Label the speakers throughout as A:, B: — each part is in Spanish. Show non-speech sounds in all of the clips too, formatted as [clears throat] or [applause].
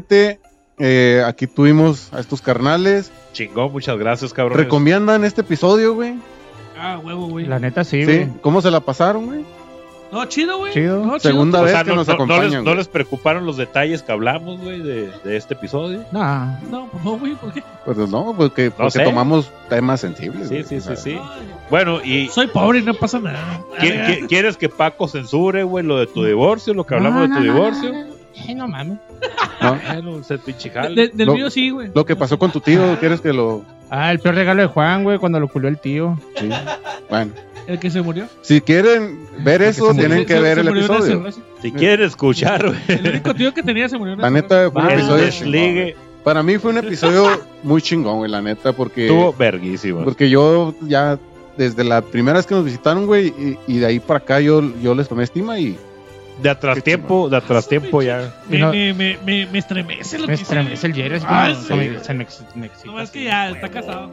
A: gente. Eh, aquí tuvimos a estos carnales.
B: Chingón, muchas gracias, cabrón.
A: ¿Recomiendan este episodio, güey?
C: Ah, huevo, güey.
D: La neta,
A: Sí.
D: sí, güey.
A: ¿Cómo se la pasaron, güey?
C: No, chido, güey.
D: Chido.
C: No,
A: Segunda
B: O
A: vez
B: sea,
A: que
B: no,
A: nos
B: no- no
A: acompañan.
B: les, no
A: güey.
B: les preocuparon los detalles que hablamos, güey, de, de este episodio.
D: Nah.
C: No, pues no, güey, ¿por qué?
A: Pues no, porque, porque
B: sé.
A: tomamos temas sensibles.
B: Sí,
A: güey,
B: sí,
A: o
B: sí,
A: sea.
B: sí.
C: Ay,
B: Bueno, y
C: soy pobre y no pasa nada.
B: ¿quién-
C: Ah,
B: quién- ¿quieres que Paco censure, güey, lo de tu divorcio, lo que hablamos
D: No,
B: de tu
D: no, no,
B: divorcio?
D: no, no, no. Ay, no mames.
A: ¿No?
B: Bueno, se pinche
C: de-
B: jale.
C: de- del
A: Lo-
C: mío sí, güey.
A: Lo que pasó con tu tío, ¿quieres que lo...?
D: Ah, el peor regalo de Juan, güey, cuando lo culió el tío.
A: sí. Bueno,
C: El que se murió.
A: si quieren ver eso,
D: Porque se
A: tienen
C: Se-
A: que
C: se-
A: ver
C: se
A: el
C: murió de una
A: episodio.
C: cirrosis.
B: Si quieres escuchar, güey,
C: El único tío que tenía se murió. de una
A: La neta, fue un
D: Va,
B: el
A: episodio...
D: es
A: chingón, güey.
B: desligue
A: Para mí fue un episodio muy chingón, güey, la neta, porque...
B: estuvo verguísimo.
A: Porque yo ya, desde la primera vez que nos visitaron, güey, y, y de ahí para acá yo, yo les tomé estima y...
B: De atrás
A: Qué
B: tiempo, de atrás
C: Su
B: tiempo
C: pinche-
B: ya.
C: Me,
D: Y no-
C: me, me, me, me estremece lo que
D: Me
C: dice.
D: estremece el Jerry. así
C: Ah,
D: como-
C: sí,
D: como-
A: güey.
D: se me ex- me excita,
C: No, es que
D: así,
C: ya
D: güey.
C: está casado.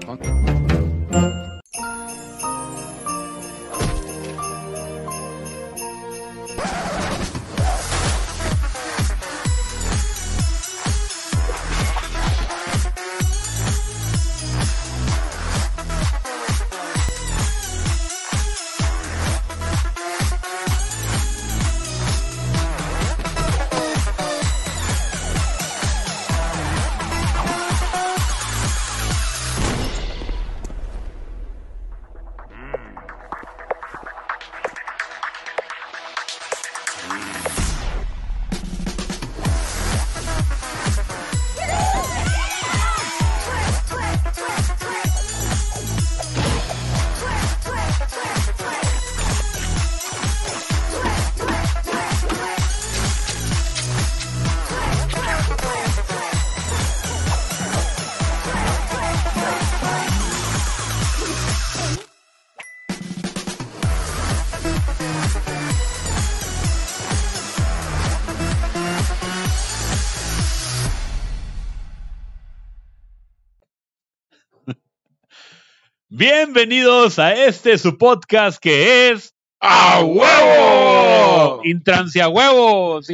B: Bienvenidos a este su podcast que es
A: ¡A huevo!
B: Intrancia Huevo. Sí,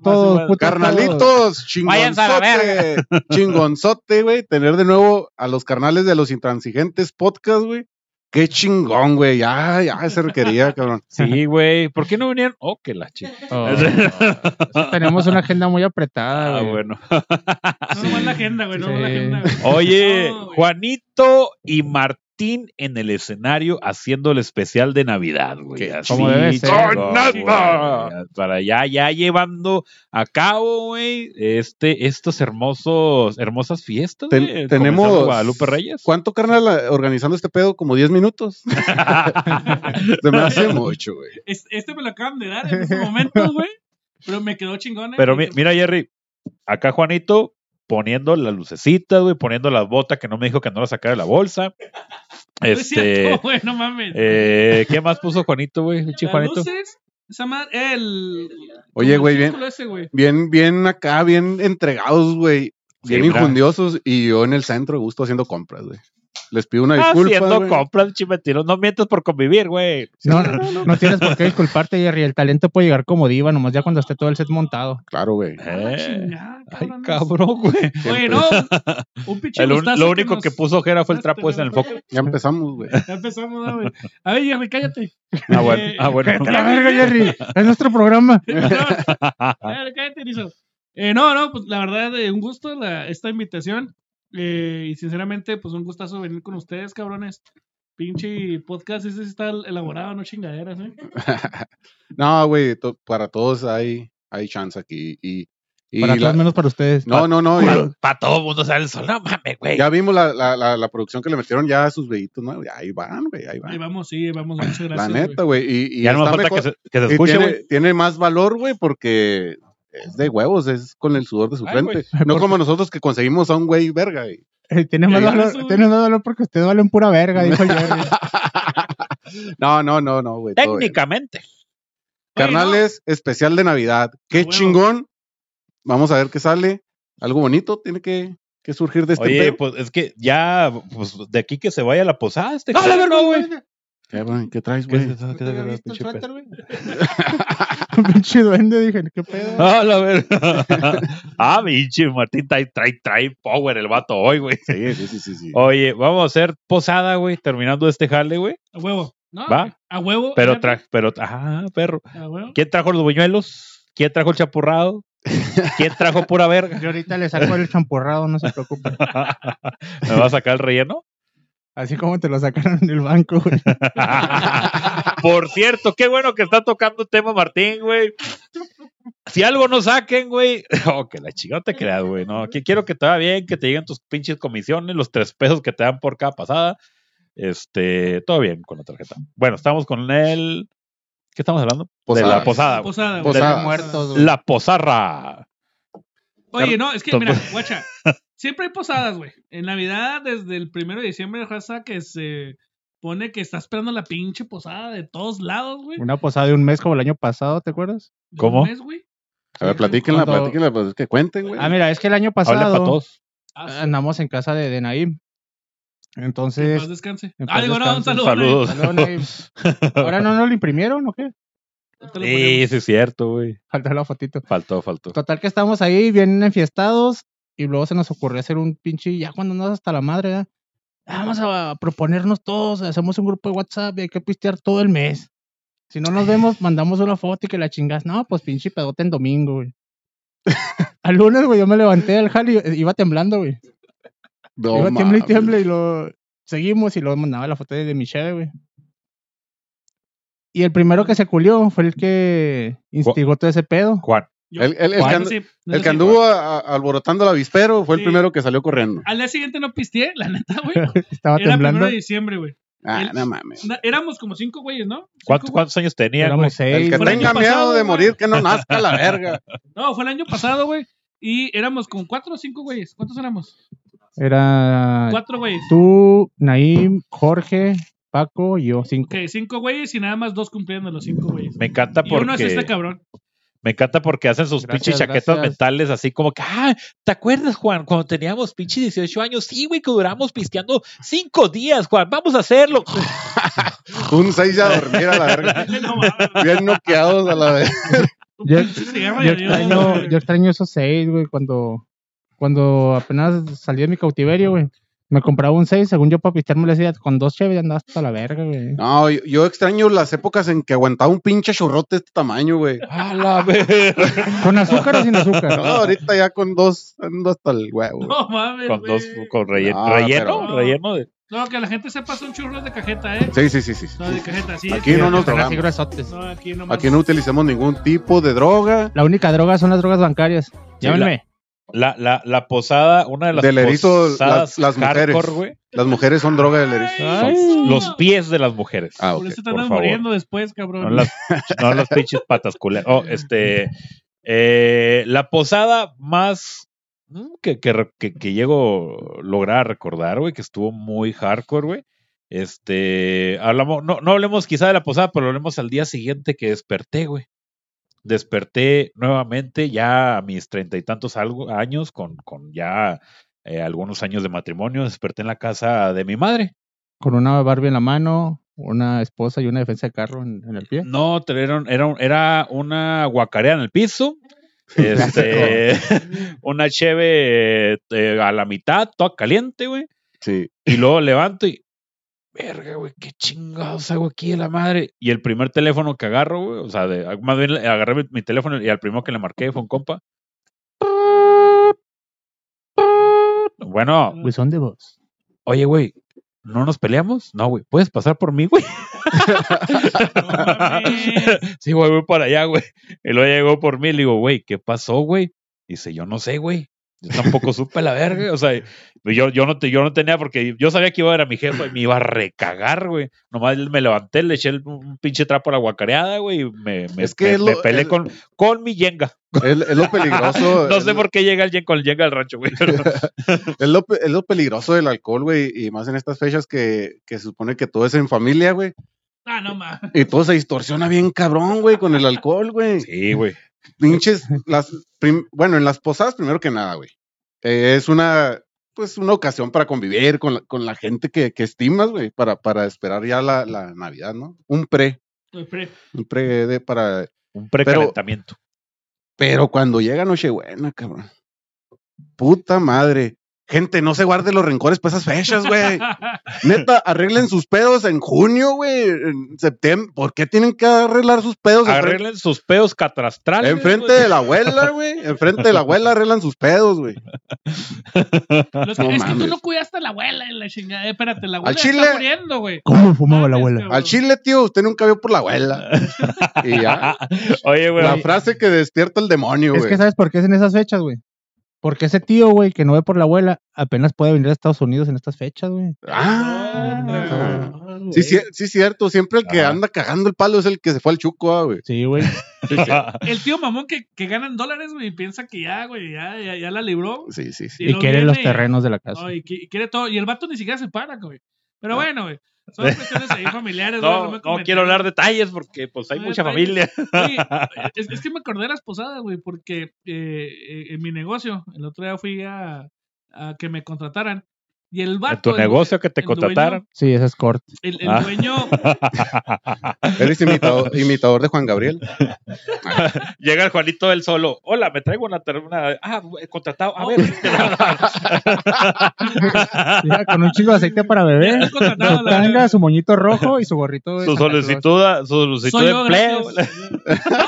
B: güey,
D: todos,
B: más-
D: putos.
A: Carnalitos,
D: Váyanse a la
A: chingonzote, [laughs] chingonzote, güey, tener de nuevo a los carnales de los intransigentes podcast, güey. Qué chingón, güey, ya, ya se
B: [laughs]
A: requería, cabrón.
B: Sí, güey. ¿Por qué no venían? Oh, que la chica. [laughs]
D: Oh, tenemos una agenda muy apretada,
B: Ah,
D: güey.
B: bueno.
C: No, no va en la agenda, güey. No va en la
D: Sí.
C: agenda, güey.
B: Oye,
C: No, güey.
B: Juanito y Martín en el escenario haciendo el especial de Navidad, güey.
A: Qué
B: Así,
D: como debe ser.
B: chingón,
A: ¡Con
B: güey.
A: nada!
B: Para ya, ya llevando a cabo, güey, este, estos hermosos, hermosas fiestas.
A: Ten-
B: güey,
A: tenemos-
B: comenzando Guadalupe Reyes.
A: ¿Cuánto carnal eh, organizando este pedo? Como 10
B: [laughs]
A: minutos. [laughs] se me hace mucho, güey.
C: Es- Este me lo acaban de dar en estos momentos, güey. Pero me quedó chingón. eh.
B: Pero mi- mira, Jerry, acá Juanito poniendo las lucecitas, güey, poniendo las botas que no me dijo que no las sacara de la bolsa.
C: [laughs] No es
B: Este,
C: cierto, güey, no mames.
B: eh, ¿qué más puso Juanito, güey? Pinche
C: Las
B: Juanito.
C: luces, esa madre- el.
A: Oye, güey,
C: el
A: bien.
C: círculo ese, güey.
A: Bien, bien acá, bien entregados, güey. Bien
B: Sí,
A: injundiosos y yo en el centro, gusto, haciendo compras, güey. Les pido una disculpa.
B: Ah, Haciendo
A: güey.
B: compras, chimetino. No mientas por convivir, güey. [laughs]
D: No, no, no tienes por qué disculparte, Jerry. El talento puede llegar como diva, nomás ya cuando esté todo el set montado.
A: Claro, güey.
C: A la
B: Eh,
C: chingada,
B: Ay,
C: cabrones.
B: cabrón, güey.
C: Oye,
A: Siempre.
C: no.
B: [laughs]
C: Un pinche
B: El un-
C: gustazo
B: lo único
C: nos-
B: que puso Jera fue el trapo ese en el foco.
A: Ya empezamos, güey.
C: Ya empezamos, ¿no, güey. A ver, Jerry, cállate.
B: [laughs] Ah, bueno.
C: Eh,
B: Ah, bueno. [laughs]
D: ¡Cállate la verga, Jerry! ¡Es nuestro programa!
C: [laughs] No, cállate, cállate, erizo. Eh, no, no, pues la verdad, eh, un gusto la- esta invitación. Eh, y sinceramente, pues un gustazo venir con ustedes, cabrones. Pinche podcast, ese sí está elaborado, no chingaderas, ¿eh?
A: [laughs] No, güey, to- para todos hay, hay chance aquí. Y, y
D: Para
A: la-
D: todos menos para ustedes.
A: no, no, no. [laughs] Ya,
B: Para todo mundo sale el sol. No mames, güey.
A: ya vimos la, la, la, la producción que le metieron ya a sus vellitos, ¿no? Ahí van, güey,
B: Ah.
A: ahí
C: Ahí
A: van.
C: vamos, sí, ahí vamos, muchas
A: La
C: gracias.
A: neta,
C: güey.
A: güey. Y, y
B: Ya no me
A: está
B: falta
A: mejor-
B: que se, que se
A: y
B: escuche,
A: tiene,
B: güey.
A: tiene más valor, güey, porque es de huevos, es con el sudor de su
B: Ay,
A: frente. No como nosotros que conseguimos a un güey verga. güey.
D: Eh, Tiene más,
A: Ya
D: valor,
C: eso, güey.
D: tiene más valor porque ustedes valen pura verga,
A: [laughs]
D: dijo el Jerry.
A: No, no, no, no, güey. todo bien.
B: Técnicamente.
A: Carnales, especial de Navidad. Qué
C: huevo.
A: chingón. Vamos a ver qué sale. Algo bonito tiene que, que surgir de este
B: Oye,
A: pedo.
B: pues es que ya, pues de aquí que se vaya la posada. Este
D: ¡Ah, la verga,
B: cabrón,
D: güey!
A: ¿Qué, güey? ¿Qué traes,
B: ¿Qué es
A: güey?
B: eso? ¿Qué
D: ¿Te había
B: es
D: visto el
B: eso?
D: suéter, güey? Pinche duende, dije, ¿qué pedo?
B: Ah, la ver. [laughs] ah, pinche Martín trae, trae, trae power el vato hoy, güey.
A: Sí, sí, sí, sí.
C: [laughs]
A: sí.
B: Oye, vamos a hacer posada, güey, terminando este jale, güey.
C: A huevo. ¿No? eh,
B: Va.
C: A huevo.
B: Pero
C: fíjate,
B: traje, pero, ajá, perro.
C: A huevo.
B: ¿Quién trajo los buñuelos? ¿Quién trajo el chapurrado? ¿Quién trajo pura
A: Ah.
B: verga?
D: Yo ahorita le saco el champurrado, no se preocupen.
B: ¿Me va a sacar el relleno? [laughs]
D: Así como te lo sacaron del banco, güey.
B: Por cierto, qué bueno que está tocando el tema Martín, güey. Si algo no saquen, güey. [laughs] Oh, que la chingada no te creas, güey. No, que quiero que te vaya bien, que te lleguen tus pinches comisiones, los tres pesos que te dan por cada pasada. Este, todo bien con la tarjeta. Bueno, estamos con el. ¿Qué estamos hablando? De la
A: Posadas.
B: posada. güey.
C: Posada. güey.
A: Posada.
D: Están muertos, güey.
B: Ah, La posarra.
C: Oye, no, es que,
B: Tom-
C: mira,
B: [laughs]
C: guacha. Siempre hay posadas, güey. En Navidad, desde el primero de diciembre, hay raza que se pone que está esperando la pinche posada de todos lados, güey.
D: Una posada de un mes como el año pasado, ¿te acuerdas?
C: De un
B: ¿Cómo?
C: mes, güey.
A: A ver, platíquenla,
D: Cuando-
A: platíquenla, pues que cuenten, güey.
D: Ah, mira, es que el año
B: Habla para
D: pasado
B: todos.
C: Ah, sí.
D: andamos en casa de, de Naim.
C: En
D: Entonces,
C: paz descanse.
D: en paz
C: Ah, digo, no, un
D: descanse.
C: saludo.
B: Saludos.
D: Saludos,
B: [laughs]
D: Naim. ¿ahora no nos lo imprimieron o qué?
C: Ahí te lo
B: Sí, sí, es cierto, güey.
D: Falta la fotito.
B: Faltó, faltó.
D: Total que estábamos ahí bien enfiestados y luego se nos ocurrió hacer un pinche, ya cuando andas hasta la madre, ¿verdad? vamos a proponernos todos, hacemos un grupo de WhatsApp y hay que pistear todo el mes. Si no nos
A: [laughs]
D: vemos, mandamos una foto y que la chingas. No, pues pinche pedote en domingo, güey. [laughs] Al lunes, güey, yo me levanté del jale y iba temblando, güey.
A: No
D: iba temble y
A: mames.
D: temble y lo seguimos y luego mandaba la foto de de Michelle, güey. Y el primero que se culió fue el que instigó todo ese pedo.
B: Juan.
C: Yo-
A: El- el- el
C: Bueno,
A: can-
C: sí, no
A: El que
C: sé si-
A: anduvo a- a- alborotando el avispero fue el
C: Sí.
A: primero que salió corriendo.
C: Al día siguiente no pisteé, la neta, güey.
D: Estaba
C: Era primero
D: temblando.
C: de diciembre, güey.
A: Ah,
C: El-
A: no mames.
C: Na- Éramos como cinco güeyes, ¿no? Cinco
B: ¿Cuántos,
C: güey-
B: cuántos años tenía? güey?
D: Éramos seis.
A: El que
C: fue el
D: güey.
A: tenga
C: año
A: miedo
C: pasado,
A: de
C: güey.
A: morir, que no nazca la verga.
C: No, fue el año pasado, güey. Y éramos con cuatro o cinco güeyes. ¿Cuántos éramos?
D: Era
C: Cuatro güeyes.
D: Ah, tú, Naim, Jorge, Paco y yo, cinco.
C: Ok, cinco güeyes y nada más dos cumpliendo los cinco güeyes.
B: Me encanta
C: Y uno es
B: porque.
C: este
D: [laughs]
C: cabrón.
B: Me encanta porque hacen sus
D: Gracias,
B: pinches chaquetas
D: gracias.
B: mentales así como que, ah, ¿te acuerdas, Juan? Cuando teníamos pinches 18 años, sí, güey, que duramos pisteando cinco días, Juan, vamos a
C: [laughs]
B: hacerlo.
A: Un seis ya dormir a la verga.
C: No mames.
A: Bien noqueados a la verga.
C: Un
D: Yo-
C: pinche cigarro
D: Yo
C: de Dios,
D: extraño,
C: güey.
D: yo extraño esos seis, güey, cuando, cuando apenas salí de mi cautiverio, güey. Me compraba un seis, según yo, para pistear, me le decía, con dos cheves ya andaba hasta la verga, güey.
A: No, yo, yo extraño las épocas en que aguantaba un pinche churrote de este tamaño, güey.
B: A [laughs] la ver.
D: ¿Con azúcar o sin azúcar?
A: No, ahorita ya con dos ando hasta el huevo.
C: [laughs] No mames.
B: Con dos,
C: güey.
B: con relleno.
A: No,
B: relleno,
C: pero-
B: relleno de.
C: No, que la gente se pasó un churro de cajeta, ¿eh?
A: Sí, sí, sí, sí.
C: No, de cajeta, sí.
A: Aquí no nos
D: Están así
A: drogamos.
D: gruesotes.
C: No, aquí no más.
A: Aquí no utilizamos ningún tipo de droga.
D: La única droga son las drogas bancarias.
B: Sí,
D: Llámenme.
B: La, la, la posada, una de las
A: Del erizo,
B: posadas
A: las- las mujeres.
B: hardcore, güey,
A: Las mujeres son droga del erizo.
D: Ay.
B: son los pies de las mujeres.
A: Ah,
C: Por
A: ok,
C: eso te
B: por
C: andas
B: favor.
C: muriendo después, cabrón.
B: No las, no las pinches patas culeras. Oh, este. eh, la posada más mm, que, que, re- que, que llego a lograr a recordar, güey, que estuvo muy hardcore, güey. Este. Hablamos, no, no hablemos quizá de la posada, pero hablemos al día siguiente que desperté, güey. Desperté nuevamente ya a mis treinta y tantos algo, años, con, con ya eh, algunos años de matrimonio, desperté en la casa de mi madre.
D: Con una Barbie en la mano, una esposa y una defensa de carro en, en el
C: Mm.
D: pie.
B: No, te- era, un- era, un- era una guacarea en el piso. Este, [laughs] una cheve eh, a la mitad, toda caliente, güey.
A: Sí.
B: Y luego levanto y. Verga, güey, qué chingados hago aquí de la madre. Y el primer teléfono que agarro, güey, o sea, de- más bien agarré mi, mi teléfono y al primero que le marqué fue un compa. Bueno,
D: Wilson de voz.
B: oye, güey, ¿no nos peleamos? No, güey, ¿puedes pasar por mí, güey?
C: No
A: [laughs]
C: mames.
B: Sí, güey, voy para allá, güey. Y luego llegó por mí y le digo, güey, ¿qué pasó, güey? Dice, yo no sé, güey. Yo tampoco supe la verga. O sea, pues, yo, yo, no te, yo no tenía porque yo sabía que iba a ver a mi jefa y me iba a recagar, güey. Nomás me levanté, le eché el- un pinche trapo a la guacareada, güey. y Me, me,
A: Es que
B: me-
A: es
B: me
A: lo-
B: peleé
A: es-
B: con, con mi yenga.
A: Es, es lo peligroso.
B: [laughs] No
A: es-
B: sé por qué llega el yenga con el yenga al rancho, güey.
A: [laughs] Es lo, pe- es lo peligroso del alcohol, güey, y más en estas fechas que, que se supone que todo es en familia, güey.
C: Ah, no mames.
A: Y todo se distorsiona bien cabrón, güey, con el alcohol, güey.
B: Sí, güey.
A: Pinches, las, prim- bueno, en las posadas, primero que nada, güey. eh, es una, pues una ocasión para convivir con la, con la gente que, que estimas, güey, para, para esperar ya la, la Navidad, ¿no? Un pre,
C: El pre.
A: un pre de para...
B: Un precalentamiento.
A: Pero cuando llega Nochebuena, cabrón. Puta madre. Gente, no se guarde los rencores para esas
B: [laughs]
A: fechas, güey. Neta, arreglen sus pedos en junio, güey, en septiembre. ¿Por qué tienen que arreglar sus pedos? en frente-
B: Arreglen sus pedos catastrales.
A: Enfrente
B: güey.
A: de la abuela, güey. Enfrente de la abuela arreglan sus pedos,
B: [laughs]
A: güey.
C: [laughs]
A: No
C: Los que- es que tú
A: mames.
C: no cuidaste a la abuela en la chingada. Eh, espérate, la abuela
A: chile-
C: está muriendo, güey.
D: ¿Cómo fumaba la
C: Mames,
D: abuela?
C: cabrón.
A: Al chile, tío, usted nunca vio por la abuela. Y ya.
B: Oye, [laughs] güey.
A: La frase que despierta el demonio,
D: Es
A: güey.
D: que ¿sabes por qué es en esas fechas, güey? Porque ese tío, güey, que no ve por la abuela, apenas puede venir a Estados Unidos en estas fechas, güey.
A: Ah.
C: Ah,
A: Sí,
C: güey.
A: sí, sí, cierto. Siempre el que
B: Ajá.
A: anda cagando el palo es el que se fue al chuco, ah, güey.
C: [laughs]
D: Sí, güey.
C: El tío mamón que, que gana en dólares, güey, piensa que ya, güey, ya, ya, ya la libró.
A: Sí, sí, sí.
C: Y
D: Y
C: lo
D: quiere los
C: viene.
D: terrenos de la casa.
C: No, y, qui- y quiere todo. Y el vato ni siquiera se para, güey. Pero bueno, güey.
B: [laughs]
C: Son cuestiones ahí familiares, güey,
B: [laughs] Ah. No,
C: me
B: no
C: comentaron.
B: quiero hablar detalles porque pues hay
C: No,
B: mucha familia.
C: detalles. Oye, es, es que me acordé de las posadas, güey, porque eh, eh, en mi negocio, el otro día fui a, a que me contrataran. Y el vato.
B: En tu
C: el-
B: negocio que te
C: el dueño-
B: contrataron.
D: Sí, ese
C: [laughs]
D: es corto.
C: El, el
B: Ah.
C: dueño.
A: Eres
B: [laughs]
A: imitador, imitador de Juan Gabriel.
B: Llega el Juanito del solo. Hola, me traigo una, ter- una- ah, güey, contratado. [laughs] A
C: Oh,
B: ver.
D: Mira, con un chingo de aceite para
B: [laughs]
D: beber.
C: el contratado, Ah. la
D: Tanga,
C: verdad.
D: su moñito rojo y su gorrito Oh,
A: [laughs]
D: de
B: su
D: Santa Claus.
B: solicitud, a- su solicitud
C: Soy
B: de
C: yo,
B: Pues empleo.
C: gracias. No,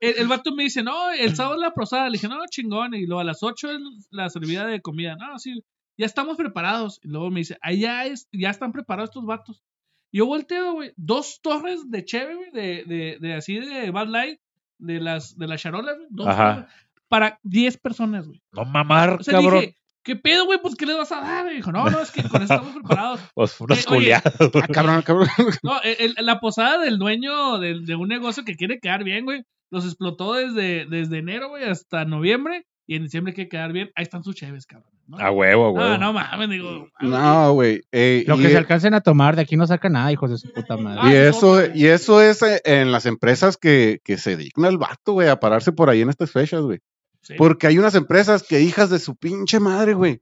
C: el, el vato me dice, no, el sábado es la prosada. Le dije, no, chingón. Y luego a las 8 es la servida de comida. No, sí, ya estamos preparados. Y luego me dice, ahí ya, es- ya están preparados estos vatos. Y Yo volteo, güey, dos torres de cheve, güey, de, de, de así de Bad Light, de las, de las charolas, güey, dos
B: Ajá.
C: torres, para 10 personas, güey.
B: No mamar,
C: O sea,
B: cabrón.
C: dije, ¿qué pedo, güey? Pues, ¿qué les vas a dar? Y dijo, no, no, es que con eso estamos preparados.
B: Pues unas
C: Eh, oye,
B: culiadas.
A: Ah, cabrón,
B: [laughs]
A: cabrón.
C: No, el- el- la posada del dueño de, de un negocio que quiere quedar bien, güey. Los explotó desde, desde enero, güey, hasta noviembre. Y en diciembre quiere quedar bien. Ahí están sus cheves, cabrón. ¿no? ah,
B: A huevo, a huevo.
C: no, no
A: [laughs]
C: mames, digo. ah, mames.
A: No, güey. eh,
D: Lo
A: y,
D: que se alcancen a tomar, de aquí no saca nada, hijos de su puta
B: Ah,
D: madre.
A: y eso, y eso es eh, en las empresas que, que se digna el vato, güey, a pararse por ahí en estas fechas, güey.
C: Sí.
A: Porque hay unas empresas que hijas de su pinche madre, güey.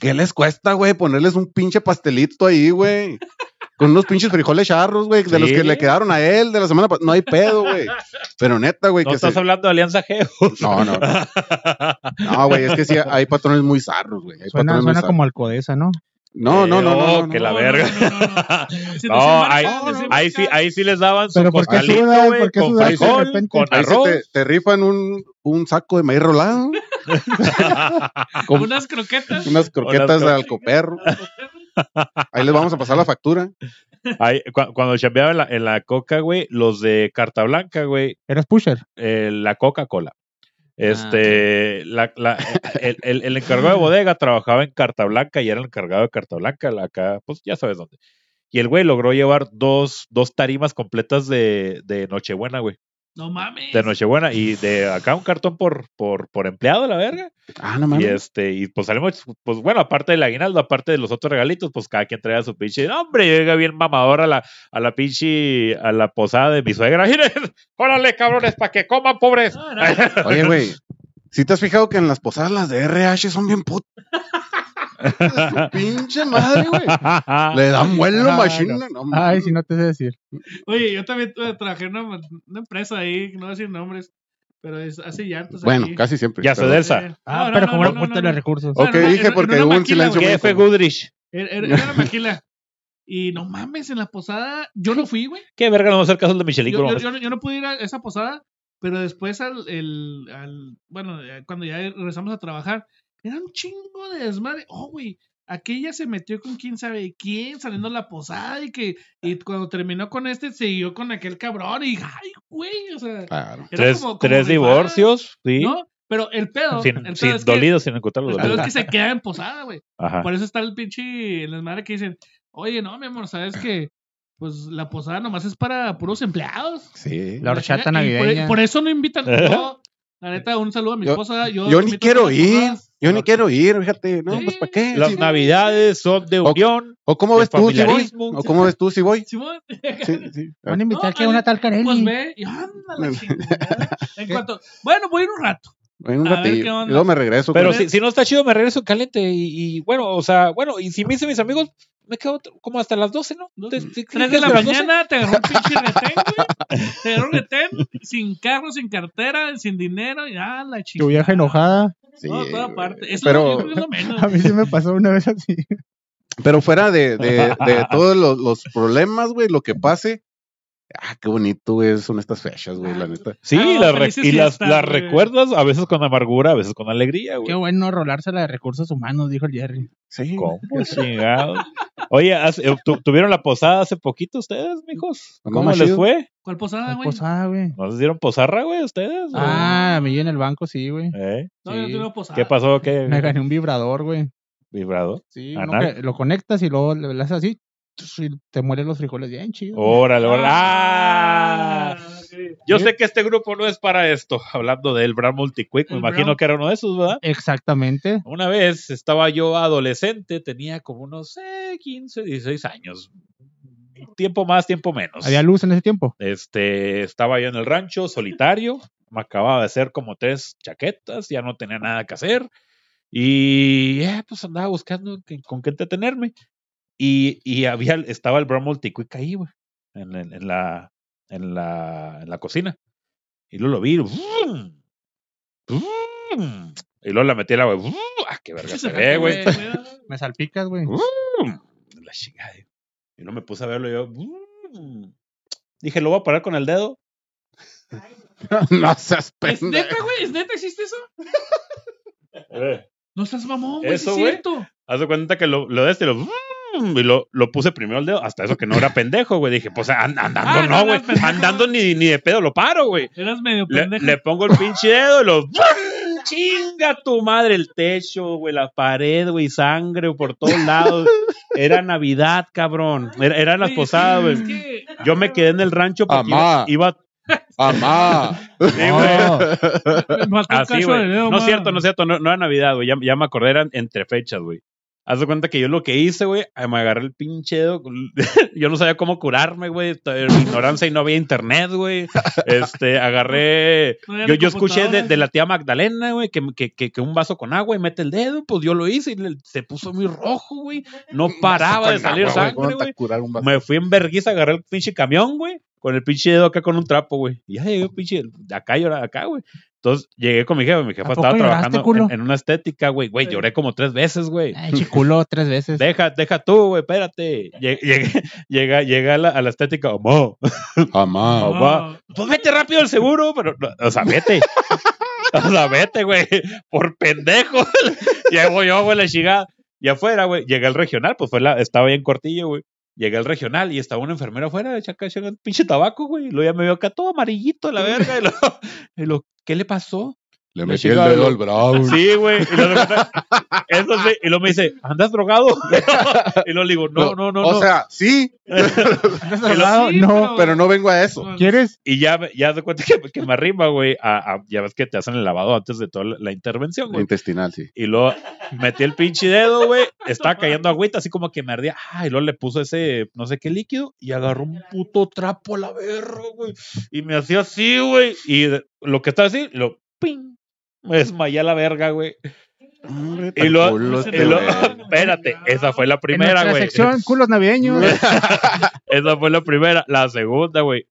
A: ¿Qué les cuesta, güey? Ponerles un pinche pastelito ahí, güey. Con unos pinches frijoles charros, güey, de los
B: Sí.
A: que le quedaron a él de la semana pasada. No hay pedo, güey. Pero neta, güey,
B: No
A: que
B: estás
A: se...
B: hablando de Alianza Geo.
A: No,
B: [laughs]
A: no. No, güey, es que sí, hay patrones muy zarros, güey. Hay
D: Suena,
A: patrones muy
D: suena
A: zarros.
D: como alcodesa, ¿no?
A: No, no, no, no,
B: Eh,
A: no,
B: oh,
A: no.
B: que la
C: No,
B: verga.
C: no, no, no,
B: [laughs]
C: no. Si te
B: No,
C: embarcan,
B: ahí-
C: te embarcan.
B: Ahí sí, ahí sí les daban su
D: Pero ¿por qué
B: costalito,
D: sudas?
B: güey,
D: ¿Por qué
B: con
D: sudas de
B: frijol,
D: repente?
B: con
A: Ahí se
B: arroz.
A: te, te rifan un, un saco de maíz rolado,
B: ah,
A: con
C: Unas croquetas.
A: unas croquetas de
B: croquetas.
A: alcoperro. Ahí les vamos a pasar la factura.
B: Ahí, cu- cuando chambeaba en la, en la coca, güey, los de Carta Blanca, güey,
D: Eres pusher.
B: eh, la Coca-Cola. Este, la, la- el, el- el encargado de bodega trabajaba en Carta Blanca y era el encargado de Carta Blanca, la acá, pues ya sabes dónde. Y el güey logró llevar dos, dos tarimas completas de, de Nochebuena, güey.
C: No mames.
B: De Nochebuena y de acá un cartón por, por, por empleado, la verga.
A: Ah, no
B: Y
A: mames.
B: este, y pues salimos, pues bueno, aparte del aguinaldo, aparte de los otros regalitos, pues cada quien traía su pinche. ¡No, hombre, llega bien mamador a la, a la pinche, a la posada de mi suegra. [laughs] Miren, órale, cabrones, para que coman, pobres.
C: No, no, no.
A: Oye, güey. Si te has fijado que en las posadas las de RH son bien putas. Su pinche madre, güey. Le dan vuelo,
D: Ah,
A: machina. No,
D: Ay, si no te sé decir.
C: Oye, yo también eh, trabajé en una, una empresa ahí, no voy a decir nombres, pero es, hace llantos.
A: bueno,
C: pues aquí.
A: casi siempre.
B: Ya se
A: perdón.
B: del- Celsa.
C: Eh,
D: Ah,
C: no, no,
D: pero
C: no,
D: como
C: no,
D: no,
C: no,
D: cuentan
C: no.
D: los recursos.
C: Bueno,
A: Ok,
C: en-
A: dije
C: en
A: porque
C: una
A: hubo un
C: maquila,
A: silencio.
C: güey.
B: ¿Qué
A: muy
B: fue
A: común.
B: Goodrich?
C: Era, era-
B: [laughs]
C: era la maquila. Y no mames, en la posada, yo no fui, güey.
B: ¿Qué verga no va a hacer caso de Michelin?
C: Yo,
B: güey?
C: yo- yo no- yo no pude ir a esa posada, pero después al, el- al- bueno, eh, cuando ya regresamos a trabajar, era un chingo de desmadre. Oh, güey, aquella se metió con quién sabe quién, saliendo a la posada y que y cuando terminó con este, siguió con aquel cabrón y, ay, güey, o sea, era
A: Claro.
B: tres
C: como- como
B: tres
C: rival,
B: divorcios, sí.
C: ¿no? Pero el pedo, el pedo
B: Sin, sin
C: es que-
B: dolidos, sin encontrar los
C: el pedo es
B: dolidos.
C: que se queda en posada, güey.
B: Ajá.
C: Por eso está el pinche las madres que dicen, oye, no, mi amor, sabes que pues la posada nomás es para puros empleados.
A: Sí.
D: La horchata
C: Y por- e-,
D: navideña.
C: Por, eso no invitan. No, la neta, un saludo a mi
A: Yo-
C: esposa. Yo,
A: Yo ni
C: invito a
A: quiero
C: todas las
A: ir.
C: posadas.
A: Yo ni
C: [laughs]
A: quiero ir, fíjate. No,
C: Sí.
A: pues ¿para qué?
B: Las
A: Sí.
B: navidades son de
A: Ok.
B: unión.
A: ¿O cómo
B: el
A: ves tú si voy?
B: familiarismo.
A: ¿O cómo ves tú si voy?
C: Simón,
A: Sí, sí.
D: Van a invitar
C: No,
D: aquí a una
C: Ale,
D: tal
A: [laughs]
D: Carelli.
C: pues ve y anda la chingada. En cuanto, bueno, voy a ir un rato.
A: En un
C: A ver
A: ratillo.
C: qué
A: Y
C: onda.
A: luego me regreso.
B: Pero
A: güey.
B: si, si no está chido, me regreso caliente. Y, y bueno, o sea, bueno, y si me dicen mis amigos, me quedo t- como hasta las 12, ¿no?
C: Dos-
B: Te- te-
C: Tres
B: te-
C: de la
B: hasta las 12.
C: mañana te agarró un pinche retén,
D: [laughs]
C: güey. Te agarró un retén sin carro, sin cartera, sin dinero. Y ah, la chica.
D: Tu vieja enojada.
A: Sí,
C: no, toda
A: güey.
C: parte. Eso
A: Pero-
C: es lo- yo creo que es lo menos.
D: [laughs] A mí sí me pasó una vez así.
A: Pero fuera de, [laughs] de- de todos los, los problemas, güey, lo que pase. Ah, qué bonito, güey, son estas fechas, güey, la neta.
B: Sí,
C: Ah,
B: y las re-
C: felices
B: y las,
C: fiestas,
B: las
C: güey.
B: recuerdas a veces con amargura, a veces con alegría,
D: Qué
B: güey.
D: bueno rolársela de recursos humanos, dijo el Jerry.
A: Sí.
B: ¿Cómo chingados? Oye, hace- eh, tu- ¿tuvieron la posada hace poquito ustedes, mijos?
A: Andamos
B: ¿Cómo les
A: chido.
B: fue?
C: ¿Cuál posada,
D: Ay,
C: Ah, güey?
D: Posada, Pues, ah, güey.
B: ¿No les dieron posarra, güey, ustedes?
D: Ah, a mí en el banco sí, güey.
B: ¿Eh?
C: No, yo no
D: sí.
C: tuve posada.
B: ¿Qué pasó? ¿Qué
D: [laughs] Me gané un vibrador, güey.
B: vibrado?
D: Sí,
B: ¿Anal?
D: uno que lo conectas y luego le le haces así tss, y te mueren los frijoles bien chido.
B: Órale, órale.
C: Ah,
B: ¡Ah!
C: ok.
B: Yo sé que este grupo no es para esto. Hablando del Brand Multiquick, me
C: El
B: imagino
C: Brand.
B: que era uno de esos, ¿verdad?
D: Exactamente.
B: Una vez estaba yo adolescente, tenía como unos eh, 15, 16 años. Tiempo más, tiempo menos.
D: Había luz en ese tiempo.
B: Este, estaba yo en el rancho, solitario. Me acababa de hacer como tres chaquetas, ya no tenía nada que hacer. Y eh, pues andaba buscando que- con qué entretenerme. Y, y había, estaba el Bramble Ticuic ahí, güey, en, en- en la, en, la, en la cocina. Y luego lo vi. ¡vum! ¡vum! Y luego la metí al agua. ¡vum! ¡Ah, qué verga se ve,
C: [laughs]
B: güey!
A: [laughs]
D: Me salpicas, güey.
B: ¡Bum! La chingada. digo. Y no me puse a verlo y yo. ¡bum! Dije, lo voy a parar con el dedo.
A: [laughs] no seas
C: ¿Es
A: pendejo.
C: neta, güey? ¿Es neta? ¿Existe eso? No estás mamón, güey.
B: Eso,
C: sí es
B: güey.
C: cierto.
B: Haz de cuenta que lo, lo de este lo. ¡bum! Y lo, lo puse primero el dedo, hasta eso que no era pendejo, güey. Dije, pues an- andando
C: Ah, no,
B: no,
C: no,
B: güey.
C: pendejo.
B: andando ni, ni de pedo lo paro, güey.
C: Eras medio
B: Le,
C: pendejo.
B: le pongo el pinche dedo y lo. [laughs] ¡bum! ¡Chinga tu madre! El techo, güey, la pared, güey, sangre por todos lados. Era Navidad, cabrón. Era, eran las
C: Oye,
B: posadas,
C: sí,
B: güey.
C: es que-
B: Yo me quedé en el rancho porque
A: Amá.
B: iba, iba
A: Amá.
B: Sí, güey.
D: No,
C: [laughs] Me faltó un
B: Así,
C: cacho
B: Ah, güey.
C: de dedo,
B: No es
C: ma.
B: cierto, no es cierto. No, no era Navidad, güey. Ya, ya me acordé, eran entre fechas, güey. Haz de cuenta que yo lo que hice, güey, eh, me agarré el pinche dedo. [laughs] con- Yo no sabía cómo curarme, güey. Estaba en ignorancia y no había internet, güey. Este, agarré.
C: No era
B: Yo,
C: la
B: yo escuché de,
C: computadora.
B: de la tía Magdalena, güey, que, que, que, que un vaso con agua y mete el dedo. Pues yo lo hice y le- se puso muy rojo, güey. No paraba de salir sangre, güey. Me fui en vergüenza, agarré el pinche camión, güey, con el pinche dedo acá con un trapo, güey. Y ya llegué, pinche, de acá llorar acá, güey. Entonces llegué con mi jefa, mi jefa
D: ¿A poco
B: estaba
D: lloraste,
B: trabajando
D: culo?
B: en, en una estética, güey. Güey,
C: Sí.
B: lloré como tres veces,
D: [laughs]
B: güey.
D: Ay, chiculo tres veces.
B: Deja, deja tú, güey, espérate. Lle- Llegué, [laughs] llega, llega a la, a la estética, amor.
A: Amá.
B: No. va. Pues vete rápido al seguro, pero, no, o sea, vete. O sea, vete, güey, por pendejo. [laughs] Llego yo, güey, la chingada. Y afuera, güey, llegué al regional, pues fue la, estaba bien cortillo, güey. Llegué al regional y estaba una enfermera afuera, chaca, chaca, pinche tabaco, güey. Y luego ya me veo acá todo amarillito, la verga. Y lo, y lo, ¿qué le pasó?
A: Le
B: La
A: metí el
B: chica
A: dedo
B: lo-
A: al brown.
B: Sí, güey. Y, luego de repente- eso sí, y luego me dice, ¿andas drogado? [laughs] y luego le digo, no, no, no.
A: O
B: no.
A: sea, sí,
D: ¿Estás
B: Y lo-
D: hablado?
C: Sí,
D: no.
A: pero no vengo a eso.
D: ¿Quieres?
B: Y ya, me- ya de cuenta que, que me arrima, güey. a- a- ya ves que te hacen el lavado antes de toda la, la intervención, güey.
A: Intestinal, sí.
B: Y luego metí el pinche dedo, güey. Estaba cayendo agüita, así como que me ardía. Ah, y luego le puso ese no sé qué líquido y agarró un puto trapo a la verga, güey. Y me hacía así, güey. Y de- lo que estaba así, lo ping. Me desmayé a la verga, güey.
A: Hombre,
B: Y
A: tan
B: luego,
A: culo
B: y
A: este
B: luego- [laughs]
A: güey. [laughs]
B: espérate, esa fue la
D: en
B: primera,
D: nuestra
B: güey.
D: sección, culos navideños.
B: Esa fue la primera. La segunda, güey.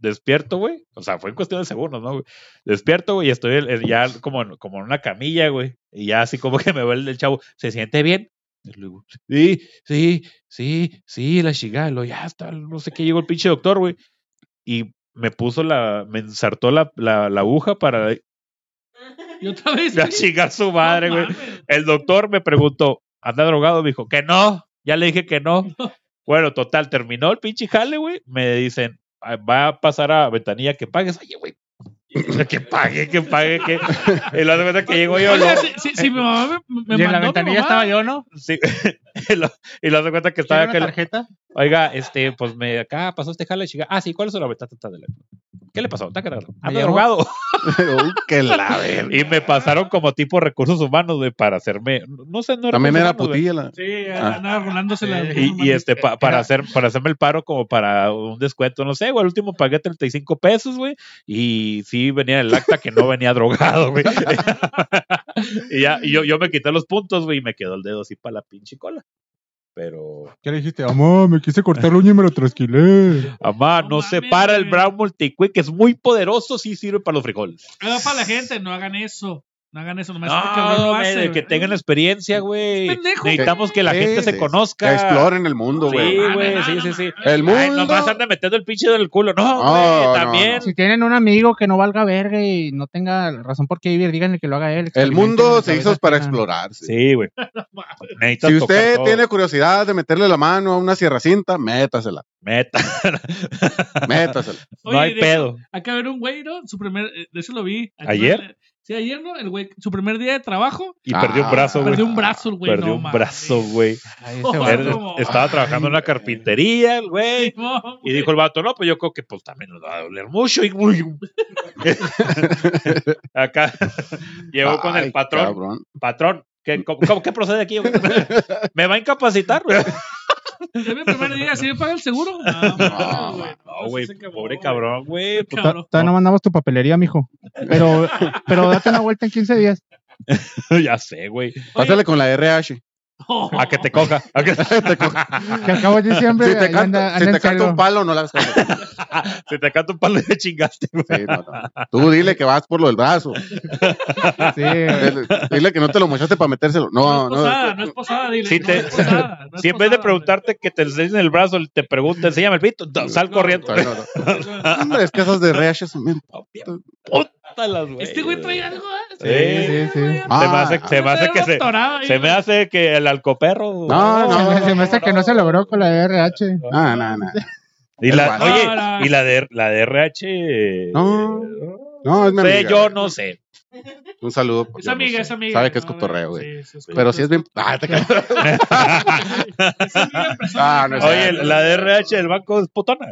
B: Despierto, güey. O sea, fue en cuestión de segundos, ¿no, güey? Despierto, güey, y estoy en- en- ya como en, como en una camilla, güey. Y ya así como que me ve el, el chavo. ¿Se siente bien? Y le digo, sí, sí, sí, sí, la chingada. Y luego, ya está, no sé qué. Llegó el pinche doctor, güey. Y me puso la, me ensartó la, la, la aguja para [laughs]
C: Y otra vez.
B: a chingar su madre,
C: No
B: güey.
C: mames.
B: El doctor me preguntó, ¿anda drogado? Me dijo, que no. Ya le dije que
D: [laughs]
B: no. Bueno, total, terminó el pinche jale, güey. Me dicen, "Ah, va a pasar a ventanilla que pagues. Oye, güey. Que pague, que pague, que. Y la verdad que llego yo. lo-
C: Oiga, si, si- si mi mamá me, me
D: y
C: mandó
D: en la
C: mi
D: ventanilla
C: mamá,
D: estaba yo, ¿no?
B: sí, [laughs] y lo- y la cuenta que estaba
D: ¿Quiere una
B: aquel.
D: tarjeta?
B: Oiga, este, pues me acá pasó este jale, chica. Ah, sí, ¿cuál es la ventanilla? ¿Qué le pasó? Taca, taca, taca. Anda
D: llamó-
B: drogado. [laughs]
A: Uy, Uh, que la verga.
B: Y me pasaron como tipo recursos humanos, güey, para hacerme. No sé, no
A: También
B: recursos
A: era
B: humanos, güey.
A: putilla la.
C: Sí,
A: Ah.
C: andaba rolándose la.
B: Y, y, este, pa- para, hacer, para hacerme el paro, como para un descuento, no sé, güey. Al último pagué 35 pesos, güey. Y sí venía en el acta que no venía drogado, güey. [laughs] y ya, y yo, yo me quité los puntos, güey, y me quedó el dedo así para la pinche cola. Pero,
D: ¿Qué le dijiste? Mamá, me quise cortar la uña y me lo trasquilé.
B: amá,
C: Pues, No
B: no, se
C: mames,
B: para el
C: güey.
B: Brown Multiquick, que es muy poderoso, sí sirve para los frijoles.
C: Ah, para la gente, no hagan eso. No hagan eso, nomás porque
B: No,
C: Pues, cabrón lo
B: güey,
C: hace,
B: de que
C: güey.
B: tengan experiencia, güey.
C: pendejo,
B: Necesitamos que la
A: Sí,
B: gente
A: sí,
B: se
A: sí.
B: conozca.
A: Que exploren el mundo,
B: Sí,
A: güey.
B: güey,
C: mames,
B: sí,
C: no
B: sí,
C: mames.
B: sí.
A: El mundo.
B: Ay, nomás anda metiendo el pinche del culo. No,
A: No,
B: güey,
A: no,
B: también.
D: Si tienen un amigo que no valga verga y no tenga razón por qué vivir, díganle que lo haga él.
A: El mundo se hizo para
D: explotar
A: explorarse.
B: Sí,
C: [laughs]
B: güey. Necesitas
A: Si
B: tocar
A: usted
B: todo.
A: tiene curiosidad de meterle la mano a una sierra cinta, métasela,
B: Meta.
A: métasela.
B: [laughs] no hay
C: Oye, de-
B: pedo.
C: Acá ver un güey, ¿no? Su primer, eh, de hecho lo vi.
B: ¿Ayer?
C: Sí, ayer, ¿no? El güey, su primer día de trabajo,
B: Y
A: Ah,
B: perdió un brazo, güey.
C: perdió un brazo, el güey.
B: Perdió
C: no
B: un
C: mames.
B: brazo, güey.
D: Ay,
C: Oh,
D: ese
B: Era-
D: vato.
C: no.
B: Estaba trabajando en una
D: Ay,
B: carpintería, el güey.
C: [laughs] No,
B: Y dijo el vato, no, pues yo creo que pues también nos va a doler mucho. Y güey. [laughs] Acá llegó con
A: Ay,
B: el patrón.
A: cabrón.
B: Patrón, ¿qué, cómo- cómo- qué procede aquí? güey? [laughs] ¿Me va a incapacitar?
C: [laughs]
B: güey? "Ah,
C: Es mi primer día, ¿sí me paga
B: [laughs]
C: el seguro? No,
A: No,
C: güey.
B: No, güey,
C: ese
B: pobre
C: güey.
B: cabrón, güey. [laughs]
C: Qué
D: Ta-
C: cabrón.
D: Todavía no mandamos tu papelería, mijo. Pero, pero date una vuelta en 15 días.
B: ya sé, güey.
A: Pásale con la RH.
B: A que te coja. a
A: [laughs]
B: que- [laughs]
A: Te coja.
D: Que al cabo de diciembre
A: [laughs] si te
D: ahí anda,
A: canta, si
D: anda en
A: te canta
D: celo.
A: un palo, no la vas a coger.
B: si te canta un palo de chingaste, güey.
A: Sí, no, no. Tú dile que vas por lo del brazo.
D: Sí.
A: Dile- Dile que no te lo mochaste para metérselo.
C: No
A: No,
C: es
A: no.
C: posada, no es posada, dile.
B: Si
C: no
B: te-
C: es posada,
B: [laughs]
C: no es
B: Si en vez de
C: posada,
B: preguntarte que te enseñen el brazo, te pregunta, enséñame el pito, no, sal corriendo.
A: No, no, no. Hombre, es que esas de RH son bien.
B: Pútalas, güey.
C: güey. Este güey trae algo, ¿eh?
B: Sí,
D: sí, sí.
C: güey,
A: Ah,
B: Se me hace, se me hace que se,
C: doctorado ahí,
B: se me
C: güey.
B: hace que el alcoperro.
A: No, [laughs] no.
D: Se me- se me hace que no se logró con la RH.
A: No, no, no.
B: Y la,
A: Igual.
C: No,
B: oye,
C: no.
B: y la de la de RH.
A: No, No, es mi
B: sé,
A: amiga.
B: yo no sé.
A: Un saludo. porque
C: Es
A: yo no
C: amiga,
A: sé.
C: es amiga.
A: Sabe que es
C: no,
A: cotorreo, güey.
C: sí, sí, es
A: Pero si es bien. Ah, te cago.
C: Es amiga en persona,
A: Ah, no es
C: güey.
B: Oye, la de RH del banco es putona.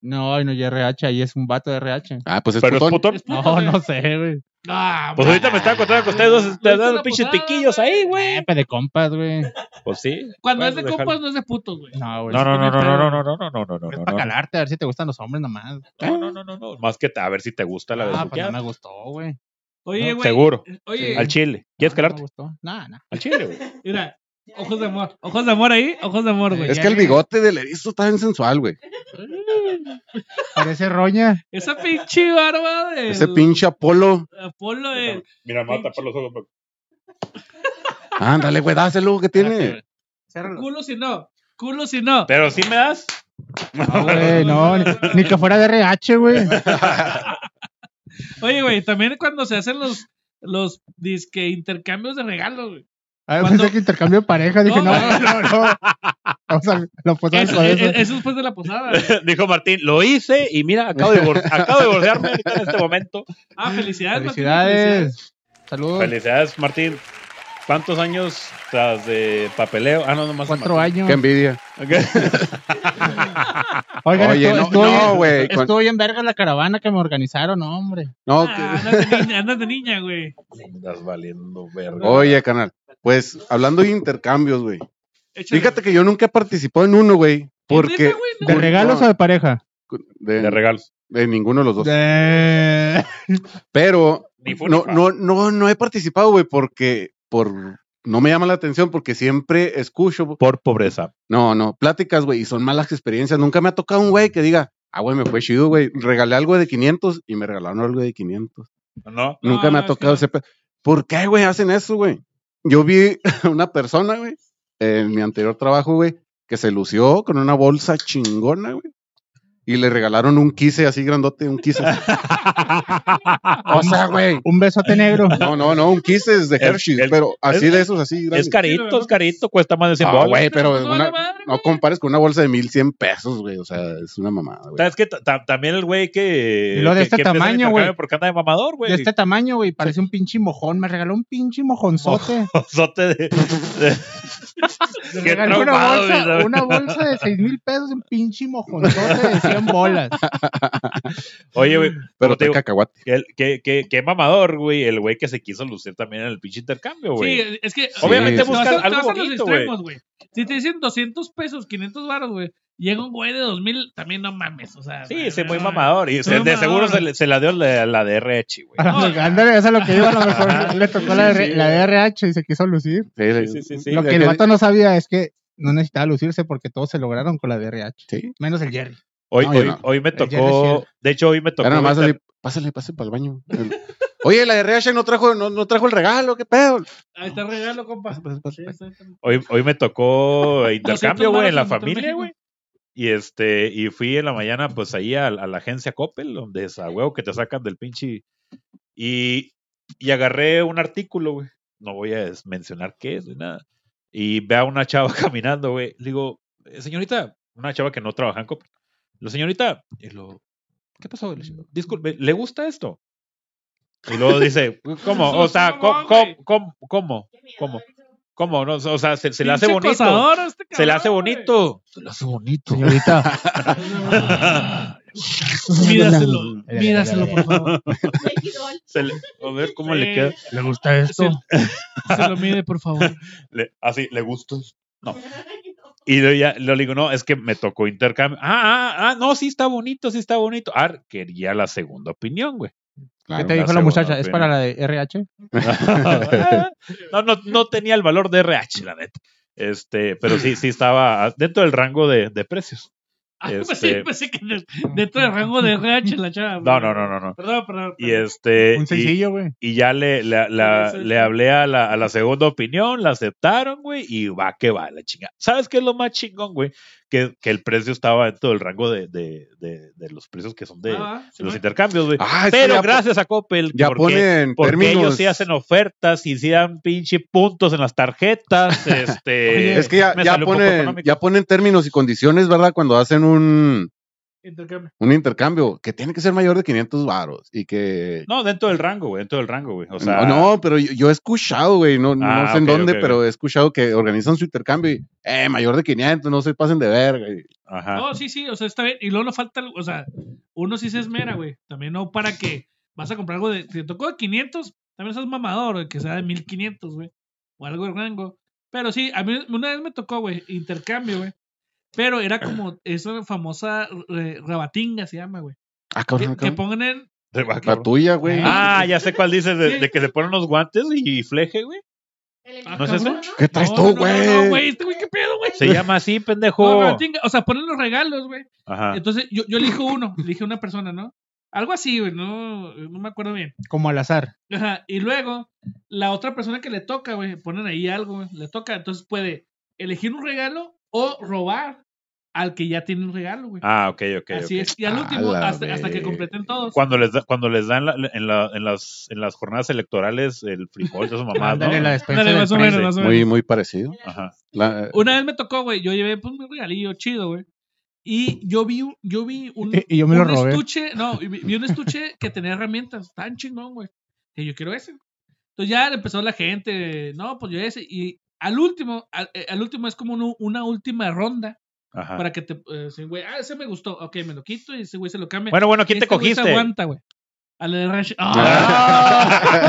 D: No, ay, no, y RH, ahí es un vato de RH.
A: Ah, pues es
B: Pero es
A: putón.
B: putón.
C: Es puto,
B: [laughs]
D: No,
C: güey.
D: no sé, güey.
C: Ah,
B: Pues ahorita me estaba contando que ustedes dos te
C: Ahorita
B: dan
C: la
B: los pinches
C: posada,
B: piquillos ahí, güey.
D: Pepe de compas, güey.
B: Pues sí.
C: Cuando
B: Bueno,
C: es de
B: déjalo.
C: compas, no es de putos, güey.
D: No, güey.
B: No,
D: sí
B: no, no,
D: tiene
B: no, no,
D: pedo.
B: no, no, no, no, no, no,
D: Es
B: no,
D: para
B: no.
D: calarte, a ver si te gustan los hombres nomás.
B: No, no, no, no, no. Eh. Más que a ver si te gusta la
D: Ah, pues no
B: besuqueada.
D: me gustó, güey.
C: Oye,
B: No,
C: güey.
B: Seguro.
C: Oye,
B: Al chile. ¿Quieres
D: No, no me
B: calarte?
D: gustó. No, no.
B: Al chile, güey.
C: mira, ojos de amor. Ojos de amor ahí, ojos de amor, güey.
A: Es que el bigote del erizo está bien sensual, güey.
D: Parece roña.
C: Esa pinche barba de.
A: Ese pinche Apolo.
C: Apolo de.
B: Mira, me voy a tapar los ojos. porque-
A: Ándale, güey, dáselo que tiene.
C: Culo si no. Culo si no.
B: Pero sí me das. [laughs]
D: No, güey, no. Ni, ni que fuera de RH, güey.
C: Oye, güey, también cuando se hacen los. Los disque intercambios de regalos, güey.
D: A ver,
C: ¿Cuándo?
D: Ah, pensé que intercambio de pareja. Dije,
C: No,
D: no, no, no. Vamos a lo posamos
C: Eso, eh,
D: con
C: eso.
D: eso.
C: eso después de la posada. güey.
B: Dijo Martín, lo hice y mira, acabo de,
D: [laughs]
B: divor- acabo de divorciarme ahorita en este momento.
C: Ah, felicidades, Martín,
D: Felicidades. Saludos.
B: Felicidades, Martín. ¿Cuántos años tras de papeleo? Ah, no, nomás.
D: Cuatro años.
A: Qué envidia.
D: [laughs] Oigan,
A: Oye,
D: estuvo-
A: no,
D: estuvo bien-
A: no, güey. con-
D: Estuvo bien verga la caravana que me organizaron, no, hombre.
A: No, que-
C: Ah, andas de niña, andas de niña, güey.
B: Estás valiendo verga.
A: Oye, canal. Pues hablando de intercambios, güey.
C: Échale.
A: Fíjate que yo nunca he participado en uno, güey. Porque.
C: Neta, güey, no.
D: ¿De
A: Uy,
D: regalos
A: no.
D: o de pareja?
A: De,
B: De regalos.
A: de ninguno de los dos.
D: De...
A: Pero
B: Ni fu ni
A: no,
B: fa.
A: no, no, no he participado, güey, porque por no me llama la atención porque siempre escucho.
B: Por pobreza.
A: No, no, pláticas, güey, y son malas experiencias. Nunca me ha tocado un güey que diga, ah, güey, me fue chido, güey. Regalé algo de 500 y me regalaron algo de 500.
B: ¿No?
C: No,
A: Nunca me
C: es
A: ha
C: que
A: tocado
C: no.
A: ese. pe- ¿Por qué, güey, hacen eso, güey? Yo vi [laughs] a una persona, güey, en mi anterior trabajo, güey, que se lució con una bolsa chingona, güey. Y le regalaron un quise así grandote, un quise.
B: [laughs]
A: o sea, güey.
D: Un besote negro.
A: No, no, no, un quise es de Hershey's,
B: El- el-
A: pero así
B: el-
A: de esos, así
B: Es
A: grandes.
B: carito, es carito. Cuesta más de 100
A: Ah,
B: bolas.
A: güey, pero
C: Pues vale
A: una-
C: madre,
A: no compares con una bolsa de 1100 pesos, güey. O sea, es una mamada, güey.
B: ¿Sabes qué? Ta- ta- También el güey que.
D: Y lo de
B: que-
D: este
B: que empieza el
D: tamaño,
B: intercambio
D: güey.
B: Porque anda de mamador, güey.
D: De
B: [laughs]
D: este tamaño, güey. Parece un pinche mojón. Me regaló un pinche mojonzote.
B: Sote de, de-
D: Le
B: Qué
D: regalé una
B: traumado,
D: bolsa,
B: güey.
D: una bolsa de 6 mil pesos, un pinche mojonzote de 100 bolas.
B: Oye, güey,
A: Pero
B: Como
A: está
B: te
A: el
B: digo-
A: cacahuate.
B: qué, qué- qué- qué mamador, güey, el güey que se quiso lucir también en el pinche intercambio, güey.
C: Sí, es que.
B: Obviamente
C: te vas a-
B: buscan
C: te vas a
B: algo
C: los
B: bonito,
C: extremos, güey. Si te dicen 200 pesos, 500 baros, güey. Llega un güey de 2000, también no mames. O sea.
B: Sí,
C: no,
B: ese
C: no,
B: muy
C: no.
B: mamador. Y se-
C: ah, Muy
B: de seguro
C: mamador.
B: se, le- se la dio la, la de RH, güey.
C: Ah,
D: Ándale, ándale, eso es lo que iba. A lo
B: [laughs]
D: mejor le tocó la,
B: Sí, sí,
D: la DRH y se quiso lucir.
A: Sí,
B: Sí, sí, sí, sí.
D: lo que el vato no sabía es que no necesitaba lucirse porque todos se lograron con la DRH.
A: Sí.
D: Menos el Jerry.
B: Hoy,
A: No, yo
B: hoy,
A: no.
B: hoy me
D: Ya decía.
B: tocó. De hecho, hoy me tocó.
A: Era nomás
B: ahorita-
A: así, pásale, pásale para el baño. [laughs] El- Oye, la de RH no trajo, no, no trajo el regalo, qué pedo.
C: Ahí está el regalo, compa.
A: Pásale, pásale,
C: Sí,
A: pásale.
C: está ahí, está ahí.
B: Hoy, hoy me
C: [laughs]
B: tocó
C: 200
B: intercambio, güey,
C: varos
B: en la
C: en Hotel
B: familia,
C: México.
B: güey. Y este, y fui en la mañana, pues ahí a, a la agencia Coppel, donde es a huevo que te sacan del pinche. Y, y agarré un artículo, güey. No voy a des- mencionar qué es ni nada. Y ve a una chava [laughs] caminando, güey. Le digo, "Eh, señorita, una chava que no trabaja en Coppel. Lo señorita, y lo, ¿qué pasó? Le digo, Disculpe, ¿le gusta esto? Y luego dice,
C: [laughs]
B: ¿cómo? O sea, ¿cómo? ¿Cómo? ¿Cómo? ¿Cómo? ¿Cómo? ¿Cómo? No, o sea, se, se le hace
C: Pinche
B: bonito.
C: acosador este
B: Se le hace
C: cabrón, [laughs]
B: bonito. Se le hace bonito.
D: Señorita.
C: güey. Mídaselo. Mídaselo, por favor.
B: Se le- a ver cómo le
C: Sí.
B: queda.
D: ¿Le gusta esto?
C: Se lo mide, por favor.
B: Le- así, ¿le gusta?
D: [laughs]
B: Y yo ya le digo, no, es que me tocó intercambio. Ah, ah, ah, no, sí está bonito, sí está bonito. Ah, quería la segunda opinión,
D: [laughs]
B: güey.
D: ¿Qué
A: Claro.
D: te
B: Una
D: dijo la muchacha?
B: segunda
D: ¿Es para la de RH?
B: Ah, no, no, no tenía el valor de RH, la neta. Este, pero sí, sí estaba dentro del rango de, de precios.
C: Ah, [laughs] pues
B: Este-
C: sí, pensé que de- dentro del rango de RH la chava.
B: No, no, no, no, no.
C: Perdón, perdón.
D: [laughs]
B: Y
C: perdón.
B: este.
D: Un
B: y-
D: sencillo, güey.
B: Y ya le, la- la-
C: Sí, sí,
B: le
C: sí.
B: hablé a la, a la segunda opinión, la aceptaron, güey, y va que va, la chingada. ¿Sabes qué es lo más chingón, güey? Que, que el precio estaba dentro del rango de, de, de- de los precios que son de, de
C: Ah, sí,
B: los
C: va.
B: intercambios, güey.
A: Ah, es que
B: Pero
A: ya po-
B: gracias a Coppel,
A: Ya
B: porque,
A: ponen
B: porque
A: términos.
B: ellos sí hacen ofertas y sí dan pinche puntos en
A: [laughs]
B: las tarjetas. este,
A: es que ya,
B: me
A: ya
B: salió un poco
A: ponen,
B: económico.
A: ya ponen términos y condiciones, ¿verdad? Cuando hacen un,
C: Intercambio.
A: un intercambio que tiene que ser mayor de 500 varos y que...
B: No, dentro del rango, güey, dentro del rango, güey. O sea,
A: no, no, pero yo, yo he escuchado, güey, no, no
B: Ah,
A: sé en
B: ok,
A: dónde,
B: ok,
A: pero he escuchado que organizan su intercambio y, eh, mayor de 500, no se pasen de verga. y-
B: ajá.
C: No, sí, sí, o sea, está bien. Y luego no falta, el- o sea, uno sí se esmera, güey. También no para que vas a comprar algo de. Si te tocó de 500, también seas mamador, güey, que sea de 1500, güey. O algo de rango. Pero sí, a mí una vez me tocó, güey, intercambio, güey. Pero era como esa famosa eh, rabatinga, se llama, güey.
A: Ah,
C: Que,
A: cabrón,
C: que
A: cabrón.
C: pongan en.
B: Se va,
A: La
B: cabrón.
A: tuya, güey.
B: Ah, ya sé cuál dices, de,
C: Sí.
B: de que le ponen los guantes y, y fleje, güey.
C: Ah,
B: ¿No es eso?
A: ¿Qué traes tú, güey?
C: No, no, güey, este güey, qué pedo, güey.
B: Se llama así,
C: No,
B: pendejo.
C: rabatinga, o sea, ponen los regalos, güey.
A: Ah.
B: Ajá.
C: Entonces yo, yo elijo uno, elijo una persona, ¿no? Algo así, güey, no, no me acuerdo bien.
D: Como al azar.
C: Ajá, y luego, la otra persona que le toca, güey, ponen ahí algo, güey, le toca, entonces puede elegir un regalo o robar al que ya tiene un regalo, güey.
B: Ah, ok, ok.
C: Así
B: ok.
C: es, y al
A: A
C: último,
A: la
C: hasta, hasta que
A: verga.
C: completen todos.
B: Cuando les, da- cuando les dan la- en, la- en las, en las jornadas electorales el frijol de su mamá, Ah, ¿no?
D: Ándale, la despensa
C: Ándale,
D: del
C: más o
D: PRI.
C: menos, más o menos.
A: Muy, muy parecido.
B: Ajá.
C: [laughs]
A: La- [laughs]
C: Una vez me tocó, güey, yo llevé pues, mi regalillo chido, güey. Y yo vi, un- yo vi un,
D: Y- y yo me lo
C: un
D: robé.
C: estuche, no, y vi, vi un estuche que tenía herramientas tan chingón, güey. Que yo quiero ese. Entonces ya empezó la gente, no, pues yo ese. Y al último, al, eh, al último es como un- una última ronda
B: Ajá.
C: para que te, eh, ese güey, ah, ese me gustó, ok, me lo quito y ese güey se lo cambia.
B: Bueno, bueno, ¿quién te
C: Este güey se
B: cogiste?
C: aguanta, güey. Al de ¡Ah! RH.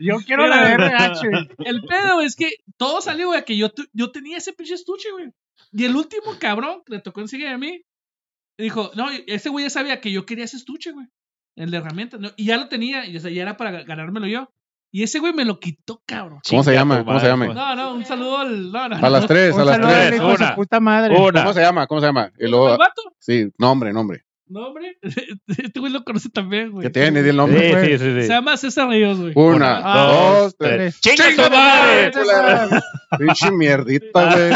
D: Yo quiero la DRH.
C: El pedo es que todo salió, güey, que yo, tu- yo tenía ese pinche estuche, güey. Y el último cabrón que le tocó enseguida a mí, dijo, no, ese güey ya sabía que yo quería ese estuche, güey. El de herramientas, ¿no? Y ya lo tenía, y, o sea, ya era para ganármelo yo. Y ese güey me lo quitó, cabrón.
A: ¿Cómo se
B: Chinga
A: llama?
B: tu
A: ¿Cómo se
B: madre, pues.
A: llama?
C: No, no, un saludo al... No, no,
A: A las
C: no.
A: tres, a
D: Un
A: las
D: saludo
A: tres.
D: al hijo de su
B: Una.
D: puta madre.
B: Una.
A: ¿Cómo se llama? ¿Cómo se llama? Y
C: ¿El
A: luego,
C: vato?
A: sí, nombre, nombre.
C: No, hombre. [laughs] Este güey lo conoce también, güey.
A: Que tiene, di el nombre.
B: Sí,
D: güey.
B: sí, sí.
C: Se
B: sí.
C: llama César Ríos, güey.
A: Una,
C: Ah,
A: dos, tres.
D: Tres.
B: ¡Chinga tu madre!
A: Pinche mierdita, güey.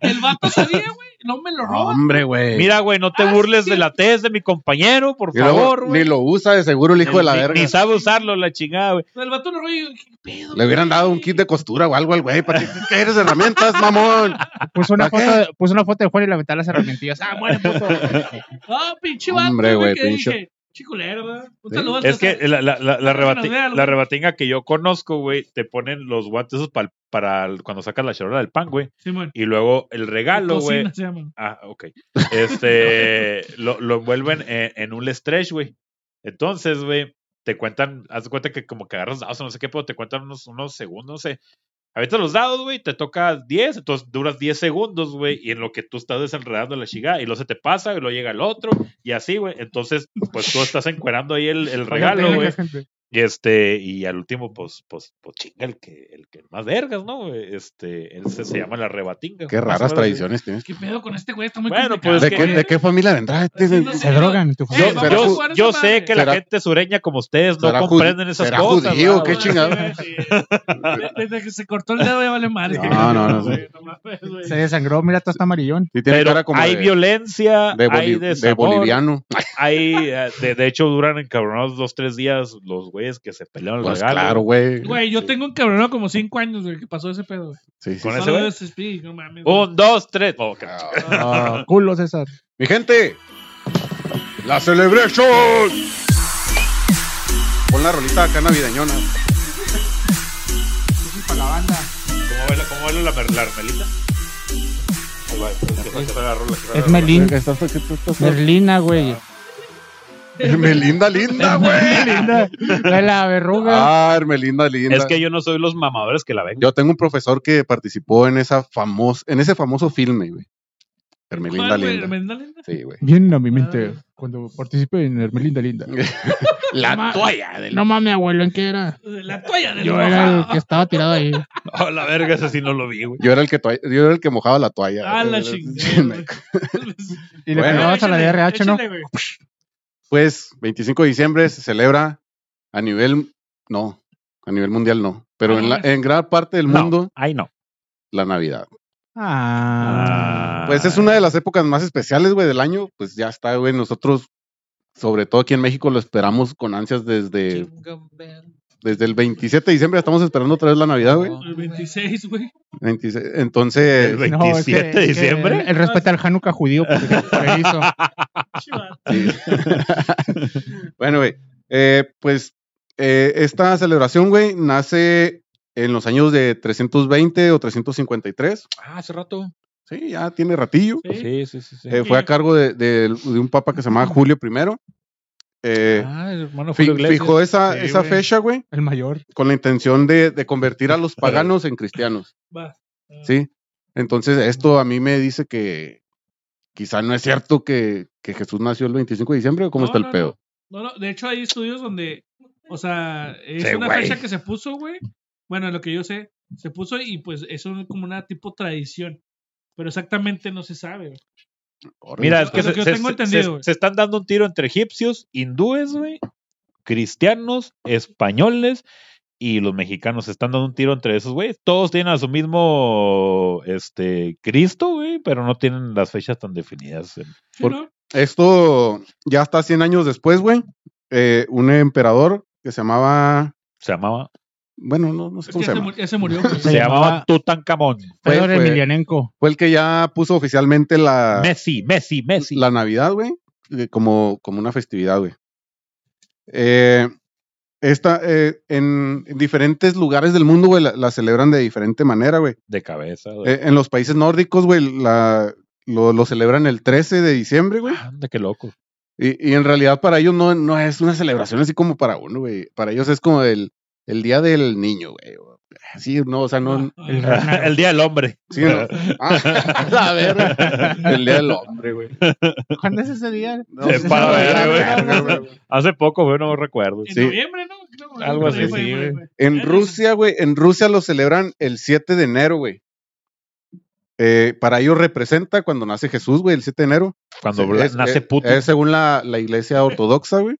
C: El, el vato sabía, güey. No me lo roba.
A: Hombre, güey.
B: Mira, güey, no te
C: Ah,
B: burles
C: sí.
B: de la tez de mi compañero, por
A: Y luego
B: favor, güey.
A: ni lo usa de seguro el hijo de la
B: Ni-
A: verga.
B: Ni sabe usarlo, la chingada, güey.
C: El vato lo roba y yo, ¿qué pedo?
A: Le hubieran dado un kit de costura o algo al güey. ¿Para qué [laughs] qué eres herramientas, mamón?
D: Puso una,
A: ¿Para
D: foto, de- puso una foto de Juan y la ventana las herramientas. Ah, muere, puto.
C: Ah, pinche vato,
A: Hombre,
C: güey,
A: güey,
C: que
A: pinche
C: dije, Chiculero, ¿verdad? Un
B: Sí.
C: saludo al
B: Es que
C: César.
B: la, la, la, la
C: Espero que nos
B: rebati- la
C: vea, güey.
B: rebatinga que yo conozco, güey, te ponen los guantes esos pal- para el- cuando sacas la charola del pan, güey.
C: Simón.
B: Y luego el regalo,
C: Cocina
B: güey.
C: se llama.
B: Ah, ok.
A: [laughs]
B: Este, lo, lo envuelven en, en un stretch, güey. Entonces, güey, te cuentan, haz de cuenta que como que agarras dados o no sé qué, pero te cuentan unos, unos segundos, no sé. Ahorita los dados, güey, te toca 10, entonces duras 10 segundos, güey, y en lo que tú estás desenredando la chica, y luego se te pasa, y luego llega el otro, y así, güey. Entonces, pues tú estás encuerando ahí
A: [laughs]
B: el, el [laughs] regalo, güey. Y este, y al último, pues, pues, pues chinga, el que, el que más vergas, ¿no? güey? Este, él se, se llama la rebatinga.
A: Qué
B: más o
A: raras
B: menos, güey.
A: tradiciones tienes.
C: ¿Qué pedo con este güey? Está muy
B: Bueno,
C: complicado,
B: pues,
A: ¿De
B: que-
A: qué,
C: güey.
A: de qué familia vendrá? este?
C: Así no
D: Se
C: Sí,
D: drogan, tu
C: Eh,
A: Yo-
D: familia.
C: vamos
A: será
C: a
B: yo,
A: ju-
C: jugar esa
B: yo
C: madre.
B: sé que la
A: ¿Será-
B: gente sureña como ustedes no
A: será judí-
B: comprenden esas
A: será
B: cosas.
A: judío,
B: ¿verdad?
A: qué
B: Bueno,
A: chingado?
C: sí, güey. Desde que se cortó el dedo ya vale madre.
A: No, no, no,
C: Güey, mames, güey.
D: Se desangró, mira, todo está amarillón.
A: Sí, tiene
B: Pero
A: cara como
B: hay
A: de-
B: violencia,
A: de,
B: hay
A: boli- de
B: desamor,
A: boliviano. [laughs]
B: hay, eh, de, de hecho duran encabronados dos, tres días los güeyes que se pelearon el
A: Pues
B: regalo.
A: claro, güey.
C: Güey, yo
B: Sí.
C: tengo un cabronado como 5 años, güey, que pasó ese pedo, güey.
A: Sí, sí,
B: Con
A: sí.
B: ese
C: Solo
B: güey.
C: ese speak, no mames.
B: Un, dos, tres. Oh, qué chingada.
D: Ah, culo, César.
A: Mi gente, la celebration. Pon la rolita acá navideñona.
D: Para la banda.
B: ¿Cómo baila, cómo baila la, mer- la armelita? Ahí va, que se hace la rola, que se hace la
D: Es
B: rola.
D: Melin,
A: ¿Qué estás- qué estás- Ah.
D: Merlina, güey.
A: Hermelinda
C: [laughs]
A: linda, güey.
D: Linda. De la verruga.
A: Ah, Hermelinda linda.
B: Es que yo no soy los mamadores que la ven. [laughs]
A: Yo tengo un profesor que participó en esa famosa, en ese famoso filme, güey. Hermelinda
C: ¿Cuál, güey?
A: linda.
C: ¿Hermelinda linda?
A: Sí, güey.
D: Bien a mi mente cuando participé en Hermelinda Linda.
A: La
D: Ma-
A: toalla del
D: No mames, abuelo, ¿en qué era?
C: La toalla del
D: Yo era el
C: mojado.
D: que estaba tirado ahí.
B: Oh, la verga, ese sí no lo vi, güey.
A: Yo era el que toalla- yo era el que mojaba la toalla.
C: Ah,
A: [laughs]
C: la
A: Sí,
C: chingada.
A: me-
D: Y le
A: Bueno.
D: pegabas a la DRH, ¿no?
C: Échale, güey.
A: Pues 25 de diciembre se celebra a nivel no, a nivel mundial no, pero
C: Ah,
A: en, la-
C: mames.
A: en gran parte del
B: No,
A: mundo
B: ahí no.
A: la Navidad.
D: Ah.
A: Pues es una de las épocas más especiales, güey, del año. Pues ya está, güey. Nosotros, sobre todo aquí en México, lo esperamos con ansias desde,
C: Jingle bell.
A: desde el 27 de diciembre. Estamos esperando otra vez la Navidad, güey.
C: El 26, güey.
A: 26.
B: El
A: Entonces,
B: 27 de diciembre.
D: El, respeto al Hanukkah judío pues, porque es ferizo.
C: Chivato.
A: [laughs] bueno, güey. eh, pues eh, esta celebración, güey, nace en los años de 320 o 353.
B: Ah, hace rato.
A: Sí, ya tiene ratillo.
C: Sí.
B: sí, sí. sí.
A: Eh, fue a cargo de, de- de un papa que se llamaba Julio I. Eh,
B: ah, el hermano
A: fi-
B: Julio Iglesias.
A: fijó esa,
B: Sí,
A: esa
B: güey.
A: fecha, güey.
D: El mayor.
A: con la intención de, de convertir a
B: [laughs]
A: los paganos en cristianos,
C: Va.
A: ¿sí? Entonces, esto a mí me dice que quizá no es cierto que, que Jesús nació el 25 de diciembre, ¿o ¿cómo
C: No,
A: está el
C: no,
A: pedo?
C: No, no, de hecho hay estudios donde, o sea, es
B: Sí,
C: una
B: güey.
C: fecha que se puso, güey. Bueno, lo que yo sé, se puso y pues es un- como una tipo tradición. Pero exactamente no se sabe. güey.
A: Órale.
B: Mira, es que
C: Es lo
B: se,
C: que yo
B: se-
C: tengo
B: se-
C: entendido,
B: se-
C: güey.
B: se están dando un tiro entre egipcios, hindúes, güey, cristianos, españoles y los mexicanos. Se están dando un tiro entre esos, güey. Todos tienen a su mismo este, Cristo, güey, pero no tienen las fechas tan definidas.
C: ¿Sí,
A: Por-
C: no?
A: Esto ya está 100 años después, güey. Eh, un emperador que se llamaba,
B: Se llamaba,
A: bueno, no, no sé
C: Es
A: cómo se
C: que se,
A: llama.
C: murió, ya se murió, güey.
D: Se
B: se,
D: llamaba-
B: llamaba, Tutankamón.
A: Fue-
D: Pedro
A: fue-
D: Emelianenko.
A: Fue el que ya puso oficialmente la,
B: Messi, Messi, Messi.
A: Ah. la Navidad, güey, eh, como, como una festividad, güey. Eh, esta, eh, en, en diferentes lugares del mundo, güey, la, la celebran de diferente manera, güey.
B: de cabeza. güey.
A: Eh, en los países nórdicos, güey, la- lo, lo celebran el 13 de diciembre, güey.
B: Anda, qué loco.
A: Y, y en realidad para ellos no, no es una celebración así como para uno, güey. Para ellos es como el, el día del niño, güey. Sí, no, o sea, no.
C: Ah,
D: el-
C: ah,
B: el Día del Hombre. [laughs]
A: sí, no. Ah, [laughs] la verga. El día del hombre, güey.
D: ¿Cuándo es ese día?
A: No,
B: Es
A: sí,
B: para
A: no,
B: ver, güey.
A: verga, güey.
B: Hace poco, güey, no recuerdo.
C: en
A: sí.
C: noviembre, ¿no? Creo,
B: Algo
C: por
B: así,
C: ahí, por ahí,
B: sí,
C: por ahí, güey.
A: En
C: Verga.
A: Rusia, güey, en Rusia lo celebran el 7 de enero, güey. Eh, para ellos representa cuando nace Jesús, güey, el 7 de enero.
B: Cuando
A: Sí,
B: bla-
A: es-
B: nace
A: es-
B: Putin.
A: Es según la, la iglesia ortodoxa, güey.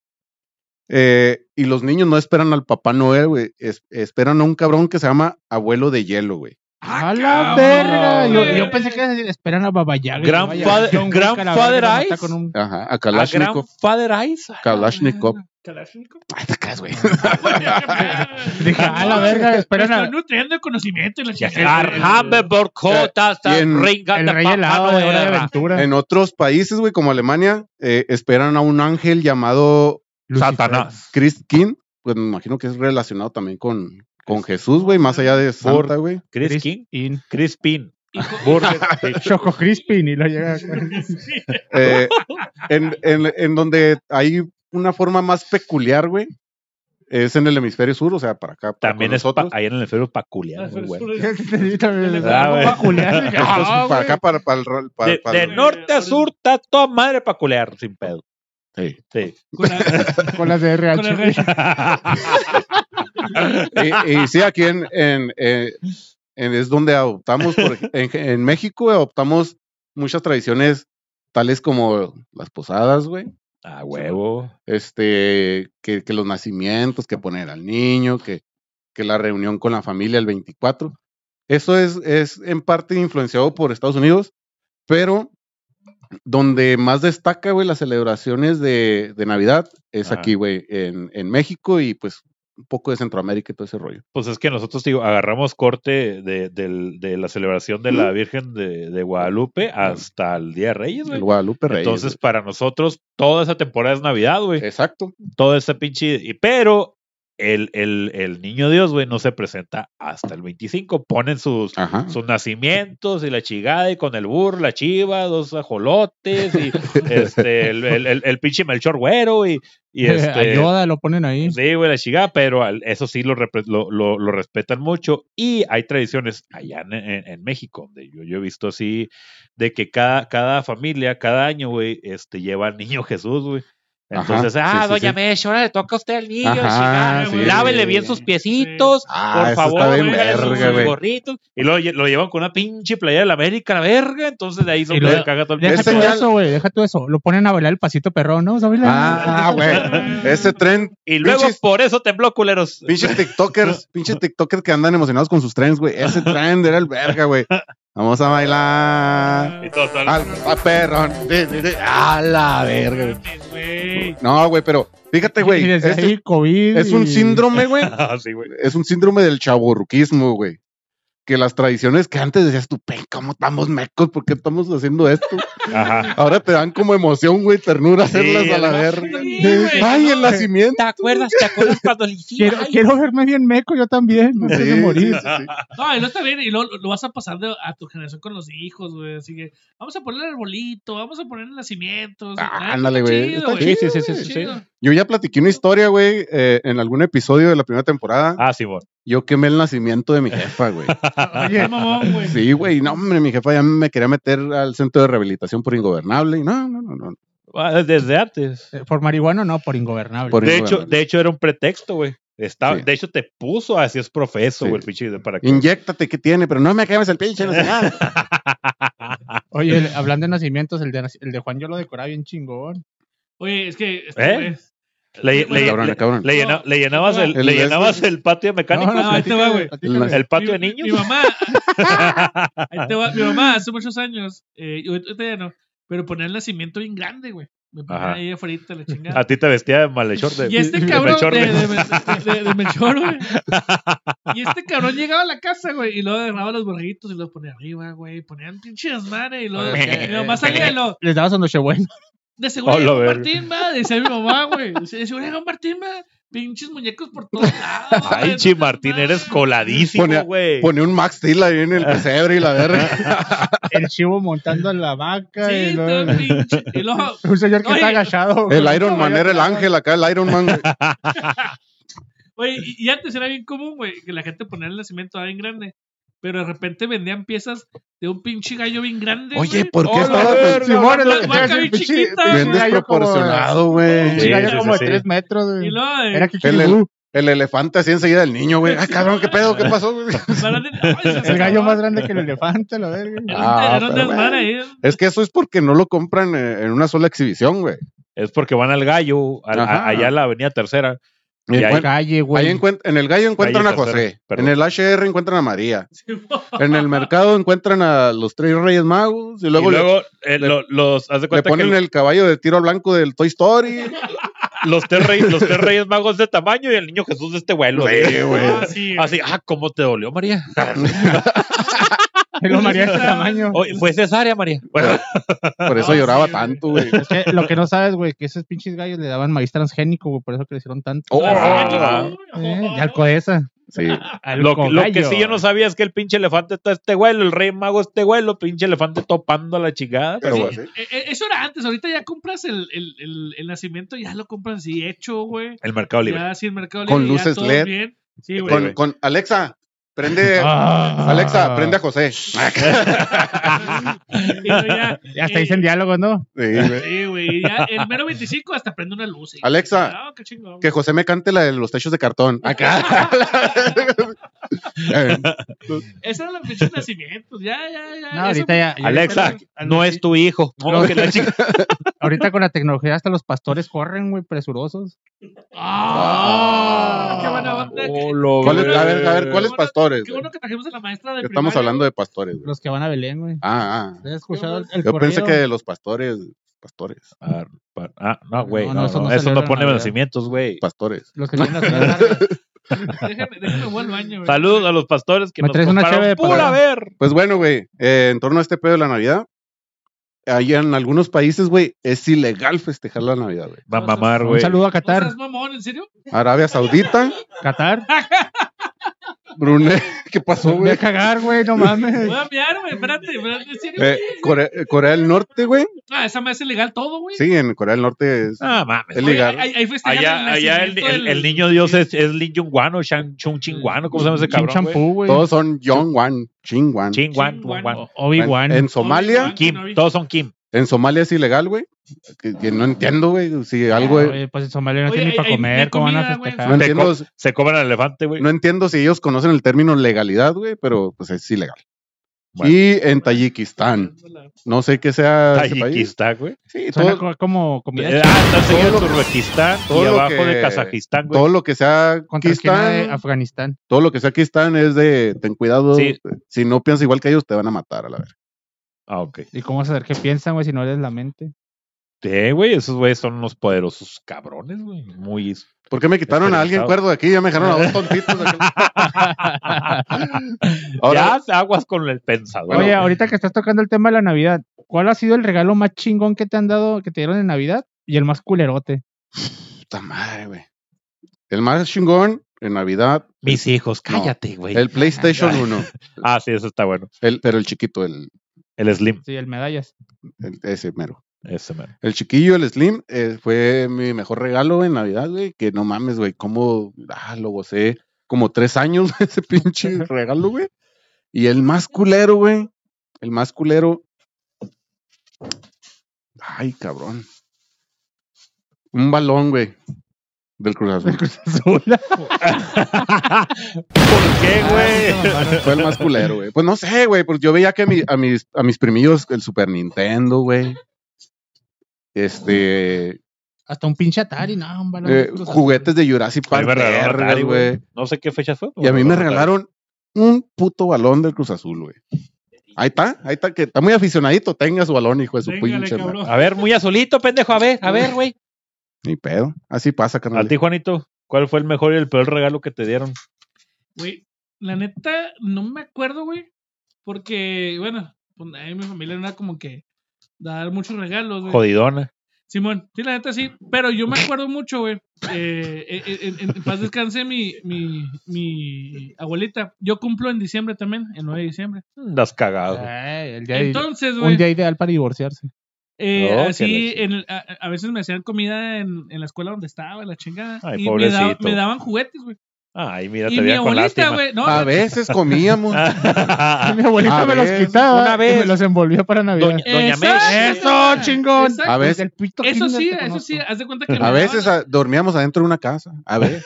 A: Eh, y los niños no esperan al Papá Noel, güey. es- esperan a un cabrón que se llama Abuelo de Hielo, güey.
B: Ah,
D: ¡A
C: cabrón,
D: la verga! Yo,
C: güey.
D: yo pensé que era decir, esperan a Babayaga.
B: Gran padre- gran padre Ice.
D: Con un...
A: Ajá, a
B: A Gran
A: Kalashnikov.
B: Father Ice.
A: Kalashnikov.
C: Kalashnikov.
A: Ah, te creas, güey.
D: Dije, ¡a la verga! Esperan
C: Estoy
D: a...
C: nutriendo de conocimiento y la
B: Ya
C: chingada.
B: Arjame por cotas,
A: y en-
B: ringa
D: El
B: de
D: rey
B: papá
D: helado de
B: Noel.
D: Hora de aventura.
A: En otros países, güey, como Alemania, eh, esperan a un ángel llamado
D: Lucifer.
B: Satanás.
A: Chris King, pues me imagino que es relacionado también con, con Jesús, güey, más allá de Santa, güey.
B: Chris, King.
D: In.
B: Chris Pin.
C: Y co-
B: Burger King.
D: Choco Crispin y lo
C: [laughs]
D: llega.
B: [laughs]
A: Eh, en, en- en donde hay una forma más peculiar, güey, es en el hemisferio sur, o sea, para acá. para
B: También
A: con
B: es pa-
A: nosotros.
B: ahí en el enfermo peculiar.
C: Pero
B: Muy
C: es
B: bueno.
C: puro-
B: Ah, güey. [laughs]
A: Entonces, Ah, para acá, para, para el rol- para-
B: De,
A: para
B: de
A: el-
B: norte a sur está toda madre peculiar, sin pedo.
A: Sí.
B: [laughs] Sí. Ah,
C: con la-
D: Con las de
C: con el
D: RH.
C: rancho.
A: Y, y sí, aquí en, en, eh, en- es donde adoptamos, por ej- en, en México adoptamos muchas tradiciones tales como las posadas, güey.
B: A huevo.
A: Este, que, que los nacimientos, que poner al niño, que, que la reunión con la familia el 24. Eso es, es en parte influenciado por Estados Unidos, pero donde más destaca, güey, las celebraciones de, de Navidad es
B: Ajá.
A: aquí, güey, en, en México y pues un poco de Centroamérica y todo ese rollo.
B: Pues es que nosotros digo, agarramos corte de, del- de la celebración de la Virgen de, de Guadalupe hasta el Día de Reyes, güey.
A: El Guadalupe Reyes.
B: Entonces,
A: güey.
B: para nosotros, toda esa temporada es Navidad, güey.
A: Exacto.
B: Todo ese pinche. Y, pero el, el, el niño Dios, güey, no se presenta hasta el 25. Ponen sus,
A: Ajá.
B: sus nacimientos y la chigada y con el burro, la chiva, dos ajolotes y este, el, el, el- el pinche Melchor Güero y,
D: [laughs]
B: y
D: A
B: este.
D: Yoda Eh, lo ponen ahí.
B: Sí, güey, la chingada, pero al- eso sí lo, repre- lo, lo- lo respetan mucho. Y hay tradiciones allá en, en- en México, donde yo, yo he visto así, de que cada, cada familia, cada año, güey, este, lleva al niño [laughs] Jesús, güey.
A: Ajá,
B: Entonces, ah,
A: sí, sí,
B: doña
A: sí.
B: Meche, ahora le toca a usted al niño,
A: Ajá,
B: chingada,
A: sí.
B: güey. Lávele bien sus piecitos,
A: Ah,
B: por
A: eso
B: favor,
A: está bien
B: póngale sus-
A: verga,
B: sus
A: güey.
B: gorritos. Y lo, lle- lo llevan con una pinche playera de la América, la verga. Entonces, de ahí son
D: luego-
B: se caga todo el
D: Deja
A: Es
D: tú
A: señal-
D: eso, güey. Deja tú eso. Lo ponen a bailar el pasito perrón, ¿no? ¿Sabes?
A: Ah,
D: [laughs]
A: güey. Ese tren,
B: Y luego,
A: pinches-
B: por eso tembló, culeros.
A: [laughs] pinches
D: [laughs]
A: TikTokers, pinches TikTokers que andan emocionados con sus trends, güey. Ese tren era el verga, güey. Vamos a bailar.
B: Y todos están-
A: Al, a perrón. De- de- de- A la verga, güey.
C: Güey.
A: No, güey, pero fíjate, güey.
D: Y desde
A: este
D: ahí, COVID.
A: es
D: [laughs]
A: un
D: y-
A: síndrome, güey. [laughs]
B: Ah, sí, güey.
A: Es un síndrome del chaburruquismo, güey. Que las tradiciones que antes decías tú, "Pen, ¿cómo estamos mecos? ¿Por qué estamos haciendo esto?
B: Ajá.
A: Ahora te dan como emoción, güey, ternura hacerlas
B: Sí,
A: a la
B: no,
A: verga.
C: Ah, sí, güey,
A: Ay,
C: no,
A: el
C: güey.
A: nacimiento.
E: ¿Te acuerdas? ¿Te acuerdas cuando le
D: Quiero,
E: hicieron?
D: quiero verme bien meco, yo también. No sé de morir.
C: No, y no está bien, y lo, lo vas a pasar de- a tu generación con los hijos, güey. Así que vamos a poner el arbolito, vamos a poner nacimientos.
A: Ah, ándale, güey. Está
B: Sí, sí, sí, sí, sí.
A: Yo ya platiqué una historia, güey, eh, en algún episodio de la primera temporada.
B: Ah, Simón.
A: Yo quemé el nacimiento de mi jefa,
B: [laughs]
A: güey.
C: Oye, mamón, güey.
A: Sí, güey. No, hombre, mi jefa ya me quería meter al centro de rehabilitación por ingobernable. Y no, no, no, no.
B: Ah, Desde antes.
D: Eh, Por marihuano, no, por ingobernable.
A: Por
B: De hecho,
A: ingobernable.
B: de hecho, era un pretexto, güey. Estaba,
A: Sí.
B: De hecho, te puso así es profeso,
A: Sí.
B: güey, el pinche de- para que.
A: Inyéctate, ¿qué tiene? Pero no me quemes el pinche nacional.
D: Oye, el- hablando de nacimientos, el de, nac- el de Juan yo lo decoraba bien chingón.
C: Oye, es que. este,
B: ¿Eh?
C: güey,
B: Le, [laughs]
C: Bueno,
B: le-
A: cabrón,
B: le-
A: cabrón.
B: le llena- le llenabas, el,
A: El
B: le
A: de- este-
B: llenabas el patio de mecánicos,
C: no, ahí te va, güey.
D: platícame.
A: El-
B: el patio de
C: mi- Mi
B: niños.
C: mamá. ahí te va, mi mamá hace muchos años, eh, y ahorita ya no, pero ponía el nacimiento bien grande, güey. Me ponía
B: Ajá.
C: ahí afuera la chingada.
B: A ti te vestía de malhechor de.
C: Y este
B: de
C: cabrón
B: Melchor,
C: de,
B: güey.
C: de, de- de- de
B: [laughs]
C: Melchor, güey. Y este cabrón llegaba a la casa, güey, y luego agarraba los borreguitos y los ponía arriba, güey. Ponían pinche desmadre y luego.
D: Meh.
C: mi mamá salía y lo.
D: Eh, Les daba su nochebuena.
C: De seguro
B: Oh, la
C: llegó
B: verga.
C: Martín, va. Decía mi mamá, güey. Decía, De seguro llegó Martín, va. Pinches muñecos por todos lados.
B: [laughs] Ay,
C: güey,
B: Chi
C: no
B: Martín,
C: mames.
B: eres coladísimo,
A: Ponía-
B: güey.
A: Pone un Max Steel ahí en el pesebre y la
B: [laughs]
A: verga. [laughs]
D: El chivo montando a la vaca. y
C: Sí,
D: luego-
C: todo pinche. Y luego,
D: [laughs] un señor que
C: Oye,
D: está agachado.
A: El Iron Man era el ángel acá, el Iron Man. güey.
C: Oye, y- y antes era bien común, güey, que la gente ponía el nacimiento bien grande. Pero de repente vendían piezas de un pinche gallo bien grande.
A: Oye,
C: güey.
A: ¿por qué
B: Hola,
A: estaba
B: verga,
A: tan
B: Simón,
D: Simón, es lo
C: la
D: que
C: vaca
D: te iba a decir,
C: bien
D: pinche-
C: chiquita,
D: pinche
A: bien
C: güey.
D: gallo como-
A: desproporcionado,
D: Un
A: güey?
B: Sí,
D: gallo
B: sí,
D: como de
B: sí.
D: tres metros. güey.
C: Y luego, eh,
D: Era que
A: El-
D: el,
A: El elefante así enseguida del niño, güey. Ah, cabrón, ¿qué pedo? ¿Qué pasó? güey? [laughs]
C: van a- ay, se
D: el gallo
C: acabaron.
D: más grande que el elefante, la
C: Era
D: verga.
C: un-
A: Ah,
C: era un
A: pero
C: desmadre ahí.
A: Es que eso es porque no lo compran eh, en una sola exhibición, güey.
B: Es porque van al gallo, al- a-
A: Ajá.
B: allá en la avenida tercera.
A: Y
B: Y ahí-
A: encuent-
D: Calle,
A: Ahí
D: güey.
A: encuent- en el gallo encuentran
B: Calle
A: a José,
B: Tercera, perdón.
A: en el HR encuentran a María,
C: Sí, güey.
A: en el mercado encuentran a los tres reyes magos y luego,
B: y
A: le-
B: luego eh,
A: le-
B: lo- los, haz de
A: le,
B: cuenta que
A: ponen el caballo de tiro al blanco del Toy Story.
B: los, tres reyes, los tres reyes magos de tamaño y el niño
A: [laughs]
B: Jesús de este vuelo.
A: Pues, Sí, güey.
C: Ah, sí, güey.
B: Así, ah, ¿cómo te dolió, María?
D: Lo María de este tamaño.
E: Oye, fue cesárea, María.
A: Por eso
C: No,
A: lloraba
C: sí, güey.
A: tanto, güey.
D: Es que lo que no sabes, güey, que esos pinches gallos le daban maíz transgénico, güey, por eso crecieron tanto.
A: Oh,
B: Ah,
D: Eh, y alcohesa.
A: sí.
B: Lo, que- lo que
D: Alcogallo.
B: sí yo no sabía es que el pinche elefante está este güey, el rey mago este güey, lo pinche elefante topando a la chingada.
A: Pero,
B: Sí.
A: güey, sí.
C: Eh, eh, Eso era antes, ahorita ya compras el, el, el, el nacimiento, ya lo compras así hecho, güey.
B: El mercado libre.
C: Ya así en Mercado
A: Con
C: Libre, ya
A: luces
C: todo
A: LED.
C: bien. Sí, güey.
A: [laughs] Con, con Alexa, prende.
D: Ah.
A: Alexa, prende a José. Sí,
C: Y luego
D: [laughs]
C: ya,
D: Y Hasta dicen
C: eh,
D: diálogos, ¿no?
A: güey.
C: Sí, güey. Ya en mero 25 hasta prende una luz. y-
A: Alexa,
C: Ah, qué chingón.
A: Que José me cante la de los techos de cartón. Acá. [laughs] Eh,
C: Ese era los pinches nacimientos. Ya, ya, ya.
D: No, ahorita ya. ya-
B: Alexa, no es tu hijo. No, que la [laughs] chica-
D: Ahorita con la tecnología hasta los pastores corren, güey, presurosos.
C: ¡Ah! ¡Qué buena onda!
B: Oh, lo
A: ¿cuál es-
B: ve-
A: a ver, a ver, ¿cuáles
C: Qué bueno-
A: pastores?
C: Qué
A: güey?
C: bueno que trajimos a la maestra de
A: Que Estamos
C: primaria,
A: hablando de pastores. güey.
D: Los que van a Belén, güey.
A: Ah, ah.
D: ¿Has escuchado el, el
A: Yo pensé
D: corrido?
A: que de los pastores. Pastores.
B: Ah, pa- ah, no, güey.
D: No,
B: No,
D: no, eso
B: no,
D: no
B: eso no
D: celebra
B: pone
D: Navidad.
B: nacimientos, güey.
A: Pastores.
D: Los que tienen las uñas largas.
C: Déjame, déjame, voy al baño, güey.
B: Saludos a los pastores que
D: ¿Me
B: nos
D: traes una
B: compraron
D: cheve de
B: pura
D: palabra?
B: ver.
A: Pues bueno, güey. eh, en torno a este pedo de la Navidad. Allá en algunos países, güey, es ilegal festejar la Navidad, [laughs] güey.
B: Va a mamar,
D: Un
B: güey.
D: saludo a
C: ¿No
D: Qatar.
C: seas mamón, en serio?
A: Arabia Saudita,
D: Qatar.
A: Brunei. [laughs] ¿Qué pasó,
D: Voy
A: [laughs] güey?
D: a cagar, güey, no mames.
C: Voy a mirar, güey. Espérate, espérate, en serio.
A: Eh, Corea, eh, Corea del Norte, güey.
C: Ah, esa me hace legal todo, güey.
A: Sí, en Corea del Norte es
B: Ah, mames.
A: es
C: Oye,
A: legal.
C: ahí- ahí festejan
B: Allá, allá el,
C: nacimiento
B: el-
C: del-
B: el niño dios es, es Lin Yunguan o Shang Chung Chinguano. ¿Cómo se llama ese
D: Chin
B: cabrón? güey?
D: champú, güey.
A: Todos son John Wan, Ching Wan.
B: Chinguan,
C: Chinguan.
B: Chinguan.
D: Obi-Wan.
A: En, en Somalia,
C: Obi-Wan.
B: Kim, todos son Kim.
A: en Somalia es ilegal, güey. Que, que no entiendo, güey. Si algo.
D: Oye, pues en Somalia no
C: Oye,
D: tienen ni
C: hay-
D: para
C: hay-
D: comer,
C: hay
D: ¿cómo van
C: comida,
D: a
C: güey, en
D: festejar?
A: No
B: Somalia.
A: entiendo,
B: Se cobran al elefante, güey.
A: no entiendo si ellos conocen el término legalidad, güey, pero pues es ilegal.
B: Bueno.
A: Y en Tayikistán, no sé qué sea ese país.
B: Tayikistán, güey.
A: Sí,
D: Suena
A: todo,
D: co- como comida
B: Eh, Ah, está
A: Todo
B: enseguida
A: lo que-
B: Turbequistán
A: todo
B: y
A: lo
B: abajo
A: que-
B: de Kazajistán, güey.
A: todo lo que sea
D: contra esquina de
A: Kistán,
D: Afganistán.
A: todo lo que sea Kistán es de ten cuidado.
B: Sí.
A: Si no piensas igual que ellos, te van a matar a la verga.
B: Ah, ok.
D: ¿Y cómo vas a saber qué piensan, güey, si no eres la mente?
B: Sí, güey, esos güeyes son unos poderosos cabrones, güey. Muy. [laughs]
A: ¿Por qué me quitaron a alguien
B: Experimentado.
A: cuerdo de aquí? Ya me dejaron
B: [laughs]
A: a dos tontitos. de aquí. Ahora,
B: ya aguas con el pensador.
D: Oye,
A: eh.
B: güey.
D: ahorita que estás tocando el tema de la Navidad, ¿cuál ha sido el regalo más chingón que te han dado, que te dieron en Navidad? Y el más culerote.
A: puta madre, güey. El más chingón en Navidad,
B: Mis hijos,
A: No.
B: cállate, güey.
A: el PlayStation 1.
B: Ah, sí, eso está bueno.
A: El, pero el chiquito, el,
B: El Slim.
D: Sí, el medallas.
A: el- ese mero.
B: Ese, man.
A: El chiquillo, el Slim, eh, fue mi mejor regalo en Navidad, güey. Que no mames, güey, cómo ah, lo gocé como tres años [laughs] ese pinche regalo, güey. Y el más culero, güey. El más culero. Ay, cabrón. Un balón, güey. Del Cruz Azul.
B: ¿Por qué,
A: Ah, Eh.
B: [laughs] güey?
A: Fue el más culero, güey. Pues no sé, güey. Pues yo veía que a, mi- a mis, a mis primillos el Super Nintendo, güey. Este.
D: Hasta un pinche Atari, Ah, no, un balón.
A: eh, juguetes de Jurassic
B: A mí
A: Park.
B: me regalaron
A: vergas,
B: Atari,
A: güey.
B: güey. No sé qué fecha fue. pero
A: Y a mí me
B: regalaron
A: regalaron un puto balón del Cruz Azul, güey. Ahí está, ahí está, que está muy aficionadito. Tenga su balón, hijo de su
C: Véngale,
A: pinche madre.
C: cabrón.
B: Atari. A ver, muy azulito, pendejo. A ver, a ver, güey.
A: Ni pedo. Así pasa,
B: A
A: carnal.
B: ti, Juanito, ¿cuál fue el mejor y el peor regalo que te dieron?
C: Güey, la neta, no me acuerdo, güey. Porque, bueno, pues, ahí mi familia no era como que dar muchos regalos, güey.
B: Jodidona.
C: Simón, sí, la neta sí. Pero yo me acuerdo mucho, güey. eh, eh, eh, en, en paz descanse mi, mi, mi abuelita. Yo cumplo en diciembre también, el 9 de diciembre.
B: Las cagado.
D: Ay, el día ide-
C: Entonces,
D: un
C: güey.
D: día ideal para divorciarse.
C: Eh,
B: Oh,
C: así,
B: que la
C: en el- a, a veces me hacían comida en, en la escuela donde estaba, la chingada.
B: Ay,
C: y me, daba-
B: pobrecito.
C: me daban juguetes, güey.
B: Ay, mira,
C: Y
B: te
C: mi
B: veía con
C: abuelita,
B: lástima.
C: güey. No,
A: A
C: no,
A: veces comíamos.
D: mi abuelita
A: a
D: me los
A: ver,
D: quitaba
B: Ah, una
D: y me
B: vez.
D: los envolvía para Navidad.
B: Doña, Doña May.
C: eh, Exacto.
D: ¡Eso, chingón!
C: Exacto.
A: A veces-
D: Desde el pito
C: Eso
D: kinder
C: sí,
D: te
C: eso
D: conozco.
C: sí, haz de cuenta que me
A: A
C: daban-
A: veces a- dormíamos adentro de una casa. A ver.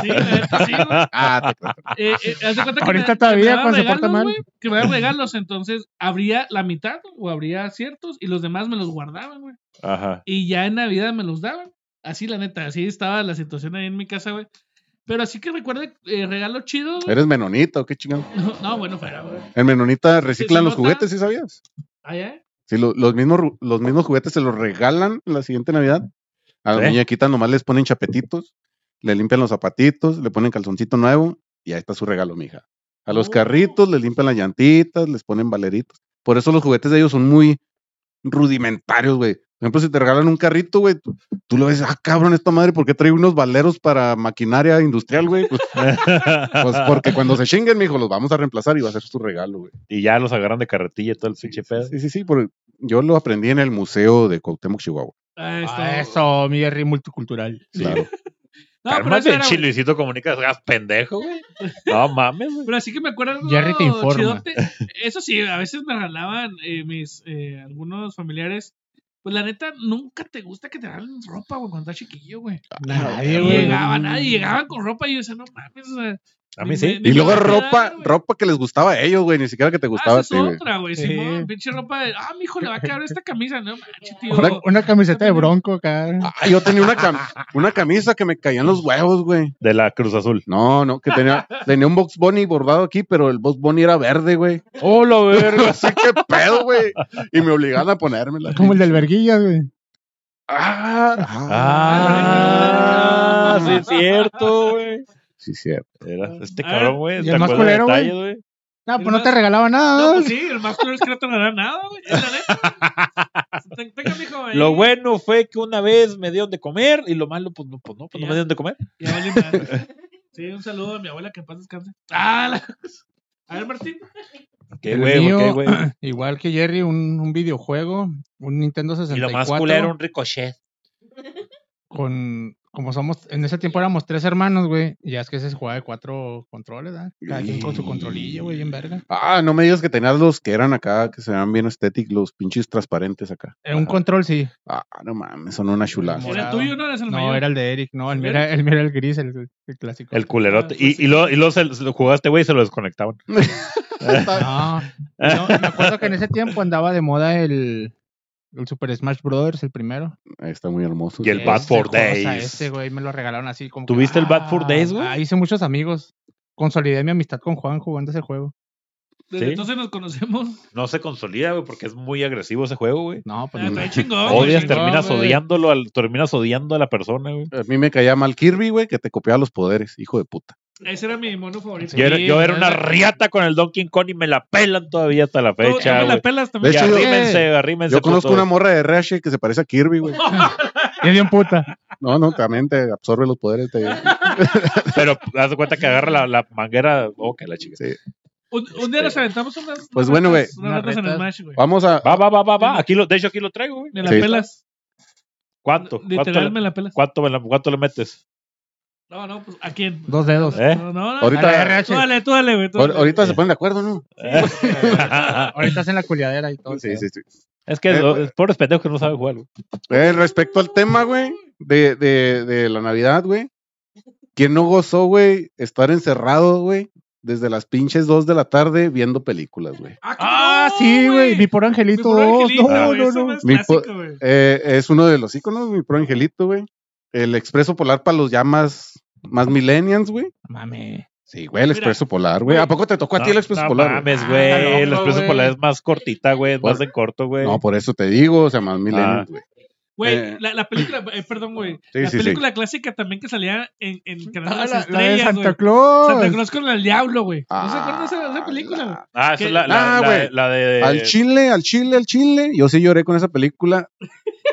C: Sí, la neta, sí, güey.
A: Ah, te-
C: Eh, eh, haz de cuenta que
D: Ahorita
C: me-
D: todavía,
C: que me daban
D: cuando se porta
C: regalos,
D: mal.
C: güey, Que me daban regalos, entonces abría la mitad o abría ciertos y los demás me los guardaban, güey.
B: Ajá.
C: Y ya en Navidad me los daban. Así, la neta, así estaba la situación ahí en mi casa, güey. Pero así que recuerde, eh, regalo chido, güey.
A: eres menonita, o qué chingado.
C: No, no, bueno, fuera, güey.
A: En menonita reciclan
C: ¿Se
A: los
C: nota?
A: juguetes, ¿sí sabías?
C: Ah, ya.
A: Sí, lo- los, mismos, ru- los mismos juguetes se los regalan la siguiente Navidad. A las
B: ¿Eh?
A: muñequitas nomás les ponen chapetitos, le limpian los zapatitos, le ponen calzoncito nuevo y ahí está su regalo, mija. A los carritos les limpian las llantitas, les ponen valeritos. Por eso los juguetes de ellos son muy rudimentarios, güey. Por ejemplo, si te regalan un carrito, güey, tú, tú lo ves, ah, cabrón, esta madre, ¿por qué trae unos valeros para maquinaria industrial, güey? Pues, pues porque cuando se chinguen, mijo, los vamos a reemplazar y va a ser tu regalo, güey.
B: y ya los agarran de carretilla y todo el pinche pedo.
A: Sí, sí, sí, por- yo lo aprendí en el museo de Cuauhtémoc, Chihuahua.
C: Ah, esto.
D: Ah, eso, mi Jerry multicultural.
B: Sí. [laughs]
A: Claro.
C: No, pero,
B: Cálmate,
C: eso era-
B: pinche Luisito comunicas, gas pendejo, güey. No mames, güey.
C: pero así que me acuerdo. algo
D: Jerry te informa.
C: chidote. Eso sí, a veces me regalaban eh, mis eh, algunos familiares. Pues la neta, nunca te gusta que te regalen ropa, güey, cuando estás chiquillo, güey.
D: Nadie,
C: Y
D: güey.
C: llegaban, ah, y llegaban con ropa y yo decía, no mames, o sea, ah,
B: A mí sí.
C: Ni
A: Y
C: me
A: luego
C: vas a dar,
A: ropa,
C: güey.
A: ropa que les gustaba a ellos, güey, ni siquiera que te gustaba
C: ah,
A: a
C: esa
A: ti,
C: es
A: güey.
C: otra, güey.
D: Sí.
C: Simón, pinche ropa de, ah, mijo, le va a quedar esta camisa, no pues manches, tío.
A: Ahora-
D: Una camiseta de bronco acá.
A: Ah, yo tenía una, cam- una camisa que me caían los huevos, güey.
B: De la Cruz Azul.
A: No, no, que tenía, tenía un Box Bunny bordado aquí, pero el Box Bunny era verde, güey. [laughs]
B: Hola, Oh, verga.
A: Así que pedo, güey. Y me obligaban a ponérmela.
D: Como el del Verguillas, güey.
A: Ah,
B: Ah, sí es cierto, güey.
A: Sí, cierto.
B: Era este
C: Ah,
B: cabrón, güey.
D: y
B: ¿Te
D: el más
B: acuerdas
D: culero, güey.
B: detalles, güey?
D: No, pues no te regalaba
C: No,
D: nada.
C: pues sí, el más culero es que no te regalan nada, güey. es la neta.
D: [laughs]
C: Te- Tenga, mijo, ahí.
B: Lo bueno fue que una vez me dieron de comer y lo malo, pues no, pues no, pues no me dieron de comer.
C: Ya vale madre. Sí, un saludo a mi abuela que en paz descanse. Ah, la- A ver, Martín.
B: Qué
D: El
B: güey,
D: mío-
B: qué
D: [clears throat]
B: güey.
D: Igual que Jerry, un, un videojuego, un Nintendo
B: Y
D: 64.
B: lo más culero, un ricochet.
D: Con, como somos, en ese tiempo éramos tres hermanos, güey. Y ya es que ese se jugaba de cuatro controles, ¿verdad? Cada quien con su controlillo, güey, en verga.
A: Ah, no me digas que tenías los que eran acá, que se eran bien estéticos, los pinches transparentes acá.
D: Eh, un control, sí.
A: Ah, no mames, son una chulada.
C: ¿Era
D: Morado.
C: tuyo no eres el
D: No,
C: mayor?
D: era el de Eric, no. El mío
C: ¿El
D: era el, mío era el gris, el, el clásico.
B: El culerote.
C: Ah, pues
B: Y, y, luego, y luego se, se lo jugaste, güey, y se lo desconectaban.
D: No, no, me acuerdo que en ese tiempo andaba de moda el, el Super Smash Brothers, el primero.
A: Está muy hermoso.
B: Y el
D: Ese
B: Bad for
D: cosa,
B: Days.
D: Ese, güey, me lo regalaron así como. que,
B: ¿Tuviste el Bad for Days, güey?
D: Ah, hice muchos amigos. Consolidé mi amistad con Juan jugando ese juego.
C: Desde
B: Sí.
C: entonces nos conocemos.
B: No se consolida, güey, porque es muy agresivo ese juego, güey.
D: No, pues
C: Ah,
D: no.
C: está chingón, güey,
B: Odias,
C: chingón,
B: terminas
D: güey.
B: odiándolo, al, terminas odiando a la persona, güey.
A: A mí me caía mal Kirby, güey, que te copiaba los poderes, hijo de puta.
C: Ese era mi mono favorito.
B: Yo era, yo era
D: es
B: una
D: la-
B: riata con el Donkey Kong y me la pelan todavía hasta la
C: Tú- tú
B: fecha,
C: me la
B: güey.
C: pelas
A: De
B: Y
C: también.
A: hecho, yo-
B: arrímense, arrímense.
A: Yo conozco
B: puto.
A: una morra de RH que se parece a Kirby,
B: [laughs]
A: güey.
D: Y bien puta.
A: No, no, también te absorbe los poderes. te-
B: Pero haz de cuenta que agarra la, la manguera. Oh, que la chica.
A: sí.
C: Un, un día nos aventamos unas.
A: Pues
C: unas
A: bueno, güey.
C: ratas- Unas
D: Unas
C: ratas en el
D: retas.
C: Smash, güey.
A: Vamos a.
B: Va, va, va, va, va. Aquí lo, de hecho, aquí lo traigo, güey.
C: Me la
A: Sí.
C: pelas.
B: ¿Cuánto? ¿Cuánto
C: Literal, me
B: le,
C: la pelas.
B: cuánto, me la- cuánto le metes?
C: No, no, pues, ¿a quién?
D: Dos dedos.
B: ¿Eh?
C: No, no, no.
A: Ahorita-
D: A la
C: Tú
D: RH.
C: dale, tú dale, güey. tú
A: ahor-
C: dale.
A: Ahorita se ponen de acuerdo, ¿no?
D: Ahorita es en la culiadera y todo.
A: Sí, sí, sí.
B: [laughs] es que
A: Eh,
B: lo-
A: güey.
B: es pobres pendejos que no saben jugar, güey.
A: Eh, respecto al tema, güey, de, de, de la Navidad, güey. ¿Quién no gozó, güey, estar encerrado, güey, desde las pinches 2 de la tarde viendo películas, güey?
D: Ah, sí, güey. Mi por
C: Mi
D: angelito.
C: pobre
D: dos.
C: angelito,
D: No,
C: güey,
D: no,
C: eso
D: no.
C: más
A: Mi po-
C: clásico, güey.
A: Eh, es uno de los iconos, mi pro angelito, güey. El expreso polar para los ya más, más millennials, güey.
D: Mame.
A: Sí, güey, el
C: Mira,
A: expreso polar, güey. ¿A poco te tocó a ti el expreso
B: no
A: polar? güey?
B: mames,
D: Ah,
B: güey.
D: loco,
B: el expreso
D: güey.
B: polar es más cortita, güey. Es más de corto, güey.
A: Pues,
B: Ah.
A: No, por eso te digo, o sea, más millennials, güey.
C: Güey,
A: Eh.
C: la, la película, eh, perdón, güey.
A: Sí,
C: la
A: sí, sí.
C: película clásica también que salía en, en Canal de
D: Ah,
C: las
D: la, la de
C: Estrellas, güey.
D: Santa Claus.
C: Santa Claus con el diablo, güey. ¿No se
A: Ah,
C: acuerdan de esa, de esa película? güey?
A: la-
B: ah, esa
C: que-
B: es la, la,
A: Ah,
B: la-
A: güey.
B: la de.
A: Al chile, al chile, al chile. Yo sí lloré con esa película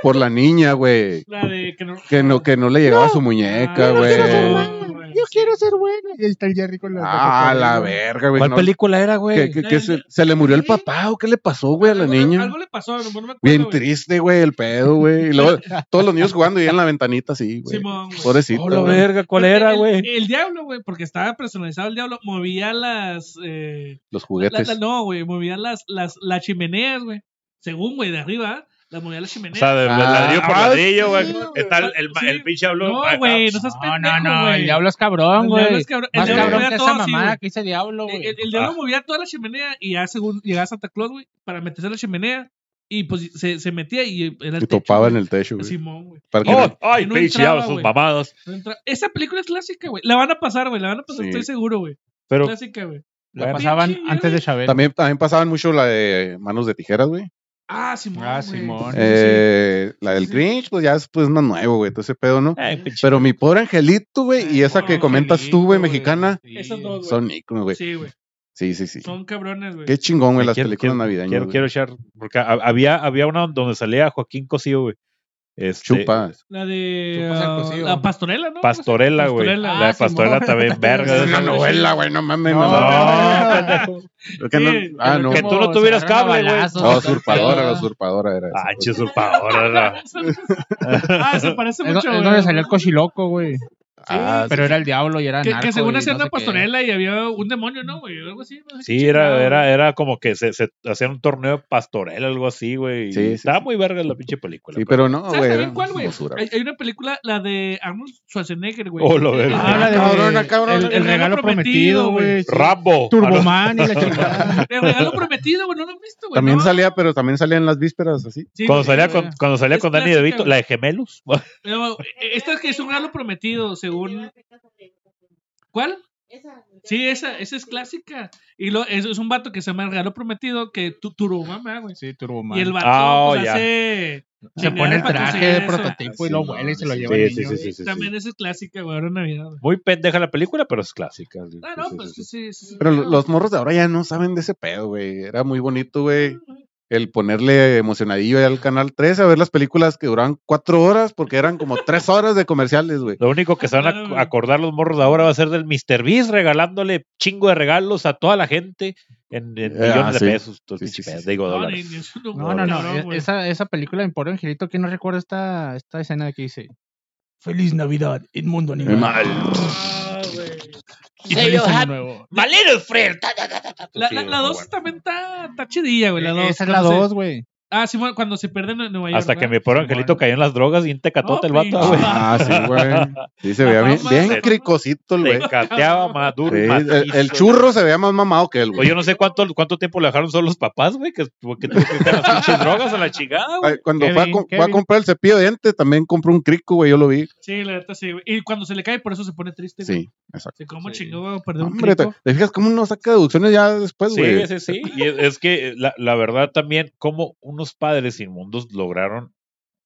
A: por la niña, güey.
C: La de que no.
A: Que no, que no le llegaba su muñeca,
C: Ah,
A: güey.
C: quiero ser humano.
D: buena. Yo quiero ser buena. Y ahí está el Jerry con la.
A: Ah, la
D: vez.
A: verga, güey.
B: ¿Cuál
A: no.
B: película era, güey?
A: Que, que- que se, se le murió el papá o qué le pasó, güey, a la
C: Algo-
A: niña.
C: Algo le pasó, no, no me acuerdo.
A: Bien
C: güey.
A: triste, güey, el pedo, güey. Y luego todos los niños jugando y en la ventanita así, güey.
C: Simón, güey.
A: Pobrecito.
B: Oh, la verga, ¿cuál
C: Porque
B: era,
C: el-
B: güey?
C: El, diablo, güey, porque estaba personalizado el diablo. Movía las. Eh,
A: Los
C: la-
A: juguetes.
C: la- no, güey, movía las, las, las chimeneas, güey. Según, güey, de arriba, las movía las
B: O
C: chimeneas.
B: sea, de de
A: Ah,
B: ladrillo por
A: ah,
B: ladrillo,
A: sí,
B: güey.
A: güey.
B: Está el, el,
C: Sí.
B: el pinche habló. Ah,
C: no, güey, no seas
D: No,
C: pendejo,
D: no, no.
C: güey.
D: El diablo es cabrón,
C: El diablo
D: güey.
C: es cabrón. El
D: Más
C: diablo
D: cabrón
C: movía
D: que
C: todo
D: esa
C: así, güey.
D: mamada que hice diablo,
C: El,
D: güey.
C: el- el diablo
B: Ah.
C: movía toda la chimenea y ya según llegaba Santa Claus, güey, para meterse a la chimenea y pues se, se metía y era el
A: Y topaba en
C: güey.
A: el techo, güey.
C: Simón, güey.
A: Para que
B: Oh,
A: no-
B: ay,
C: no
B: pinche
C: entraba,
B: diablo, sus
C: güey.
B: mamadas.
C: No entra- Esa película es clásica, güey. La van a pasar, güey. La van a pasar,
A: Sí.
C: estoy seguro, güey.
B: Pero
C: Clásica, güey.
D: La
B: Bueno.
D: pasaban
C: Pinche
D: antes de Chabel.
A: También, también pasaban mucho la de Manos de Tijeras, güey.
C: Ah, Simón.
D: Ah,
C: güey.
D: Simón.
C: Sí, sí,
A: Eh, la del
C: Sí.
A: Grinch, pues ya es pues, más nuevo, güey. Todo ese pedo, ¿no?
C: eh,
B: Ay, eh, pinche-
A: Pero mi pobre angelito, güey, y esa que comentas tú, güey, mexicana,
C: sí. Esas dos, güey.
A: son íconos, güey.
C: Sí, güey.
A: Sí, sí, sí.
C: Son cabrones, güey.
A: Qué chingón, güey, las
B: Quiero-
A: películas
B: quiero-
A: navideñas.
B: Quiero,
A: güey.
B: quiero echar, porque ha- había, había una donde salía Joaquín Cosío, güey. Este,
A: Chupa.
C: La de.
D: Chupas al
C: ah,
D: cocido.
C: la pastorela, ¿no? [laughs]
B: Pastorela, güey.
C: Pastorela.
B: La de
D: Ah, Simón.
B: Pastorela
A: [laughs]
B: también, verga.
A: Es
B: de
A: una
B: esa-
A: novela, güey, no mames.
D: No,
A: No,
B: No,
D: Ah.
B: pendejo.
A: Es que no-
C: Sí,
A: ah, no.
B: que tú no tuvieras cable, güey.
A: No, usurpadora, la usurpadora era. esa, pues.
B: Ah,
A: güey.
B: che, usurpadora, la-
C: ah, se parece
D: Es,
C: mucho,
D: do- es
C: güey.
D: donde salió el cochiloco, güey.
A: Ah,
D: Pero era el diablo y era
C: Que,
D: narco.
C: que según
D: y
C: hacían
D: no
C: la
D: sé qué.
C: pastorela y había un demonio, ¿no, güey? Algo así. no sé qué
B: Sí, era,
C: chingado.
B: era, era como que se, se hacían un torneo de pastorela, algo así, güey.
A: Sí, sí,
B: Estaba
A: sí.
B: muy verga la pinche película.
A: Sí, pero no,
C: ¿Sabes
A: güey.
C: también
A: era
C: cuál, güey?
A: basura,
C: Hay, hay una película, la de Arnold Schwarzenegger, güey.
B: Oh, lo verga.
C: Ah, la de-
A: Cabrona, cabrona,
D: el, el regalo prometido, güey.
B: Rambo.
D: Turboman y la
B: [laughs]
D: chingada.
C: El regalo prometido, güey, no lo han visto, güey.
A: También
C: ¿no?
A: salía, pero también salía en las vísperas, así.
C: Sí,
B: Cuando
C: güey,
B: salía
C: sí,
B: con,
C: güey.
B: cuando salía
C: Es
B: con Danny
C: clásica,
B: DeVito,
C: güey.
B: la de gemelos. [laughs]
C: No, eh, Esta es que es un regalo prometido, según. ¿Cuál? Sí, esa, esa es clásica. Y lo, es, es un vato que se llama el regalo prometido, que tu, turomama, güey.
D: Sí, Turboman.
C: Y el vato
B: Ah, oh,
C: pues,
B: ya.
C: hace.
D: se pone el
C: para
D: traje
C: conseguir
D: de
C: eso.
D: prototipo y
A: Sí,
D: lo
A: no,
D: huele y se
A: sí,
D: lo
A: sí,
D: lleva
B: sí,
D: el
B: sí,
D: niño.
B: sí,
D: güey.
B: sí.
C: También esa es clásica, güey, ahora en Navidad, güey.
B: Muy pendeja la película, pero es clásica. sí,
C: Ah,
B: sí,
C: no,
B: sí,
C: pues
B: sí.
C: sí, sí, sí.
A: Pero lo- los morros de ahora ya no saben de ese pedo, güey. Era muy bonito, güey. El ponerle emocionadillo ahí al canal 13 a ver las películas que duraban cuatro horas porque eran como tres horas de comerciales, güey.
B: Lo único que se van a
C: Claro,
B: ac-
C: güey.
B: acordar los morros de ahora va a ser del Mr. Beast regalándole chingo de regalos a toda la gente en, en
A: Eh,
B: millones
A: ah,
B: de
A: sí.
B: pesos. todo el
A: Sí, sí,
B: pinche
A: sí,
B: pedo,
A: sí.
B: Digo,
C: No,
B: dólares.
C: ni- ni- es un
D: No, no, no.
C: cabrón,
D: e-
C: güey.
D: Esa, esa película de mi pobre angelito, ¿quién no recuerda esta, esta escena que dice? Feliz Navidad, inmundo animal.
C: Ah, güey.
D: Y feliz año nuevo.
E: Valero Fred. ta, ta, ta, ta, ta.
C: La,
B: Sí,
C: la, la
B: muy
C: 2
B: bueno.
C: también está, está chidilla,
B: Eh,
C: güey. La 2.
D: E Esa es la 2, güey.
C: Ah, sí, bueno, cuando se pierden en Nueva York.
B: Hasta que
C: ¿verdad?
B: mi pobre
D: Sí,
B: angelito
D: bueno.
B: cayó en las drogas y un tecatote
C: No,
B: el vato,
C: pinche. [laughs]
B: güey.
A: Ah, sí, güey. Sí, se veía bien, bien cricosito el güey.
B: Le cateaba maduro.
A: Sí,
B: y
A: el,
B: macizo.
A: el churro se veía más mamado que él,
B: Oye,
A: güey.
B: yo no sé cuánto, cuánto tiempo le dejaron solos los papás, güey, que, que tuvo que irte a las pinches drogas a la chingada, güey.
A: Ay, Cuando
D: Kevin,
A: fue a, com- fue a
D: Kevin.
A: comprar el cepillo de dientes, también compró un crico, güey. Yo lo vi.
C: Sí, la verdad sí, güey. Y cuando se le cae, por eso se pone triste. güey.
A: Sí, exacto.
C: Sí, ¿Cómo
D: Sí.
C: chingó güey, perder un
A: Hombre, te,
C: crico?
A: te fijas cómo uno saca deducciones ya después,
B: Sí,
A: Pues, güey?
B: sí, sí. Y es, es que eh, la, la verdad también, como unos padres inmundos lograron,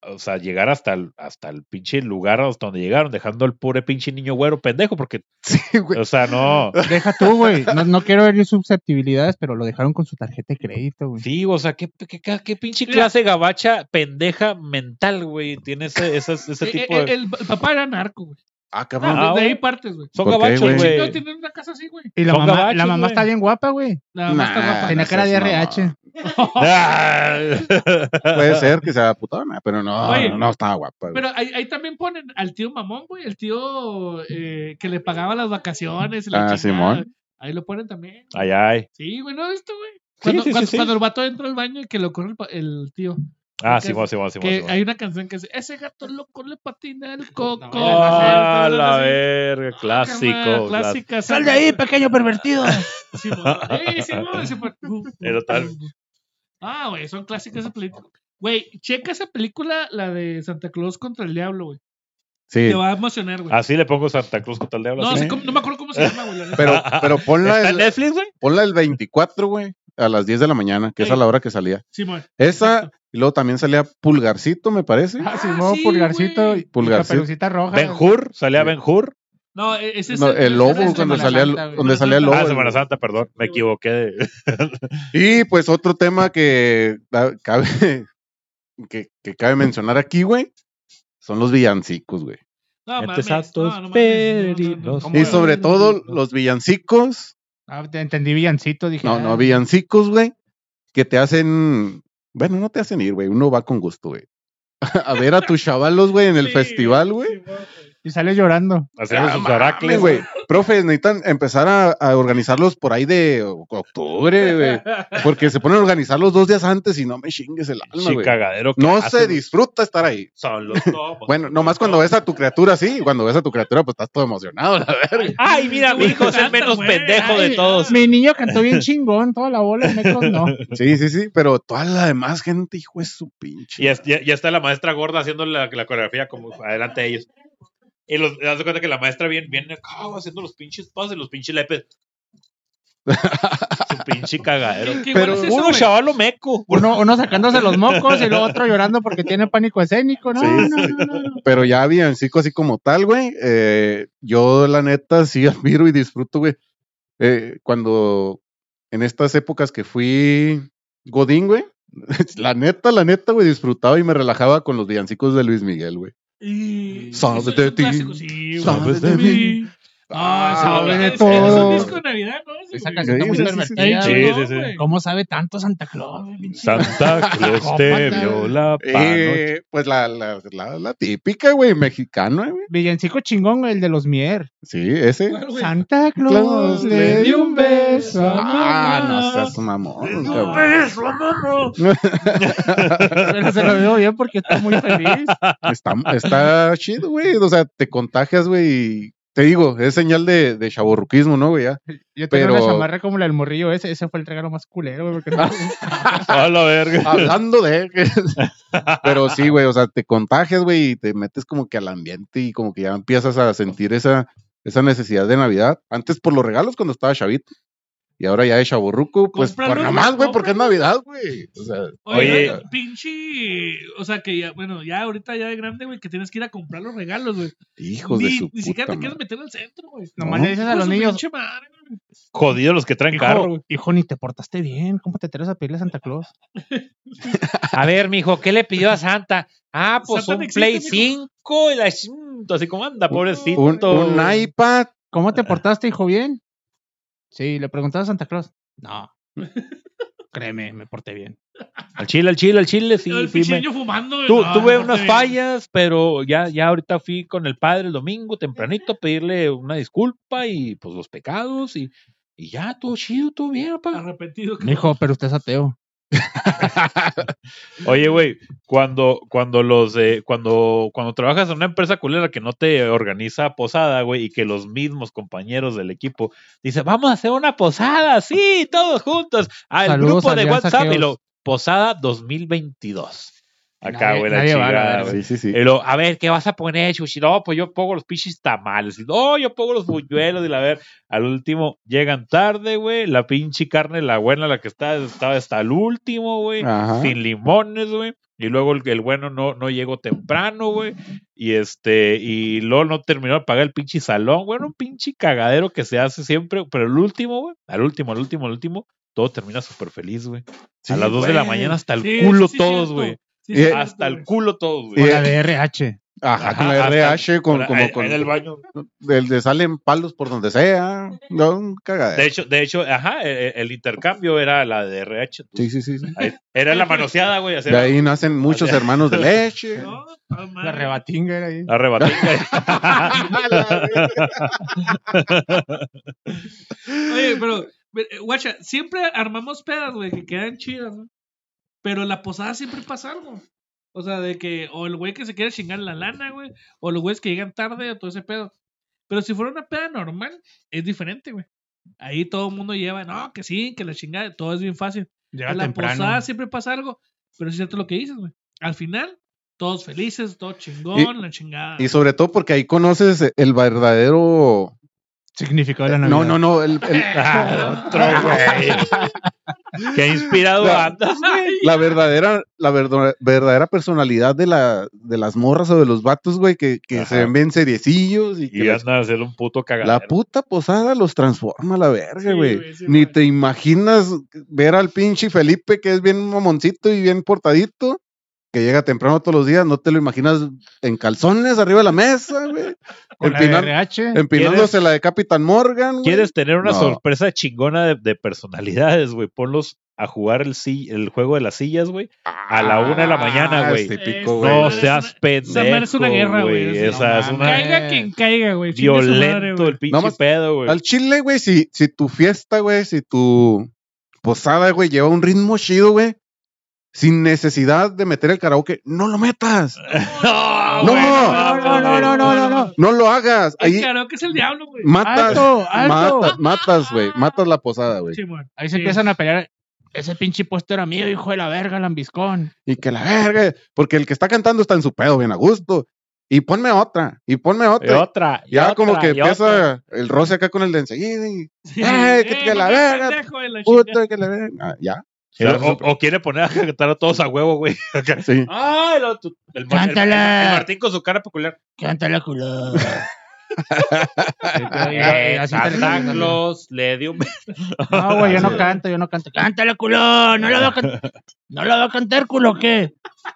B: o sea, llegar hasta el, hasta el pinche lugar hasta donde llegaron, dejando al pobre pinche niño güero pendejo, porque,
A: Sí, güey.
B: o sea, no.
D: Deja tú, güey. No, no quiero ver mis susceptibilidades, pero lo dejaron con su tarjeta de crédito, güey.
B: Sí, o sea, qué, qué, qué- qué pinche
C: Mira.
B: clase gabacha pendeja mental, güey, tiene ese, esas- ese
C: Eh,
B: tipo
C: eh,
B: de.
C: el, el papá era narco, güey.
A: Ah,
C: Ah,
A: cabrón.
B: Ah,
C: de ahí
B: bueno.
C: partes, güey.
B: Son
A: ¿Por qué,
B: gabachos,
A: güey?
C: Chingado
B: güey.
C: tienen una casa así, güey.
D: Y la
B: Son
D: mamá,
B: gabachos,
D: la mamá
B: güey.
D: está bien guapa, güey.
C: La mamá está
A: Nah.
C: guapa.
D: Tenía
A: Ah, no
D: cara de
A: seas mamá.
D: RH.
B: Ah.
A: Puede ser que sea putona, pero no,
C: Oye.
A: no, no estaba guapa. güey.
C: Pero ahí, ahí también ponen al tío mamón, güey. El tío eh, que le pagaba las vacaciones. y la
A: Ah,
C: chingada.
A: Simón.
C: Ahí lo ponen también.
B: Ay, ay.
C: Sí, güey, ¿no esto, güey? Cuando,
B: sí, sí,
C: cuando,
B: sí.
C: cuando el vato entra al baño y que lo corre el, pa- el tío.
B: Ah,
C: Que-
B: sí, sí, sí,
C: que hay una canción que dice, ese gato loco le patina el coco.
B: Ah, la
C: Entonces, Ah,
B: verga, clásico. clásico.
C: Clásica.
D: Sal de ahí, pequeño pervertido.
C: Sí, güey. Sí, güey, sí, güey.
B: Era tal.
C: Ah, güey, son clásicas esas películas. Güey, checa esa película, la de Santa Claus contra el diablo, güey.
A: Sí,
C: Te va a emocionar, güey.
B: Así le pongo Santa Cruz con tal de hablar.
C: No,
B: así.
C: sé cómo- no me acuerdo cómo se llama, güey. la neta.
A: pero, pero ponla,
B: ¿Está en
A: el,
B: Netflix, güey?
A: ponla el 24, güey, a las 10 de la mañana, que es a la hora que salía.
C: Sí, güey.
A: Esa,
C: Exacto.
A: y luego también salía Pulgarcito, me parece.
D: Ah, sí,
C: Ah,
D: no,
C: sí,
D: pulgarcito
C: güey.
D: y
A: Pulgarcito.
D: caperucita roja.
B: Ben Hur, salía
A: Sí.
B: Ben Hur.
C: No, e- ese es
A: No, el lobo,
C: ese es
A: cuando
C: Semana
A: salía el,
D: Santa, güey.
A: donde salía el
C: Semana
A: lobo.
B: Ah,
A: el-
B: Semana Santa, perdón. Me equivoqué. de-
A: Y pues otro tema que da- cabe, que, que cabe mencionar aquí, güey, son los villancicos, güey.
C: No,
B: Entes
C: mames,
B: altos,
C: no, no mames, no, no, no.
B: peregrinos.
D: ¿Cómo
A: Y
D: era?
A: sobre todo los villancicos
D: Ah, te entendí villancito, dije.
A: No,
D: ah,
A: no, villancicos, güey, que te hacen, bueno, no te hacen ir, güey, uno va con gusto, güey. [laughs] A ver a tus chavalos, güey, en el
C: Sí,
A: festival, güey.
C: sí, güey.
D: Y sales llorando.
B: Hacían
A: Ah,
B: sus
A: mames,
B: oracles.
A: güey. Profes, necesitan empezar a, a organizarlos por ahí de octubre, güey. Porque se ponen a organizarlos dos días antes y no me chingues el alma,
B: Sí,
A: güey.
B: cagadero. que
A: No
B: hacen. Pues,
A: se disfruta estar ahí.
B: Son los lobos.
A: [laughs] Bueno, nomás cuando ves a tu criatura, sí. Cuando ves a tu criatura, pues estás todo emocionado, la
B: [laughs]
A: verga.
B: Ay, mira, mi hijo es el
C: Santa,
B: menos
C: güey.
B: pendejo
C: Ay,
B: de todos.
D: Pues Mi niño cantó bien chingón, toda la bola, mecos no.
A: Sí, sí, sí. Pero toda la demás gente, hijo es su pinche.
B: Y es- ya, ya está la maestra gorda haciendo la, la coreografía como adelante de ellos. Y los, das cuenta que la maestra viene, viene acá haciendo los pinches pases, los pinches lepes. Su pinche cagadero.
C: ¿Qué- qué
A: Pero
C: igual es eso,
B: Puro
C: güey?
B: chaval meco.
F: [laughs]
D: Uno, uno sacándose los mocos y el otro llorando porque tiene pánico escénico. No,
A: Sí,
D: no,
A: sí.
D: no, no, no.
A: Pero ya villancico así como tal, güey. [laughs] eh, yo, la neta, sí admiro y disfruto, güey. eh, cuando en estas épocas que fui Godín, güey. [laughs] La neta, la neta, güey, disfrutaba y me relajaba con los villancicos de Luis Miguel, güey.
C: Y...
A: Sabes
C: eso es
A: de
C: un
A: ti.
C: clásico, sí, güey.
A: Sabes de
C: de mí. Ah,
A: sabes
C: esa-
A: de
C: es- Es un
A: todo.
C: disco de Navidad, ¿no? Ese,
D: Esa
C: güey.
D: canción está muy
A: Sí, sí, sí,
D: pervertida.
B: sí,
D: güey.
B: sí.
C: No, güey.
D: ¿Cómo sabe tanto Santa Claus? güey, pinche?
F: Ah,
B: Santa Claus te Este, vio la panocha.
A: Eh, pues la, la, la, la típica, güey, mexicana, güey.
D: Villancico chingón, güey, el de los Mier.
A: Sí, ese.
C: ¿Cuál, güey?
D: Santa Claus
A: Claus
D: le dio un beso. a
A: Ah,
D: mamá.
A: no seas mamón,
C: No,
A: cabrón.
C: eso, no, no.
D: Pero se lo veo bien porque está muy feliz.
A: Está, está chido, güey. O sea, te contagias, güey. y Te digo, es señal de, de chavorruquismo, ¿no, güey? Ya.
D: Yo tengo una
A: Pero-
D: chamarra como la del morrillo ese. Ese fue el regalo más culero, güey. Porque
B: A la verga.
A: Hablando de. [laughs] Pero sí, güey, o sea, te contagias, güey, y te metes como que al ambiente y como que ya empiezas a sentir esa, esa necesidad de Navidad. Antes por los regalos cuando estaba chavito. Y ahora ya de chaborruco, pues por nada
C: Cómpralo,
A: más, güey,
C: cómpralo.
A: porque es Navidad, güey. O sea,
C: Oye,
B: Oye.
C: pinche. O sea, que ya, bueno, ya ahorita ya de grande, güey, que tienes que ir a comprar los regalos, güey.
A: hijos de
C: Ni-
A: su
C: Ni siquiera
A: puta
C: te quieres
A: madre.
C: meter al centro, güey.
D: nomás
A: No.
D: le dices a
C: Hijo
D: los
C: de su
D: niños.
C: Pues, pinche madre, güey.
B: Jodido los que traen carro.
D: Hijo, hijo, ni te portaste bien. ¿Cómo te atreves a pedirle a Santa Claus?
F: A ver, mijo, ¿qué le pidió a Santa? Ah, pues
C: Santa no
F: un
C: existe,
F: Play
C: mijo.
F: 5 y la chinto, así como anda, pobrecito.
A: Un, un iPad.
D: ¿Cómo te portaste, hijo, bien? Sí, le preguntaba a Santa Claus. No. Créeme, me porté bien.
B: Al chile, al chile, al chile, sí,
C: el
B: sí
C: pinche
B: me-
C: niño fumando, güey.
B: Tu-
C: No,
B: tuve
C: no,
B: unas
C: te-
B: fallas, pero ya, ya ahorita fui con el padre el domingo tempranito a pedirle una disculpa y pues los pecados y, y ya, todo chido, todo bien, papá.
C: Arrepentido. cabrón.
D: Hijo, pero usted es ateo.
B: Oye, güey, cuando, cuando los eh, cuando, cuando trabajas en una empresa culera que no te organiza posada, güey, y que los mismos compañeros del equipo dicen, vamos a hacer una posada, sí, todos juntos, al
D: Saludos,
B: grupo de
D: Alianza
B: WhatsApp y
D: Geos.
B: lo, posada 2022. Acá,
D: Nadie-
B: güey, la
D: nadie va a la
B: chingada,
D: verga.
B: güey.
A: Sí, sí, sí.
C: Eh,
B: Y luego, a ver, ¿qué vas a poner, Chuchi? No, pues yo pongo los pinches tamales. Y, No, yo pongo los buñuelos. Y la ver, al último, llegan tarde, güey. La pinche carne, la buena, la que está, estaba hasta el último, güey.
A: Ajá.
B: Sin limones, güey. Y luego el, el bueno no, no llegó temprano, güey. Y este, y luego no terminó de pagar el pinche salón, güey. Era un pinche cagadero que se hace siempre. Pero el último, güey, al último, al último, al último, todo termina súper feliz, güey. a las 2 de la
C: güey.
B: mañana hasta el
C: Sí,
B: culo
C: sí, sí,
B: todos,
C: cierto. Eh,
B: güey.
C: Sí,
A: Y-
C: cierto,
B: Hasta el
C: güey.
B: culo todos, güey.
A: Y-
D: Con la DRH.
A: Ajá, con
B: Ajá,
A: la RH, con,
B: Ahora,
A: como
B: ahí-
A: con.
B: ahí en el baño.
A: Eh. el de salen palos por donde sea. No, un cagadero.
B: De hecho, de hecho, ajá, e- e- el, intercambio era la de RH.
A: sí, sí, sí. sí.
B: Ahí- Era la manoseada, güey. hacer
A: De ahí nacen muchos
B: sea-
A: hermanos
B: [laughs]
A: de leche.
C: No, no mames.
D: La rebatinga era ahí.
B: La
C: [laughs]
B: rebatinga.
C: Oye, pero, eh, guacha, siempre armamos pedas, güey, que quedan chidas, ¿no? Pero en la posada siempre pasa algo. O sea, de que, o el güey que se quiere chingar la lana, güey, o los güeyes que llegan tarde, o todo ese pedo. Pero si fuera una peda normal, es diferente, güey. Ahí todo el mundo lleva, no, que sí, que la chingada, todo es bien fácil.
D: Llega
C: En la
D: temprano.
C: posada siempre pasa algo, pero es cierto lo que dices, güey. Al final, todos felices, todo chingón,
A: Y-
C: la chingada.
A: Y sobre todo porque ahí conoces el verdadero. Eh,
D: Significado de la Navidad.
A: No, no, no. el-
B: [laughs]
A: el-
B: Ah, otro, güey. Qué inspirado
A: La-
B: andas.
C: Ay,
A: la verdadera, la verdo- verdadera personalidad de, la, de las morras o de los vatos, güey, que, que
B: Ajá.
A: se ven bien seriecillos y que
B: Y
A: les-
B: andan a hacer un puto
A: la
B: cagadero.
A: puta posada los transforma a la verga,
C: Sí,
A: güey.
C: güey, sí,
A: Ni
C: güey.
A: te imaginas ver al pinche Felipe que es bien mamoncito y bien portadito, que llega temprano todos los días, no te lo imaginas en calzones arriba de la mesa,
B: [laughs]
A: güey.
D: Con la
A: Empinan-
D: DRH.
A: Empinándose la de Capitán Morgan. güey.
B: ¿Quieres tener una
A: No.
B: sorpresa chingona de, de personalidades, güey? Ponlos a jugar el, si- el juego de las sillas, güey. A la una de la mañana,
A: Ah,
B: güey.
A: sí.
B: Eh,
A: típico,
C: Esta
A: güey.
B: No
C: madre es una-
B: seas pendejo,
C: Esa madre es una guerra, güey.
B: güey.
C: Esa-
B: Esa es
D: no
B: una
D: mames.
C: Caiga quien caiga, güey. Chingue su madre,
B: violento
C: güey.
B: el pinche
A: Nomás-
B: pedo, güey.
A: Al chile, güey, si, si tu fiesta, güey, si tu posada, güey, lleva un ritmo chido, güey, sin necesidad de meter el karaoke, no lo metas,
B: No,
A: No,
B: güey,
A: no,
B: mames, güey.
D: Ah, no, no.
A: no lo hagas.
C: El
A: Ahí
C: karaoke es el diablo, güey.
A: matas,
D: ¡Alto! ¡Alto!
A: matas, matas, güey, matas la posada, güey.
C: Simón.
D: Ahí
C: Sí.
D: se empiezan a pelear. Ese pinche puesto era mío, hijo de la verga, lambiscón.
A: Y que la verga, porque el que está cantando está en su pedo, bien a gusto. Y ponme otra, y ponme
B: Y
A: otra.
B: otra. y
A: ya
B: otra,
A: como que
B: y otra.
A: empieza el roce acá con el de enseguida y
C: Sí.
A: [laughs] ¡Ay, que te
C: Eh,
A: la
C: no,
A: verga,
C: pendejo de la chingada.
A: puta que la verga. Ah, ya.
B: Y luego- O, o quiere poner a cantar a todos a huevo, güey. Acá.
A: Sí.
B: Ah, el, otro- el, Mar- el-
D: Cántala.
B: el Martín con su cara peculiar.
D: Cántala, culo.
F: Eh,
D: Ah, así te le
F: Santa
D: cantas,
F: Claus le dio un
D: No, güey, yo no canto, yo no canto. Cántale, culo. No lo voy a cantar. No lo voy a cantar, culo, ¿qué?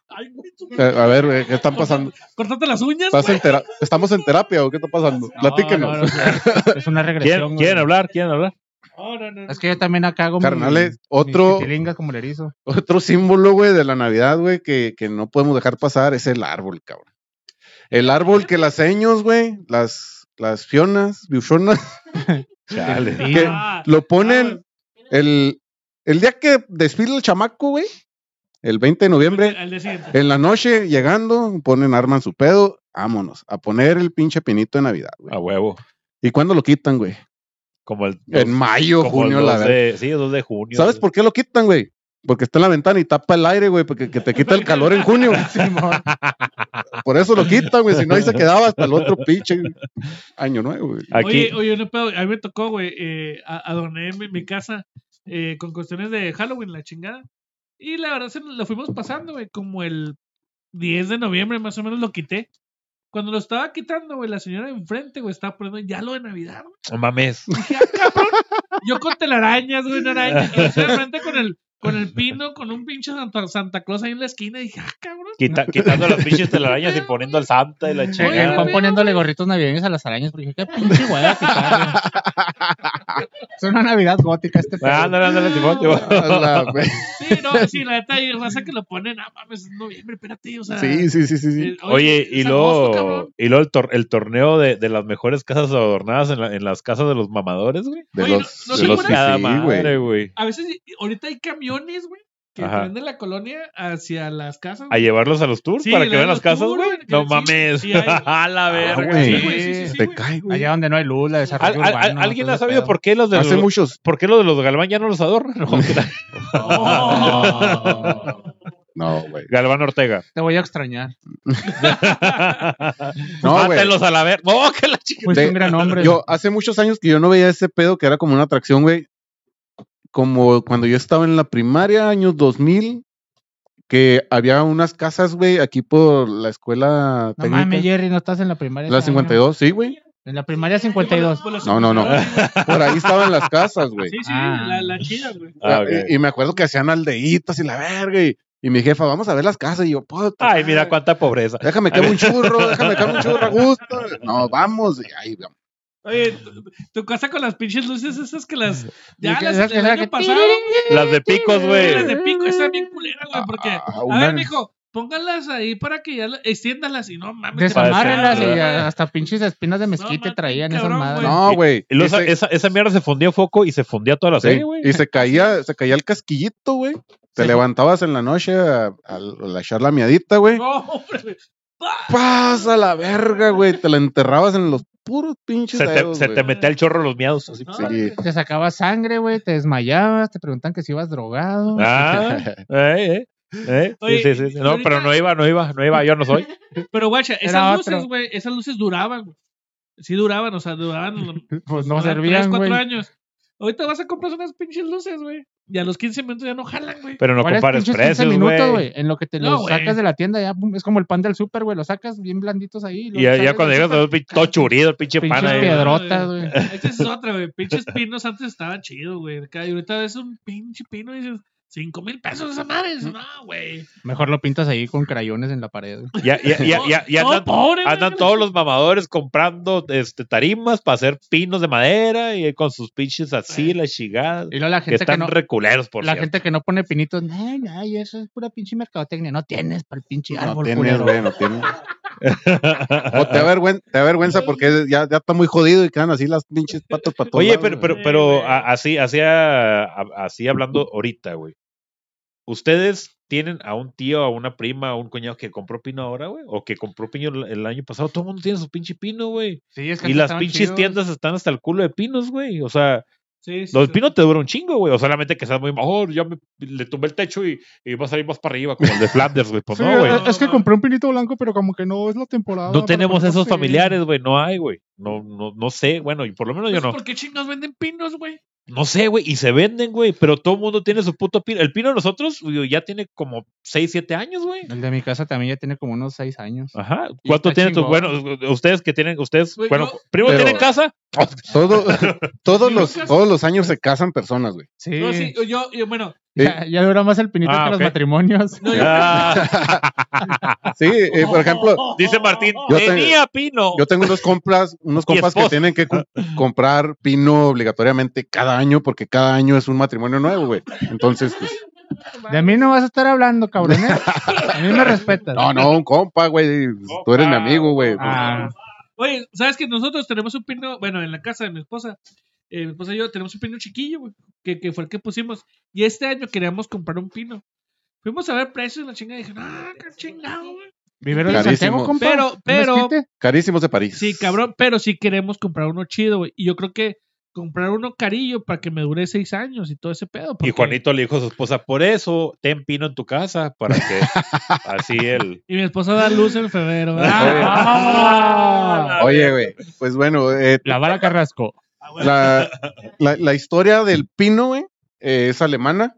C: Ay, güey, tú-
A: Eh, A ver, güey, ¿qué están pasando?
C: Cortate las uñas.
A: ¿Estás en tera- ¿Estamos en terapia o qué está pasando? Platíquenos.
D: No, no, no, es una regresión.
B: ¿Quieren,
D: güey.
B: quieren hablar? ¿Quieren hablar?
C: No, no, no. no.
D: Es que yo también acá hago mi-
A: Carnales,
D: mis
A: otro,
D: chitilingas como el erizo.
A: otro símbolo, güey, de la Navidad, güey, que, que no podemos dejar pasar es el árbol, cabrón. El árbol que las seños, güey, las, las fionas, biuchonas,
B: Chale.
D: Sí,
A: ¿Qué?
D: no,
C: Ah,
A: lo
C: ah,
A: ponen el, el día que desfila el chamaco, güey, el 20 de noviembre,
C: [laughs] Al día siguiente.
A: En la noche, llegando, ponen, arman su pedo, vámonos, a poner el pinche pinito de Navidad, güey.
B: A huevo.
A: ¿Y cuándo lo quitan, güey?
B: Como el.
A: En mayo,
B: como
A: junio,
B: el
A: la
B: 2
A: verdad.
B: de, Sí, el 2 de junio.
A: ¿Sabes por qué lo quitan, güey? Porque está en la ventana y tapa el aire, güey, porque que te quita el calor en junio.
C: [laughs]
D: Simón.
A: Por eso lo quitan, güey. Si no, ahí se quedaba hasta el otro pinche año nuevo, güey.
B: Aquí.
C: Oye, oye, no pedo. A mí me tocó, güey. Eh, a- adorné mi, mi casa eh, con cuestiones de Halloween, la chingada. Y la verdad, se nos- lo fuimos pasando, güey. Como el 10 de noviembre, más o menos, lo quité. Cuando lo estaba quitando, güey, la señora de enfrente, güey, estaba poniendo ya lo de Navidad, güey.
B: no mames.
C: Yo con telarañas, güey, una araña. Y la señora de enfrente con el, con el pino, con un pinche Santa, Santa Claus ahí en la esquina. Y dije, ah, cabrón.
B: Quita- quitando las pinches telarañas y poniendo al Santa y la
D: Oye,
B: chingada.
D: Eh, Juan poniéndole gorritos navideños a las arañas porque qué pinche hueá quitar,
A: [laughs]
D: güey. Es una Navidad gótica este
B: Ah,
D: pedo.
B: Ándale, ándale, Simón, Simón.
A: A
C: [laughs]
A: la ve-
C: Sí, no, sí, la neta, hay raza que lo ponen, ah, mames, es noviembre, espérate, o sea.
A: Sí, sí, sí, sí. sí.
C: eh,
B: Oye, y
C: es agosto,
B: luego,
C: cabrón.
B: y luego el, tor- el torneo de, de las mejores casas adornadas en, la- en las casas de los mamadores, güey.
A: De
C: oye,
A: los,
C: no- no
A: de
C: sé
A: los
C: por
A: fifí,
C: qué-
B: Chingada
A: güey.
B: madre, güey.
C: A veces, y- ahorita hay camiones, güey, que
B: Ajá.
C: traen de la colonia hacia las casas.
B: A
C: güey.
B: llevarlos a los tours
C: Sí,
B: para
C: le
B: que vean
C: dan
B: las
C: los
B: casas,
C: tours,
B: güey.
C: güey, que
B: No
C: sí,
B: mames.
C: sí hay.
B: [laughs] A la
A: Ah,
B: verga.
A: güey.
C: Sí, güey, sí, sí, sí,
A: Te
C: güey.
A: cae, güey.
D: Allá donde no hay luz, la
B: Al-
D: desarrollo
B: al-
D: urbano. no
B: ¿Alguien
D: sé
B: ha
D: ese
B: sabido
D: pedo.
B: por qué los de
A: Hace
B: los,
A: muchos.
B: por qué los de los Galván ya no
A: [laughs]
B: los adornan?
C: Oh.
A: No, güey.
B: Galván
C: [laughs]
B: Ortega.
D: Te voy a extrañar.
A: No, güey.
B: Mátenlos a la verga. No, que la chica.
D: Fuiste
A: De-
D: un gran hombre.
A: Yo hace muchos años que yo no veía ese pedo que era como una atracción, güey. Como cuando yo estaba en la primaria, años 2000, que había unas casas, güey, aquí por la escuela
D: no
A: técnica.
D: mames, Jerry, no estás en la primaria.
A: la
D: este año.
A: 52, sí, güey.
D: En la primaria 52.
C: Por las-
A: No, no, no.
C: por las-
A: Por ahí estaban las casas, güey.
C: Sí, sí,
D: Ah.
C: la, la chida, güey.
B: Ah,
A: Y-
B: ok.
A: y, me acuerdo que hacían aldeitas y la verga. Y, y mi jefa, vamos a ver las casas. Y yo, puta.
B: Ay,
A: madre,
B: mira cuánta pobreza.
A: Déjame que haga un churro, déjame que haga un churro a gusto. No, vamos. Y ahí, vamos.
C: Oye, tu, tu casa con las pinches luces esas que las.
D: Y
C: Ya
D: que-
C: las
D: esa-
C: del
D: esa
C: año
D: que-
C: pasado.
B: Las de picos, güey.
C: Las de pico, esa es bien culera, güey, porque.
A: Ah,
C: a ver,
A: una-
C: mijo, pónganlas ahí para que ya la- extiéndalas y no mames.
D: Desamárrenlas
B: Para
D: y
B: que-
D: ya hasta pinches espinas de mezquite
C: mames,
D: traían esas
C: cabrón,
D: madres.
C: güey.
A: No, güey.
B: Y luego esa,
A: Ese-
B: esa, esa mierda se fundía foco y se fundía toda la
A: Sí,
B: serie, ¿Ah, güey.
A: y se caía, se caía el casquillito, güey. Te
D: Sí.
A: levantabas en la noche a, a la charla miadita, güey.
C: [laughs] No, hombre, güey.
A: Pasa la verga, güey. Te la enterrabas en los puros pinches
B: Se te,
A: dedos,
B: se te
A: güey.
B: metía el chorro los miados. así.
C: No,
A: Sí.
C: güey.
D: Te sacaba sangre, güey, te desmayabas, te preguntan que si ibas drogado.
B: [laughs] Ah, eh, eh, eh.
C: Oye,
B: sí, sí, sí. No,
C: ahorita-
B: pero no iba, no iba, no iba, yo no soy.
C: Pero, guacha,
D: Era
C: esas luces,
D: otro.
C: güey, esas luces duraban, güey. Sí duraban, o sea,
D: [laughs]
C: duraban lo-
D: Pues no
C: duraban
D: servían,
C: Ah, tres, cuatro
D: güey.
C: años. Ahorita vas a comprar unas pinches luces, güey. Y a los 15 minutos ya no jalan, güey.
B: Pero no
D: ¿Cuáles
B: compares
D: pinches 15
B: precios,
D: minutos,
B: güey.
D: güey? En lo que te
C: No,
D: los
C: güey.
D: sacas de la tienda, ya pum, es como el pan del súper, güey, lo sacas bien blanditos ahí.
B: Y ya, ya cuando llegas, todo, pin- todo churido, el pinche eh.
D: Pinches
B: pan ahí.
D: piedras. piedrotas, güey.
C: Esa
B: [laughs]
C: es otra, güey. Pinches pinos antes estaban chidos, güey. Acá, Y ahorita ves un pinche pino y dices, 5 mil pesos esa madre.
D: Mm.
C: Dices, No, güey.
D: Mejor lo pintas ahí con crayones en la pared. güey.
B: Ya, ya, ya, ya, ya
C: No,
B: andan,
C: pobre, güey,
B: andan
C: que
B: todos
C: la-
B: los mamadores comprando este, tarimas para hacer pinos de madera y con sus pinches así, la chigada.
D: Y luego la
B: Que
D: gente que,
B: están
D: no.
B: reculeros, por
D: la
B: cierto.
D: gente que no pone pinitos, ay, ay, eso es pura pinche mercadotecnia. No tienes para el pinche
A: No
D: árbol,
A: tienes,
D: culero.
A: güey, no
B: [laughs]
A: tienes. O te avergüen- te avergüenza, porque ya, ya está muy jodido y quedan así las pinches patas para todos
B: Oye,
A: lados,
B: pero,
A: güey.
B: pero,
C: Sí,
B: pero
C: güey.
B: a- así, así, a- a- así hablando ahorita, güey. ¿Ustedes tienen a un tío, a una prima, a un cuñado que compró pino ahora, güey? ¿O que compró pino el- el año pasado? Todo el mundo tiene su pinche pino, güey.
D: Sí, es que
B: Y
D: antes
B: las
D: estaban
B: pinches
D: chidos.
B: tiendas están hasta el culo de pinos, güey. O sea,
C: Sí, sí,
B: los
C: sí.
B: pinos te duran un chingo, güey. O solamente que seas muy... Oh, ya me- le tumbé el techo y, y va a salir más para arriba, como el de Flanders, güey. Pues
D: Sí,
B: no, güey.
D: es que compré un pinito blanco, pero como que no es la temporada.
B: No
D: para
B: tenemos
D: ponerlo
B: esos
D: así.
B: familiares, güey. No hay, güey. No, no, no sé. Bueno, y por lo menos yo
C: Pues,
B: no.
C: ¿Por qué chingados venden pinos, güey?
B: No sé, güey, y se venden, güey, pero todo el mundo tiene su puto pino. El pino de nosotros güey, ya tiene como 6, 7 años, güey.
D: El de mi casa también ya tiene como unos seis años.
B: Ajá.
D: Y
B: ¿Cuánto
D: está
B: tiene tu,
D: chingón.
B: bueno, ustedes que tienen, ustedes,
C: Güey,
B: bueno,
C: yo-
B: primo
A: Pero-
B: tienen casa?
A: Todo, [laughs] todos,
C: Y
A: los,
C: Lucas-
A: todos los años se casan personas, güey.
D: Sí.
C: No, sí, yo, yo, bueno,
D: Ya, ya dura más el pinito
B: Ah,
D: que los
B: ok.
D: matrimonios.
C: no, [laughs] yo-
B: Ah,
A: Sí, eh,
C: oh,
A: por ejemplo,
B: dice
C: [laughs]
B: Martín,
A: Yo tengo-
B: tenía pino.
A: yo tengo unos compras, unos compas que
B: esposa.
A: tienen que com- comprar pino obligatoriamente cada año porque cada año es un matrimonio nuevo, güey. Entonces, pues,
D: De mí no vas a estar hablando, cabrón. ¿eh? A mí me respetas.
A: no, no, un compa, güey. Tú eres mi amigo, güey.
D: Ah,
C: Oye, ¿sabes que nosotros tenemos un pino? Bueno, en la casa de mi esposa, eh, mi esposa y yo tenemos un pino chiquillo, güey, que, que fue el que pusimos. Y este año queríamos comprar un pino. Fuimos a ver precios, la chinga, y dije, ah, qué chingado, güey.
D: vivero de
A: Carísimo.
D: Santiago, compa.
C: Pero,
D: ¿Un
C: pero-
D: mezquite?
A: Carísimos de París.
C: Sí, cabrón, pero sí queremos comprar uno chido, güey. Y yo creo que comprar uno carillo para que me dure seis años y todo ese pedo.
B: Y
C: porque-
B: Juanito le dijo a su esposa, por eso, ten pino en tu casa, para
A: [laughs]
B: que así él.
C: Y mi esposa da luz en febrero.
D: Ah.
A: Oye, güey. Pues bueno, eh,
D: La vara Carrasco.
C: Ah,
A: la, la- la historia del pino, güey, eh, es alemana.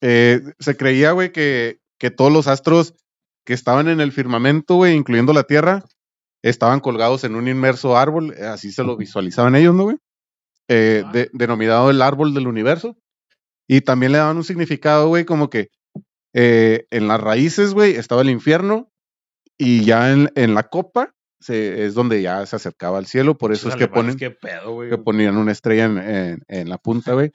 A: Eh, se creía, güey, que, que todos los astros que estaban en el firmamento, güey, incluyendo la Tierra, estaban colgados en un inmerso árbol. eh, Así se lo visualizaban ellos, ¿no, güey? Eh, de- denominado el árbol del universo. Y también le daban un significado, güey, como que eh, en las raíces, güey, estaba el infierno. Y ya en, en la copa se- es donde ya se acercaba al cielo. Por eso es que ponen
B: Qué pedo, güey.
A: que ponían una estrella en, en- en la punta, güey.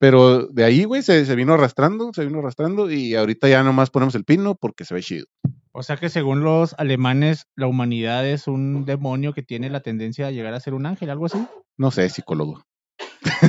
A: Pero de ahí, güey, se, se vino arrastrando, se vino arrastrando y ahorita ya nomás ponemos el pino porque se ve chido.
D: O sea que según los alemanes, la humanidad es un demonio que tiene la tendencia a llegar a ser un ángel, algo así.
A: No sé, psicólogo.
B: [laughs]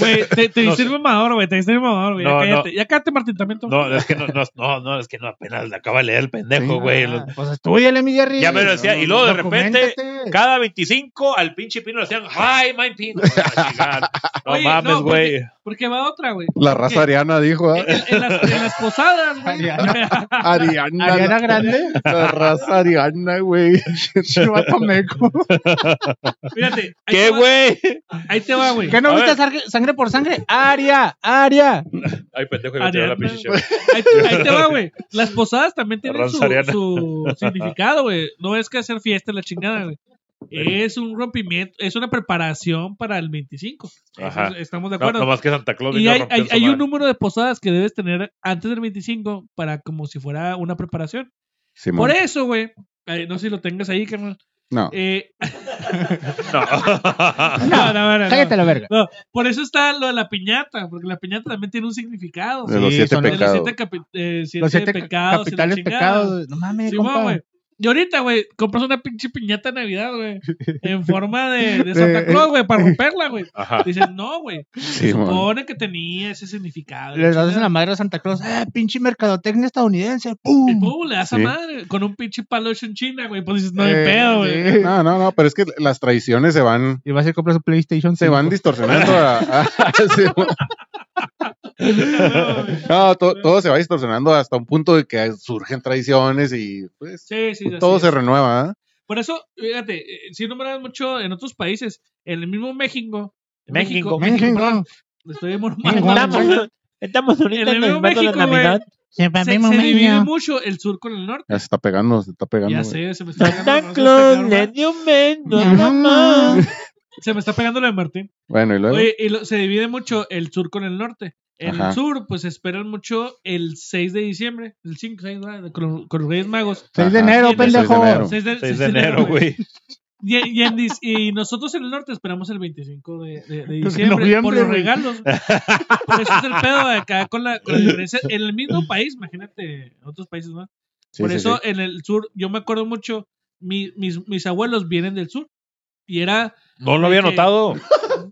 C: Güey, te, te
B: No
C: diste el mamador, güey. Te diste el mamador, güey.
B: No,
C: ya
B: no.
C: cállate. Ya cállate, Martín, también tú.
B: No, es que no, no, no, no, es que no, apenas le acaba de leer el pendejo,
A: Sí.
B: güey.
D: Ah,
B: Los-
D: Pues estudiale, mi Jerry.
B: Ya me lo decía, y luego de repente-
D: Documéntate.
B: Cada 25 al pinche pino le hacían, ay, my pino.
C: [laughs]
B: La chingada. No
C: Oye,
B: mames,
C: no,
B: güey.
C: Porque va otra, güey.
A: La raza
C: ¿Qué?
A: ariana dijo,
C: [laughs]
A: ¿ah?
C: En, en las, en las posadas, güey.
D: [laughs] Ariana,
A: Ariana.
D: Ariana
A: la-
D: Grande.
A: La raza ariana, güey.
D: Chihuahua, Meco.
C: Fíjate. ahí
B: ¿Qué,
C: te va-
B: güey?
C: Ahí te va, güey.
D: ¿Qué no
B: A
D: viste
B: ver.
D: sangre, sangre por sangre? Aria, Aria.
B: Ay, pendejo, iba a tirar la
C: Ariana,
B: pinche chela.
C: Ahí te, ahí te va, güey. Las posadas también tienen su,
B: Arranza Ariana.
C: su significado, güey. No es que hacer fiesta la chingada, güey. Es un rompimiento, es una preparación para el 25. Eso
B: Ajá.
C: es- estamos de
B: No,
C: acuerdo.
B: nomás que Santa Claus
C: y
B: vino a
C: hay,
B: romper
C: hay,
B: su
C: hay un
B: madre.
C: número de posadas que debes tener antes del 25 para como si fuera una preparación.
A: Simón.
C: Por eso, güey. eh, No sé si lo tengas ahí, carnal.
A: No.
C: Eh,
B: No.
C: no, no, no, no.
D: Cállate la verga.
C: Por eso está lo de la piñata, porque la piñata también tiene un significado.
A: de los
D: sí,
A: siete
D: son los
C: De los
A: pecados.
C: siete, capi- eh, siete
D: Los siete
C: pecados. y la
D: capitales
C: chingada.
D: pecados. No mames,
C: Sí,
D: compa.
C: güey. Y ahorita, güey, compras una pinche piñata de Navidad, güey. En forma de, de
D: Eh,
C: Santa Claus, güey, para romperla, güey.
B: Ajá.
C: Dices, no, güey. Se
A: Simón.
C: supone que tenía ese significado.
D: Les das en la madre a Santa Claus. ¡Eh, pinche mercadotecnia estadounidense!
C: Y
D: ¡Pum!
C: pum, le das a
A: Sí.
C: madre. Con un pinche palo hecho en China, güey. Pues dices, no hay
D: Eh,
C: pedo, güey.
D: sí.
A: No, no, no, pero es que las tradiciones se van,
D: Y vas a comprar su PlayStation.
A: se
C: pues.
A: van
D: 5.
A: distorsionando. a- a- [laughs] Simón. no, to- todo se va distorsionando hasta un punto de que surgen tradiciones y pues
C: Sí, sí, así
A: todo se
C: es.
A: renueva, ¿ah?
C: Por eso, fíjate, eh, si no me mucho en otros países, en el mismo México.
F: México.
D: México.
C: perdón, Estoy muy mal.
F: Estamos, estamos
C: En
F: ahorita
C: el
F: en
C: mismo
F: el marco de
C: México,
F: Navidad.
D: Se
C: Se,
D: va
C: se
D: mi mamá.
C: divide mucho el sur con el norte.
A: Ya se está pegando, se está pegando.
C: Ya
A: güey.
C: sé, se me está pegando.
F: Santa
C: no, se me está
F: Claus
C: pegando
F: le
C: mal.
F: dio un beso a
D: Mi mamá.
C: [laughs]
F: mamá.
C: Se me está pegando lo de Martín.
A: Bueno, y luego.
C: Oye, y lo- se divide mucho el sur con el norte. En
A: Ajá.
C: el sur, pues esperan mucho el 6 de diciembre, el 5, 6, ¿verdad? con, con los Reyes Magos.
D: 6 de
A: Ajá.
D: enero,
C: Sí, el seis de
D: pendejo.
A: enero.
C: 6 de,
B: 6 de enero, güey.
C: Y, y en dis- y nosotros en el norte esperamos el 25 de, de- de diciembre
D: noviembre,
C: por los
D: güey.
C: regalos. güey. Por eso es el pedo de acá con la, con la diferencia. En el mismo país, imagínate, otros países, ¿no?
A: Sí,
C: Por
A: sí,
C: eso
A: sí.
C: en el sur, yo me acuerdo mucho, mi- mis, mis abuelos vienen del sur. Y era.
B: No lo había
C: Oye, [laughs]
B: notado.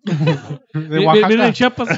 D: De
C: vi- vi- Vienen de
D: Oaxaca.
C: Chiapas.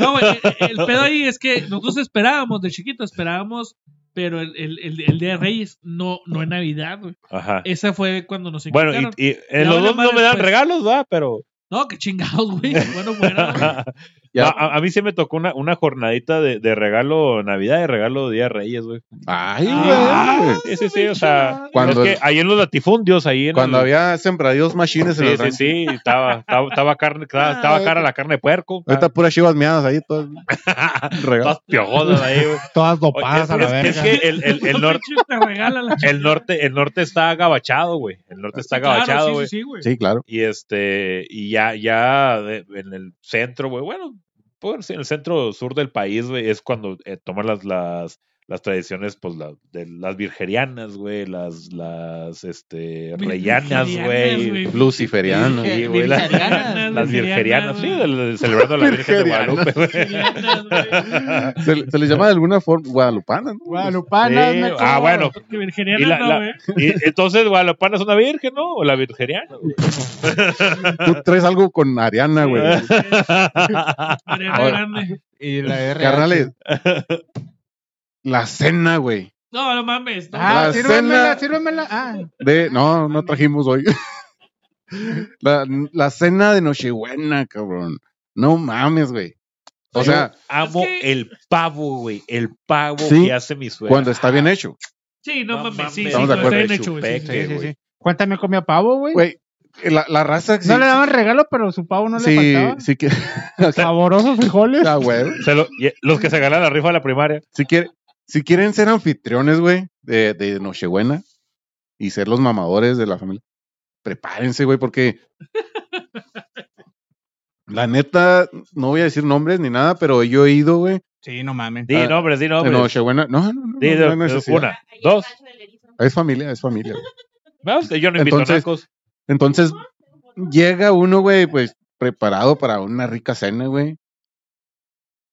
C: No, güey, e-, el el pedo ahí es que nosotros esperábamos, de chiquito esperábamos, pero el, el, el, el Día de Reyes no, no en Navidad, güey.
B: Ajá.
C: Esa fue cuando nos
B: Bueno,
C: encontraron.
B: y, y en
C: Eh, Ya
B: los
C: vale
B: dos no
C: madre,
B: me dan
C: pues.
B: regalos, ¿verdad? Pero. [laughs]
C: No, qué chingados, güey. Bueno, bueno. güey.
B: No,
A: Ya.
B: a, a mí sí me tocó una, una jornadita de, de regalo Navidad y regalo Día de Reyes, güey.
A: Ay, güey.
C: Ah,
B: Sí, sí, sí, o sea,
A: Cuando-
B: es que ahí en los latifundios, ahí en
A: Cuando
B: el-
A: había sembradíos machines en
B: Sí,
A: el
B: sí,
A: rancho.
B: sí, estaba, estaba, estaba carne,
C: Ah,
B: estaba, estaba
A: ahorita-
B: cara la carne de puerco.
A: Ahorita puras chivas miadas ahí, todas.
C: Ah.
A: [laughs]
B: Todas piojodas ahí,
D: [laughs]
B: güey.
D: Todas
B: Oye,
D: dopadas a la
B: es-
D: verga.
B: es, que el,
C: [laughs]
B: el, el, norte,
C: Te regala la
B: el, norte, el norte está agabachado, güey. El norte [laughs] está
C: Claro,
B: agabachado,
C: sí,
B: güey.
C: Sí, sí, güey.
A: Sí, claro.
B: Y este, y ya, ya de- en el centro, güey, bueno, pues, en el centro sur del país, güey, es cuando eh, toman las, las, las tradiciones, pues, la- de, las virgerianas, güey, las, las, este, reyanas,
C: Virginianas,
B: güey.
A: Luciferiano.
C: Eh,
B: Sí, güey, las-
D: [laughs]
C: Virgerianas,
B: Las virgerianas, sí,
C: virgerianas,
B: del- celebrando a la Virgen de Guadalupe, güey.
C: Virginianas,
B: [laughs]
C: güey.
A: Se, se les llama de alguna forma guadalupana, ¿no?
D: Guadalupanas,
B: Sí,
D: meco.
B: ah, bueno,
C: Porque virginiana
B: Y la-
C: no,
B: la-
C: güey.
B: y, entonces Guadalupana es una virgen, ¿no? O la virgeriana, güey.
A: Tú traes algo con Ariana,
C: [laughs]
A: güey.
C: Mariana
A: Ahora-
C: Grande.
D: Y la RH.
A: Carnales. La cena, güey.
C: No, no mames. no
D: Ah,
A: La
D: sírvemela,
A: cena-
D: sírvemela. Ah,
A: De, no, no trajimos hoy. [laughs] La, la cena de Nochebuena, cabrón. No mames, güey. O sea,
B: Amo
C: Es que-
B: el pavo, güey. El pavo
A: Sí,
B: que hace mi suegra.
A: cuando está bien hecho.
C: Sí, no,
B: No
C: mames, sí, sí,
B: mames.
A: Estamos de
C: cuando
A: acuerdo.
C: está bien hecho, güey, sí, sí.
D: sí, sí,
B: güey.
D: sí. Cuéntame, comía pavo, güey.
A: Güey, la, la raza.
D: No le daban regalo, pero su pavo no
A: sí,
D: le faltaba.
A: sí que. [laughs]
D: Saborosos frijoles.
A: Ah, güey.
B: Se lo- y- los que se ganan la rifa de la primaria.
A: Si, quiere- si quieren ser anfitriones, güey, de, de Nochebuena y ser los mamadores de la familia, prepárense, güey, porque la neta, no voy a decir nombres ni nada, pero yo he ido, güey,
D: Sí, no mames.
B: Di
A: Ah,
B: nombres, di
A: de
B: nombres.
A: Nochebuena. No, no, no,
B: Di
A: no, no hay
B: do-
A: necesidad.
B: una, dos.
A: Es familia, es familia. güey.
B: No, usted- yo no invito
A: Entonces-
B: nacos.
A: Entonces, llega uno, güey, pues [laughs] preparado para una rica cena, güey.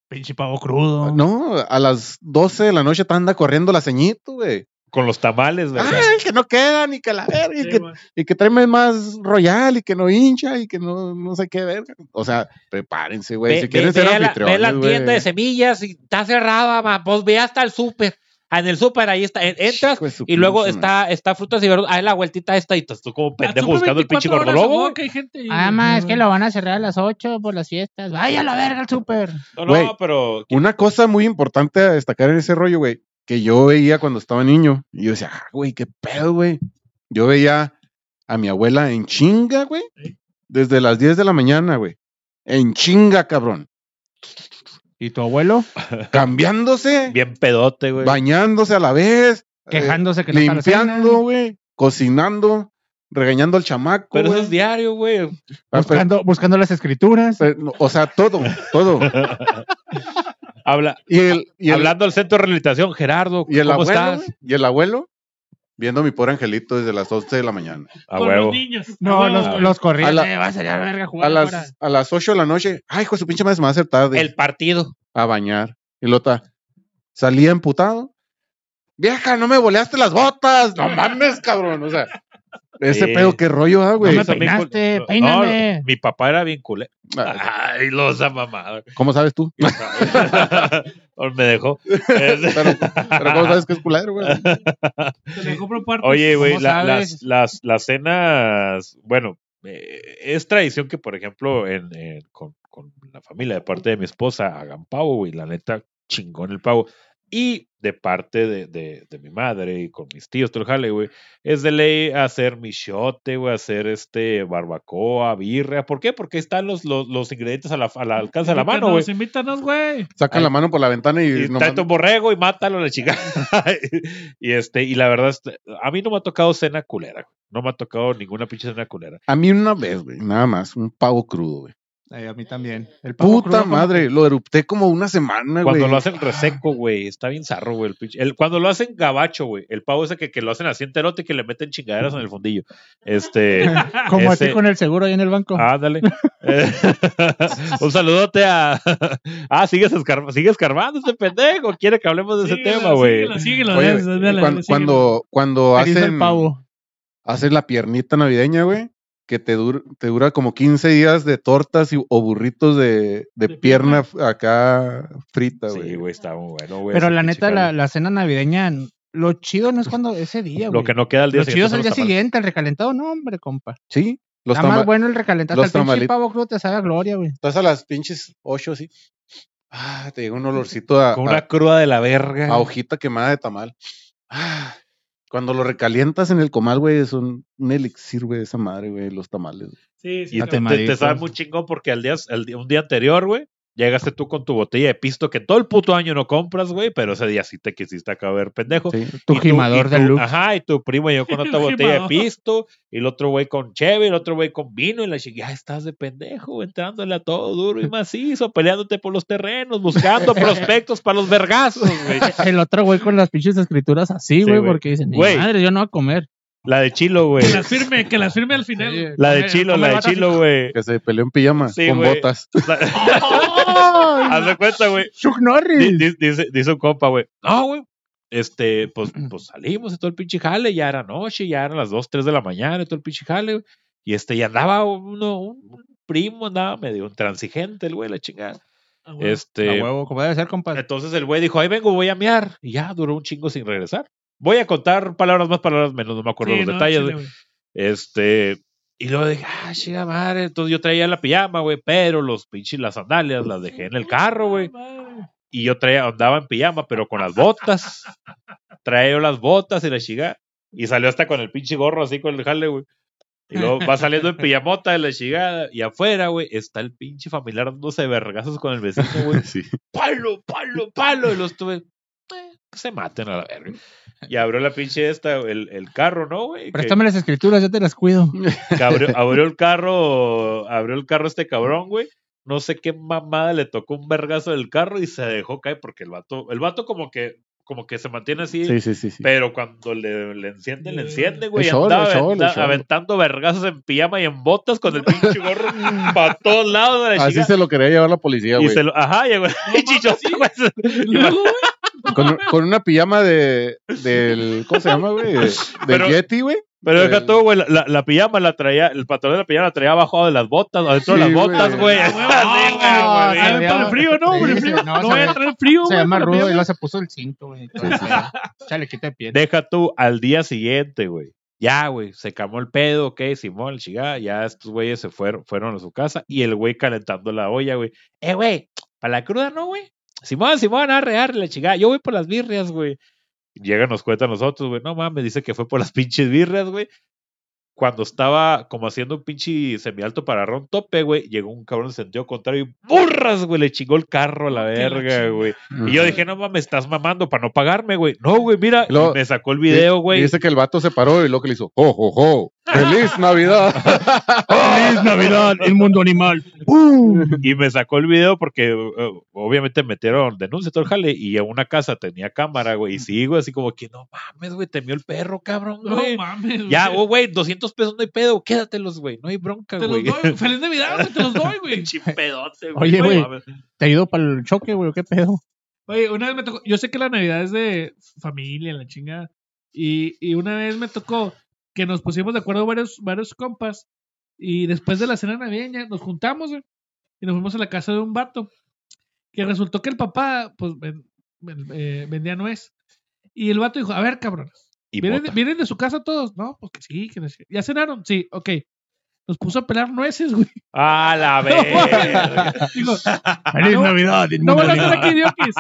D: Pinche pavo crudo.
A: No, a las 12 de la noche te anda corriendo la ceñito, güey.
B: Con los tamales,
C: Ah,
B: ¿verdad?
A: Ay, que no queda ni que la verga, y
C: Sí,
A: que
C: güey.
A: y que tráeme más royal y que no hincha y que no, no sé qué verga. O sea, prepárense, güey.
F: Ve-
A: Si quieren
F: ve-
A: ser
F: ve a la-
A: anfitriones,
F: Ve la
A: güey.
F: tienda de semillas y está cerrada, ma. Pues ve hasta el súper. Ah, En el súper ahí está. En- Entras
A: Hijo de su
F: y luego
A: pinche madre.
F: está, está frutas y verduras. Ahí la vueltita esta y estás tú
C: ah,
F: como pendejo
C: Azúcar
F: buscando el pinche
C: 24 horas,
F: gordolobo.
C: supongo
F: güey.
C: que hay gente ahí,
D: Ah,
C: güey.
D: ma, es que lo van a cerrar a las 8 por las fiestas. Vaya a la verga al súper.
B: No,
A: Güey.
B: no, pero.
A: Una cosa muy importante a destacar en ese rollo, güey, que yo veía cuando estaba niño. Y yo decía, ah, güey, qué pedo, güey. Yo veía a mi abuela en chinga, güey. Desde las 10 de la mañana, güey. En chinga, cabrón.
D: ¿Y tu abuelo?
A: Cambiándose,
B: Bien pedote, güey.
A: bañándose a la vez, eh,
D: Quejándose que no está la
A: limpiando,
D: cena.
A: güey, cocinando, regañando al chamaco.
B: Pero eso
A: güey.
B: es diario, güey.
A: Ah, pero-
D: Buscando, buscando las escrituras.
A: Pero, no, O sea, todo, todo.
B: Habla,
A: Y el, y el,
B: hablando del centro de rehabilitación, Gerardo,
A: y el
B: ¿cómo
A: abuelo,
B: estás?
A: güey, y el abuelo, viendo a mi pobre angelito desde las 11 de la mañana.
B: A
C: Con
B: huevo.
C: los niños.
D: No,
C: A huevo,
D: los, los corrían.
A: A la-
D: eh, vas a ir a la verga a jugar
A: A
D: ahora.
A: las, a las 8 de la noche, ay, hijo de su pinche madre, se me va a hacer tarde
F: El partido.
A: a bañar. Y Lota salía emputado. Vieja, no me boleaste las botas. No mames, cabrón. O sea, ese
B: Sí.
A: pedo, qué rollo, ah, güey.
D: No me
B: Son bien cul-
D: peinaste,
B: no,
D: peíname.
B: no, mi papá era bien culé.
A: Ah,
B: Ay, los mamá.
A: ¿Cómo sabes tú?
B: me
D: [laughs]
B: dejó. Este, Es-
A: [laughs] Pero, pero ¿cómo sabes que es culero, güey?
C: Te la compro partes.
B: Oye, güey,
D: ¿Cómo
B: la- las,
D: sabes?
B: las, las cenas, bueno, eh, es tradición que, por ejemplo, en, en- con, con la familia de parte de mi esposa hagan pavo, güey, la neta, chingón el pavo. Y de parte de, de, de mi madre y con mis tíos, todo el jale, güey, es de ley hacer michote, güey, hacer este barbacoa, birria. ¿Por qué? Porque ahí están los, los, los ingredientes a la, al alcance de la mano, güey.
C: Invítanos, Invítanos, güey.
A: Saca
B: Ay.
A: la mano por la ventana y,
B: Y
A: nomás-
B: tráete un borrego y mátalo a la chica. [laughs] y este, y la verdad, este, a mí no me ha tocado cena culera. güey. No me ha tocado ninguna pinche cena culera.
A: a mí una vez, güey, nada más, un pavo crudo, güey.
D: Ay, a mí también. El pavo crudo
A: Puta
D: como- [laughs]
A: madre, lo erupté como una
D: Ah,
A: semana, güey.
B: Cuando lo hacen reseco, güey, está bien zarro, güey. El pinche- el- cuando lo hacen gabacho, güey, el pavo ese que, que lo hacen así enterote y que le meten chingaderas en el fundillo.
D: [laughs]
B: Este,
D: Como a ti
B: Ese- Ah,
D: con el seguro ahí en el banco.
B: ándale. [laughs] Eh, un saludote a. [laughs] ah, sigues, escar- sigue escarbando este pendejo. Quiere que hablemos de ese
C: Síguelo,
B: tema, güey.
C: Síguelo, síguelo,
A: Oye,
C: dale,
A: güey,
C: dale,
A: cuan-
C: síguelo.
A: cuando, cuando
D: Erizo
A: hacen,
D: el pavo.
A: hacen la piernita navideña, güey, que te, dur- te dura como 15 días de tortas y, o burritos de, de
C: De pierna.
A: pierna f- acá frita, güey.
B: Sí, güey, está muy bueno, güey.
D: Pero
B: ese
D: la
B: pues, pinche
D: neta, la,
B: jale.
D: la cena navideña, lo chido no es cuando ese día,
B: Lo
D: güey.
B: que no queda al día
D: Lo chido es
B: son los
D: el día
B: tamales.
D: siguiente, el recalentado. No, hombre, compa.
A: Sí, Los
D: Está más
A: tamales.
D: bueno el recalentar.
A: los
D: Hasta el pinche
A: tamalitos.
D: pavo crudo te sabe a gloria, güey.
A: Estás a las pinches 8 así. Ah, te llega un olorcito a,
B: Con una
A: a-
B: cruda de la verga.
A: a hojita quemada de tamal. Ah, cuando lo recalientas en el comal, güey, es un, un elixir, güey, esa madre, güey, los tamales. güey.
C: Sí, sí.
B: Y
C: cabrón.
B: te, te, te sabe muy chingón porque al día, al día- un día anterior, güey, llegaste tú con tu botella de pisto que todo el puto año no compras, güey, pero ese día sí te quisiste acabar pendejo.
A: Sí.
D: Tu
B: Y
D: gimador
B: y
D: de
B: tu-
D: luz.
B: Ajá, y tu primo llegó con otra
C: El
B: botella de
C: gimador.
B: pisto, y el otro güey con cheve, el otro güey con vino, y la chingada, "Ah, estás de pendejo, entrándole a todo duro y macizo, peleándote por los terrenos, buscando prospectos para los vergazos, güey.
D: [laughs] El otro güey con las pinches escrituras así, güey,
B: güey.
D: porque dicen, "Ni
B: Güey.
D: madre, yo no voy a comer.
B: La de Chilo,
C: [laughs]
B: güey.
C: Que las firme, que las firme al final.
B: La de Chilo, la de Chilo, güey.
A: Que se peleó en pijama
B: Sí,
A: con
B: güey.
A: botas.
B: La- [laughs] Haz de cuenta, güey.
D: Chuck
B: Di-
D: Norris.
B: di- Dice, dice un compa, güey. No, güey. Este, pues,
C: [clears throat]
B: pues salimos y todo el pinche jale, ya era noche, ya eran las 2, 3 de la mañana, y todo el pinche jale, güey. Y este, y andaba uno, un, un primo, andaba medio intransigente, el güey, la chingada.
C: Ah, güey.
B: Este,
D: A huevo, como debe ser, compadre.
B: entonces el güey dijo, ahí vengo, voy a mear. Y ya duró un chingo sin regresar. Voy a contar palabras más, palabras menos, no me acuerdo
C: Sí,
B: los
C: no,
B: detalles.
C: chile,
B: güey.
C: güey.
B: Este, y luego dije, ah, chinga madre. Entonces yo traía la pijama, güey, pero los pinches, las sandalias las dejé en el carro, güey.
C: Ah,
B: y yo traía, andaba en pijama, pero con las botas. Traía yo las botas y la chiga. Y salió hasta con el pinche gorro así con el jale, güey. Y luego va saliendo en pijamota de la chingada. Y afuera, güey, está el pinche familiar dándose vergazos con el vecino, güey.
A: Sí.
B: Palo, palo, palo. Y los tuve. eh, que se maten a la verga. Y abrió la pinche esta, el, el carro, ¿no, güey? Que-
D: Préstame las escrituras, yo te las cuido.
B: que
A: [laughs]
B: abrió, abrió el carro, abrió el carro este cabrón, güey. No sé qué mamada le tocó un vergazo del carro y se dejó caer porque el vato, el vato como que, como que se mantiene así,
A: Sí, sí, sí. sí.
B: pero cuando le, le encienden, le encienden, güey.
A: Es
B: y
A: solo,
B: andaba
A: es solo,
B: aventa-
A: es solo.
B: aventando vergazos en pijama y en botas con el pinche gorro para todos lados de la
A: Así
B: chica.
A: se lo quería llevar la policía,
B: y
A: güey.
B: se lo, ajá, llegó [laughs] y chichó, güey, se-
C: Y [laughs] luego, güey,
A: Con, con una pijama de, del, ¿cómo se llama, güey? Del
B: Pero-
A: Yeti, güey.
B: Pero
A: El-
B: deja todo, güey, la, la- la pijama la traía, el pantalón de la pijama la traía abajo de las botas, adentro de
A: Sí,
B: las botas,
A: güey.
B: güey.
C: Ah,
B: [laughs] Así,
C: güey,
B: güey,
D: ah,
B: güey.
D: ah,
C: a ver, para el frío, ¿no?
D: Sí,
C: Por el
D: sí,
C: frío.
D: no,
C: No
D: se
C: voy a
D: ve-
C: traer frío,
D: Se
C: güey,
D: llama
C: por la
D: rudo y
C: pijama.
D: luego se puso el cinto, güey. [laughs] Chalequita de piel.
B: deja tú al día siguiente, güey. Ya, güey, se camó el pedo, ok, Simón, chingada, ya estos güeyes se fueron, fueron a su casa y el güey calentando la olla, güey. Eh, güey, para la cruda no, güey. Simón, Simón, arre, arre, la chingada, yo voy por las birrias, güey. Llega, nos cuenta a nosotros, güey, no mames, dice que fue por las pinches birrias, güey. Cuando estaba como haciendo un pinche semialto para ron tope, güey, llegó un cabrón en sentido contrario y ¡burras, güey! Le chingó el carro a la
C: Que la
B: verga,
C: chingada.
B: güey. Y yo dije, no mames, estás mamando para no pagarme, güey. No, güey, mira,
A: Lo-
B: y me sacó el video,
A: Y
B: güey.
A: Dice que el vato se paró y lo que le hizo, ¡jo, jo, jo! ¡Feliz
B: [laughs]
A: Navidad!
D: ¡Feliz Navidad! El mundo animal.
A: Uh,
B: Y me sacó el video porque eh, obviamente metieron denuncia y todo el jale. Y a una casa tenía cámara, güey. Y sí, güey, así como que no mames, güey, temió el perro, cabrón, güey.
C: No mames. güey.
B: ya, oh, güey, 200 pesos no hay pedo, quédatelos, güey, no hay bronca,
C: Te los
B: güey. [laughs]
C: doy. Feliz Navidad, güey, te los doy, güey.
B: Chimpedote,
D: Oye,
B: no
D: güey.
B: mames.
D: ¿Te ayudo para el choque, güey? o ¿Qué pedo?
C: [laughs] Oye, una vez me tocó. Yo sé que la Navidad es de familia, la chingada. Y, y una vez me tocó que nos pusimos de acuerdo varios, varios compas. Y después de la cena navideña nos juntamos, güey. Y nos fuimos a la casa de un vato. Que resultó que el papá, pues, ven- ven- eh, vendía nuez. Y el vato dijo: A ver, cabrón.
B: Y
C: ¿Vienen de,
B: mota.
C: vienen de su casa todos? No, pues que sí, que no sé. ¿Ya cenaron? Sí, ok. Nos puso a pelar nueces, güey.
B: A
C: [laughs]
B: la verga.
C: Digo,
D: ¡Feliz
C: No,
D: Navidad! el
C: no
D: mundo
C: van a estar
D: animal.
C: aquí, Diokis.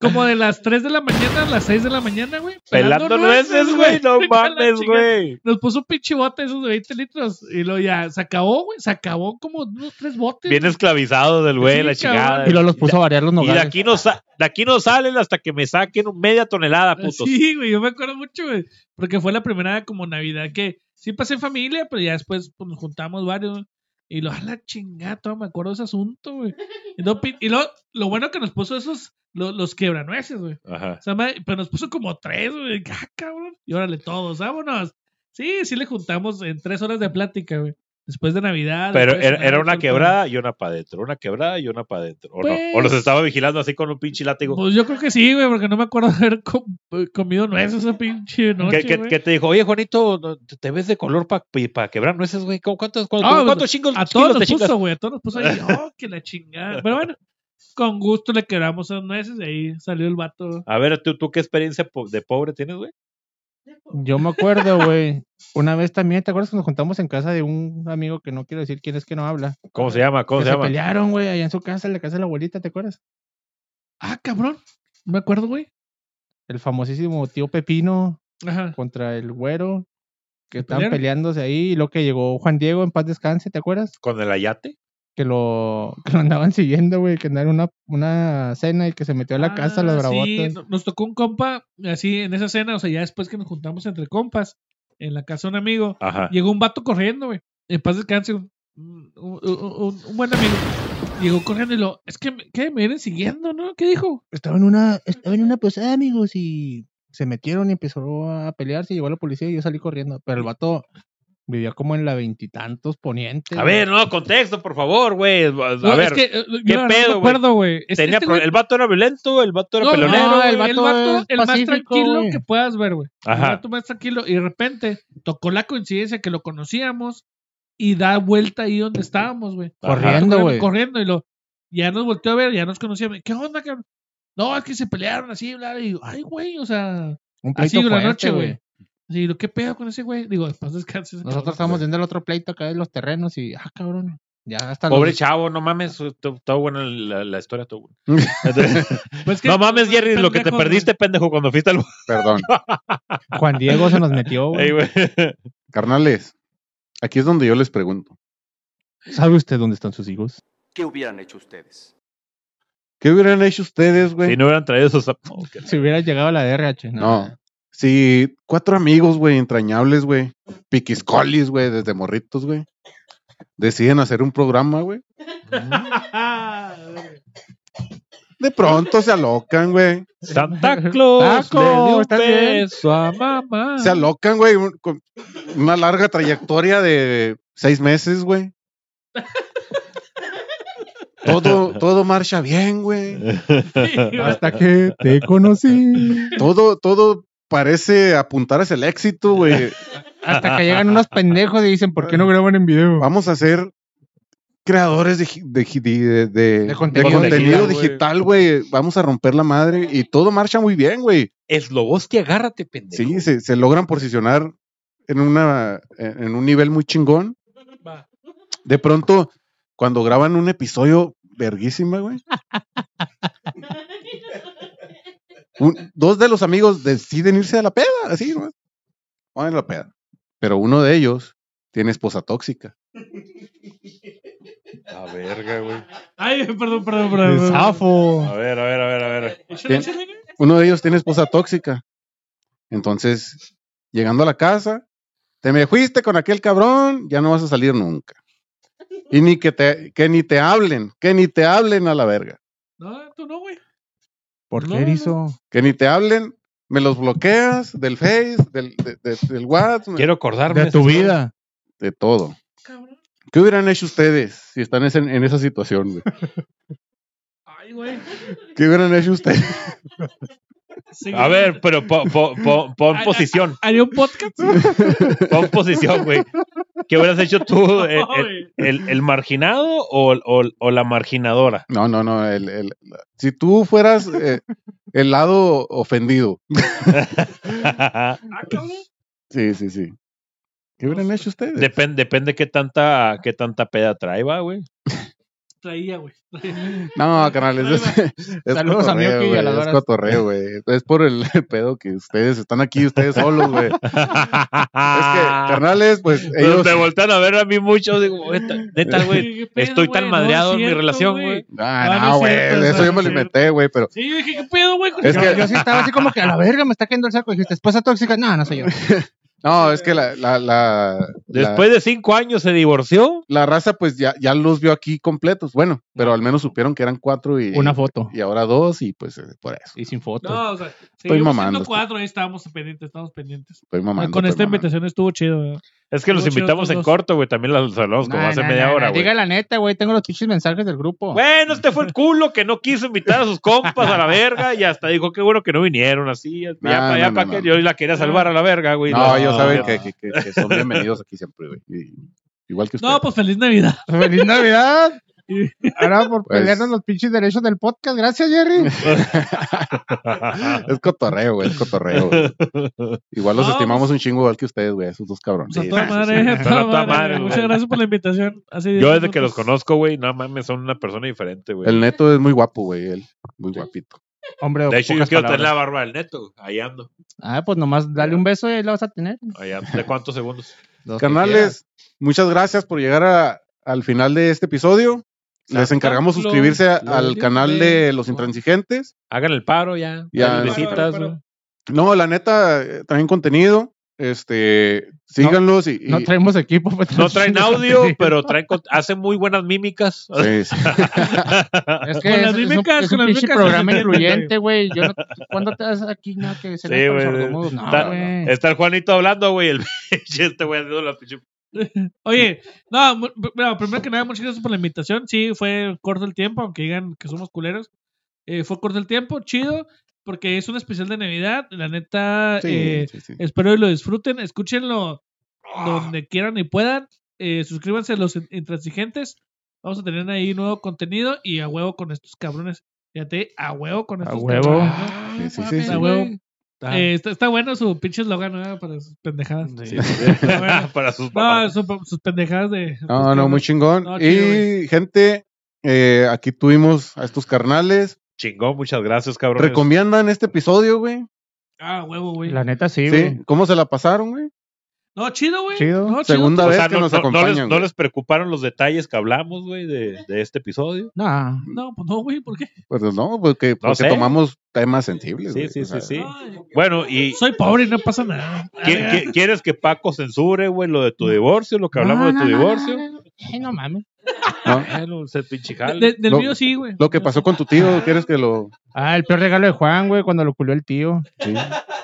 C: Como de las 3 de la mañana a las 6 de la mañana, güey.
B: Pelando nueces, güey,
C: [laughs]
B: no
C: Chinga la
B: mames,
C: chingada.
B: güey.
C: Nos puso un pinche bote esos de 20 litros. Y lo ya, se acabó, güey. Se acabó como unos 3 botes.
B: Bien esclavizado del güey,
C: Sí,
B: la
C: cabrón.
B: chingada.
D: Y luego los puso a variar los
B: Y de
D: nogales.
B: aquí, no sa- de aquí no salen hasta que me saquen media tonelada, putos.
C: Ah, Sí, güey, yo me acuerdo mucho, güey. Porque fue la primera como Navidad que sí pasé en familia, pero ya después pues, nos juntamos varios. güey. Y lo, [laughs] a la chingada, todavía me acuerdo de ese asunto, güey. Y, no pin- y lo, lo bueno que nos puso esos, lo- los quebranueces, güey.
B: Ajá.
C: O sea, madre, pero nos puso como tres, güey. [laughs] Ah, cabrón. Y órale, todos, vámonos. Sí, sí le juntamos en tres horas de plática, güey. Después de Navidad.
B: Pero
C: después de
B: era,
C: cenar,
B: era una
C: todo el pedo.
B: quebrada y una para adentro, una quebrada y una para adentro. ¿o, no? o
C: Pues-
B: los estaba vigilando así con un pinche látigo.
C: Pues yo creo que sí, güey, porque no me acuerdo [laughs] de haber com- eh, comido nueces esa pinche noche,
B: que, que-
C: güey.
B: que te dijo, oye Juanito, no, te- te ves de color para quebrar nueces, güey. ¿Cómo- ¿Cuántos, cuántos,
C: Ah, pues,
B: cuántos chingos-
C: A
B: kilos
C: todos
B: te
C: nos
B: chingas?
C: puso, güey. A todos nos
B: [laughs]
C: puso ahí. Oh, que la chingada. Pero bueno, con gusto le quebramos a nueces y ahí salió el vato.
B: A ver, ¿tú, tú qué experiencia po- de pobre tienes, güey?
D: Yo me acuerdo, güey. Una vez también, ¿te acuerdas que nos juntamos en casa de un amigo que no quiero decir quién es que no habla?
B: ¿Cómo
C: Ah,
B: se llama? ¿Cómo
D: Que
B: se,
D: se
B: llama?
D: pelearon, güey, allá en su casa, en la casa de la abuelita, ¿te acuerdas?
C: Ah, cabrón. No me acuerdo, güey.
D: El famosísimo tío Pepino
C: Ajá.
D: contra el güero, que
C: ¿Se
D: estaban
C: pelearon?
D: peleándose ahí, y lo que llegó Juan Diego en paz descanse, ¿te acuerdas?
B: ¿Con el ayate?
D: Que lo, [laughs] que lo andaban siguiendo, güey, que andaban en una, una cena y que se metió a la casa, las
C: Ah,
D: bravotas.
C: Sí, no- nos tocó un compa, así en esa cena, o sea, ya después que nos juntamos entre compas, en la casa de un amigo,
B: Ajá.
C: llegó un vato corriendo, güey. En paz descanse, un, un- un- un buen amigo. Llegó corriendo y lo, es que, me- ¿qué? Me vienen siguiendo, ¿no? ¿Qué dijo?
D: Estaba en una, estaba en una posada, amigos, y se metieron y empezó a pelearse, llegó la policía y yo salí corriendo. Pero el vato vivía como en la veintitantos poniente.
B: A
D: güey.
B: ver, no, contexto, por favor, güey. Pues, A
C: No,
B: ver,
C: es que, eh, yo
B: ¿qué
C: la verdad
B: pedo,
C: no me acuerdo, güey. Es-
B: tenía
C: este
B: pro-
C: güey-
B: el vato era violento, el vato era
C: No,
B: pelonero.
C: no,
D: el
C: el
D: vato
C: vato,
D: es
C: el más
D: pacífico,
C: tranquilo
D: güey.
C: que puedas ver, güey. El
B: Ajá.
C: vato más tranquilo. Y de repente tocó la coincidencia que lo conocíamos y da vuelta ahí donde estábamos, güey.
B: Ajá.
D: corriendo, güey.
C: Corriendo y lo. Ya nos volteó a ver, ya nos conocíamos. ¿Qué onda, cabrón? No, es que se pelearon así, bla, bla. Y yo, ay, güey, o sea.
D: Un
C: Así
D: pleito
C: de la
D: fuerte,
C: noche, güey. Así, lo que pedo con ese güey. Digo, después descanse.
B: [laughs]
C: ese
D: Nosotros
C: cabrón,
D: estábamos viendo el otro pleito acá de los terrenos y, ah, cabrón. Ya hasta
B: Pobre
D: los...
B: chavo, no mames, está buena la, la historia. estuvo buena.
D: [laughs]
C: güey. Pues es que-
B: no mames, Jerry, lo que te
C: pendejo, güey. [laughs]
B: perdiste, pendejo, cuando fuiste al...
A: Perdón.
D: [laughs] Juan Diego se nos metió,
B: Ey, [laughs]
D: güey.
B: güey.
A: Carnales, aquí es donde yo les pregunto.
D: ¿Sabe usted dónde están sus hijos?
G: ¿Qué hubieran hecho ustedes?
A: ¿Qué hubieran hecho ustedes, güey?
B: Si no hubieran traído esos zap- Oh,
D: [laughs]
B: qué-
D: Si hubiera llegado a la DRH.
A: No. Si cuatro amigos, güey, entrañables, güey, piquiscolis, güey, desde morritos, güey, deciden hacer un programa, güey,
C: Ah,
A: de pronto se alocan, güey.
B: Santa Claus
D: Taco,
B: le dio un
D: ¿estás bien?
B: beso a
D: [laughs]
B: mamá.
A: Se alocan, güey, un- con una larga trayectoria de seis meses, güey. Todo, todo marcha bien, güey.
D: Hasta que te conocí.
A: Todo, todo parece apuntar hacia el éxito, güey.
D: Hasta que llegan unos pendejos y dicen, ¿por qué no graban en video?
A: Vamos a ser creadores de, gi- de gi- de- de- de- de
D: contenido
A: contenido
B: digital, güey.
A: digital, güey. Vamos a romper la madre y todo marcha muy bien, güey.
B: Esloboski, agárrate, pendejo.
A: Sí, se, se logran posicionar en, una, en en un nivel muy chingón.
C: Va.
A: De pronto, cuando graban un episodio verguísima, güey. un- dos de los amigos deciden irse a la peda, así, ¿no? Van a la peda. Pero uno de ellos tiene esposa tóxica.
B: A verga, güey.
C: Ay, perdón, perdón, perdón.
D: El
C: perdón.
D: zafo.
B: A ver, a ver, a ver, a ver.
C: Échale,
A: Bien.
C: échale, güey.
A: Uno de ellos tiene esposa tóxica. Entonces, llegando a la casa, te me fuiste con aquel cabrón, ya no vas a salir nunca. Y ni que te, que ni te hablen, que ni te hablen a la verga.
C: No, tú no, güey.
D: ¿Por
C: No,
D: qué
C: no, no.
D: erizo?
A: Que ni te hablen, me los bloqueas del Face, del, de- de- del WhatsApp,
B: Quiero acordarme.
D: De tu vida.
A: de todo.
C: [laughs] Cabrón.
A: ¿Qué hubieran hecho ustedes si están es- en, esa situación? güey?
C: Ay, güey.
A: ¿Qué hubieran hecho ustedes?
C: Sí.
B: A ver, pero po- po- po- pon
C: Ay,
B: posición.
C: ¿Haría un podcast?
B: Pon posición, güey. ¿Qué hubieras hecho tú? El,
C: No,
B: el-
C: güey.
B: el- el marginado o, o- o la marginadora? [laughs]
A: No, no, no. el- el- la- si tú fueras eh, el lado ofendido.
C: Ah, cabrón.
A: Sí, sí, sí. ¿Qué hubieran hecho ustedes?
B: Depende, depende qué tanta, qué tanta peda
A: [laughs]
B: traiba, güey. [laughs]
C: Traía, güey.
A: No, canales, es, [laughs] es
D: Saludos a
A: cotorreo,
D: Miyuki y a
A: güey,
D: las
A: es
D: horas.
A: cotorreo, güey. Es por el [laughs] pedo que ustedes están aquí, ustedes solos, güey. Es que,
B: Ah.
A: carnales, pues
B: Pero
A: ellos...
B: te voltean a ver a mí mucho. Digo, güey, ta- neta, güey.
C: ¿Qué pedo,
B: Estoy tan
C: güey? No,
B: madreado en mi
C: cierto,
B: relación, güey.
A: Ah,
C: Ah, no
A: no,
C: es
A: güey,
C: cierto,
A: de eso
C: no
A: yo
C: es
A: me lo
C: cierto.
A: inventé, güey, pero...
C: Sí, yo dije, ¿qué pedo, güey?
A: Es
D: Yo,
A: que-
D: yo sí estaba así como que a la verga, me está cayendo el saco. Dijiste, esposa tóxica. No, no soy yo.
B: Pues
A: No, es que la... la, la [laughs] la-
B: Después de cinco años se divorció.
A: la raza pues ya, ya los vio aquí completos. Bueno, pero al menos supieron que eran cuatro
C: [laughs]
A: y,
D: Una foto.
A: y ahora dos y pues eh, por eso.
D: Y sin foto.
C: No, o sea, seguimos
A: mamando,
C: siendo cuatro, ahí estábamos pendientes, estábamos pendientes.
A: Estoy mamando.
C: Con este esta
A: estoy mamando.
C: invitación estuvo chido, ¿verdad?
B: Es que los
C: Estuvo chido
B: invitamos en
C: todos.
B: corto, güey. También los hablamos como
D: Nah,
B: hace
D: nah,
B: media
D: nah,
B: hora,
D: nah,
B: güey.
D: Diga la neta, güey. Tengo los pinches mensajes del grupo.
B: Bueno, este fue el culo que no quiso invitar a sus compas a la verga y hasta dijo, qué bueno que no vinieron así. Ya
A: No,
B: para allá,
A: no,
B: para
A: no,
B: que
A: no.
B: yo la quería salvar a la verga, güey.
A: No,
B: yo
A: ellos saben que, que-
C: pues,
A: que- que son bienvenidos aquí siempre, güey. Y- Igual que ustedes.
C: No, pues feliz Navidad.
D: [laughs] ¡Feliz Navidad! Ahora por
A: Pues-
D: pelearnos los pinches derechos del podcast. Gracias, Jerry.
A: [laughs] Es cotorreo, güey, es cotorreo.
C: [laughs]
A: güey. Igual los
C: No,
A: estimamos un chingo igual que ustedes, güey, esos dos cabrones.
C: Pues a toda madre, a
B: Están a
C: toda
B: toda
C: madre.
B: madre,
C: Muchas
B: güey.
C: gracias por la invitación. Así
B: [laughs] Yo desde que los conozco, güey, no mames, son una persona diferente, güey.
A: El neto es muy guapo, güey, él, muy guapito.
D: Hombre,
B: De hecho, yo
D: pocas
B: quiero
D: palabras.
B: tener la barba del neto. Ahí ando.
D: Ah, pues nomás dale un beso y ahí la vas a tener.
B: Ahí ando. ¿De cuántos segundos?
D: Los que quieras.
A: Carnales, muchas gracias por llegar a- al final de este episodio. Les
B: Santa
A: encargamos
C: Claus,
A: suscribirse a- al
C: Gloria
A: canal de
C: Bendita.
A: Los Intransigentes.
B: Hagan el paro ya.
A: Ya.
B: Denle
C: Paro,
B: visitas,
C: paro,
B: güey.
A: No, la neta, eh, traen contenido. Este, síganlos y. y-
D: No traemos equipo. pues,
B: [laughs] No traen
D: [laughs] chingas,
B: audio,
D: contenido.
B: pero traen cont- hacen muy buenas mímicas.
A: Sí,
C: [laughs]
A: sí.
D: Es que
C: Con
D: es,
C: las
D: es un,
C: mímicas,
D: es
C: con las
D: un pinche
C: mímicas
D: programa
C: se entiende,
D: incluyente, güey. Yo no, [laughs] ¿Cuándo te das aquí? No, que se
B: Sí,
D: nos
B: güey.
D: sordomudos. No,
B: Está-
D: güey.
B: Está el Juanito hablando, güey. El [laughs] pinche este güey haciendo la pinche.
C: Oye, no, mu- bueno, primero que nada, muchas gracias por la invitación. Sí, fue corto el tiempo, aunque digan que somos culeros. Eh, fue corto el tiempo, chido, porque es un especial de Navidad. La neta, eh,
A: sí, sí.
C: espero y lo disfruten. Escúchenlo donde quieran y puedan. Eh, suscríbanse a los in- intransigentes. Vamos a tener ahí nuevo contenido y a huevo con estos cabrones. Fíjate, a huevo con estos
D: huevo.
C: cabrones,
A: Sí,
C: ¿no?
A: sí, sí, sí.
C: A huevo.
B: Ah.
C: Eh, está, está bueno su pinche eslogan ¿no? para sus pendejadas.
B: [laughs] Para sus
C: No,
B: papás.
C: su- sus pendejadas de.
A: No, no, muy chingón.
C: Pues, No, chido,
A: y, gente, eh, aquí tuvimos a estos carnales.
B: Chingón, muchas gracias, cabrón.
A: ¿Recomiendan este episodio, güey?
C: Ah, huevo, güey.
D: La neta, sí,
A: Sí.
D: güey.
A: ¿Cómo se la pasaron, güey?
C: No, chido, güey.
D: Chido.
C: No,
A: Segunda
B: O
A: vez
B: sea,
A: que
B: no,
A: nos
B: no- no
A: acompañan.
B: les, no
A: güey.
B: les preocuparon los detalles que hablamos, güey, de, de este episodio.
D: No.
C: No, pues no, güey, ¿por qué?
A: Pues no, porque, porque
B: sé.
A: tomamos temas sensibles.
B: Sí,
A: güey,
B: sí,
A: o
B: sí,
A: sea,
B: sí.
C: Ay,
B: Bueno, y
C: soy pobre y no pasa nada.
B: ¿qui-
C: Ah,
B: qui- ¿quieres que Paco censure, güey, lo de tu divorcio, lo que hablamos
D: No,
B: de tu
D: no, no,
B: divorcio?
D: no, no. Ay, no mames.
A: ¿no?
B: Bueno, ese pinche
C: de-
B: jale.
C: de- del
A: Lo-
C: mío sí, güey.
A: Lo que pasó con tu tío, ¿quieres que lo.?
D: Ah, el peor regalo de Juan, güey, cuando lo culió el tío.
A: sí?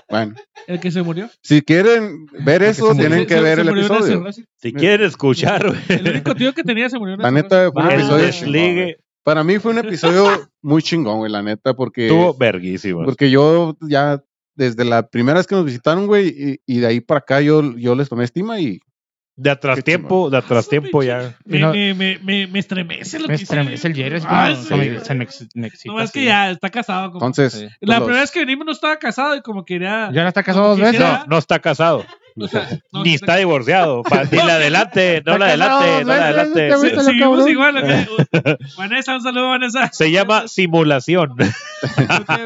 A: Bueno,
C: El que se murió.
A: si quieren ver eso,
D: se murió.
A: tienen
C: Se-
A: que
C: se-
A: ver
C: se
A: el
C: murió de una
A: episodio.
C: cirrosis.
B: Si quieres escuchar, güey,
C: El único tío que tenía se murió. de una
A: La neta, fue un
B: el
A: episodio
C: cirrosis.
A: chingón, güey.
B: desligue,
A: Para mí fue un episodio muy chingón, güey, la neta, porque.
B: estuvo
C: pues.
B: verguísimo.
A: Porque yo ya, desde la primera vez que nos visitaron, güey, y, y de ahí para acá yo, yo les tomé estima y.
B: De atrás
A: Qué
B: tiempo, de atrás tiempo ya.
C: Me,
D: Y no-
C: me, me, me, me estremece lo
D: Me
C: que hice.
D: estremece el Jerry. así
C: Ah,
D: como-
C: sí,
D: como
C: güey.
D: se me, ex- me excita
C: No, es que
D: así.
C: ya está casado. Como...
A: Entonces. pues,
D: Sí.
C: La
A: los-
C: primera vez que venimos no estaba casado y como quería.
D: Ya la está casado dos
C: Como
D: veces.
C: quisiera.
B: No, no está casado.
C: no,
B: Ni está
C: [laughs]
B: divorciado. Pa- Ni la adelante, no la
D: Está casado
B: adelante,
D: dos
B: no la
D: veces,
B: adelante.
D: este güey
B: Se-
D: está-
C: Se- Seguimos igual.
A: [laughs]
C: ok. Vanessa, un saludo, Vanessa.
B: Se llama simulación.
C: Ok,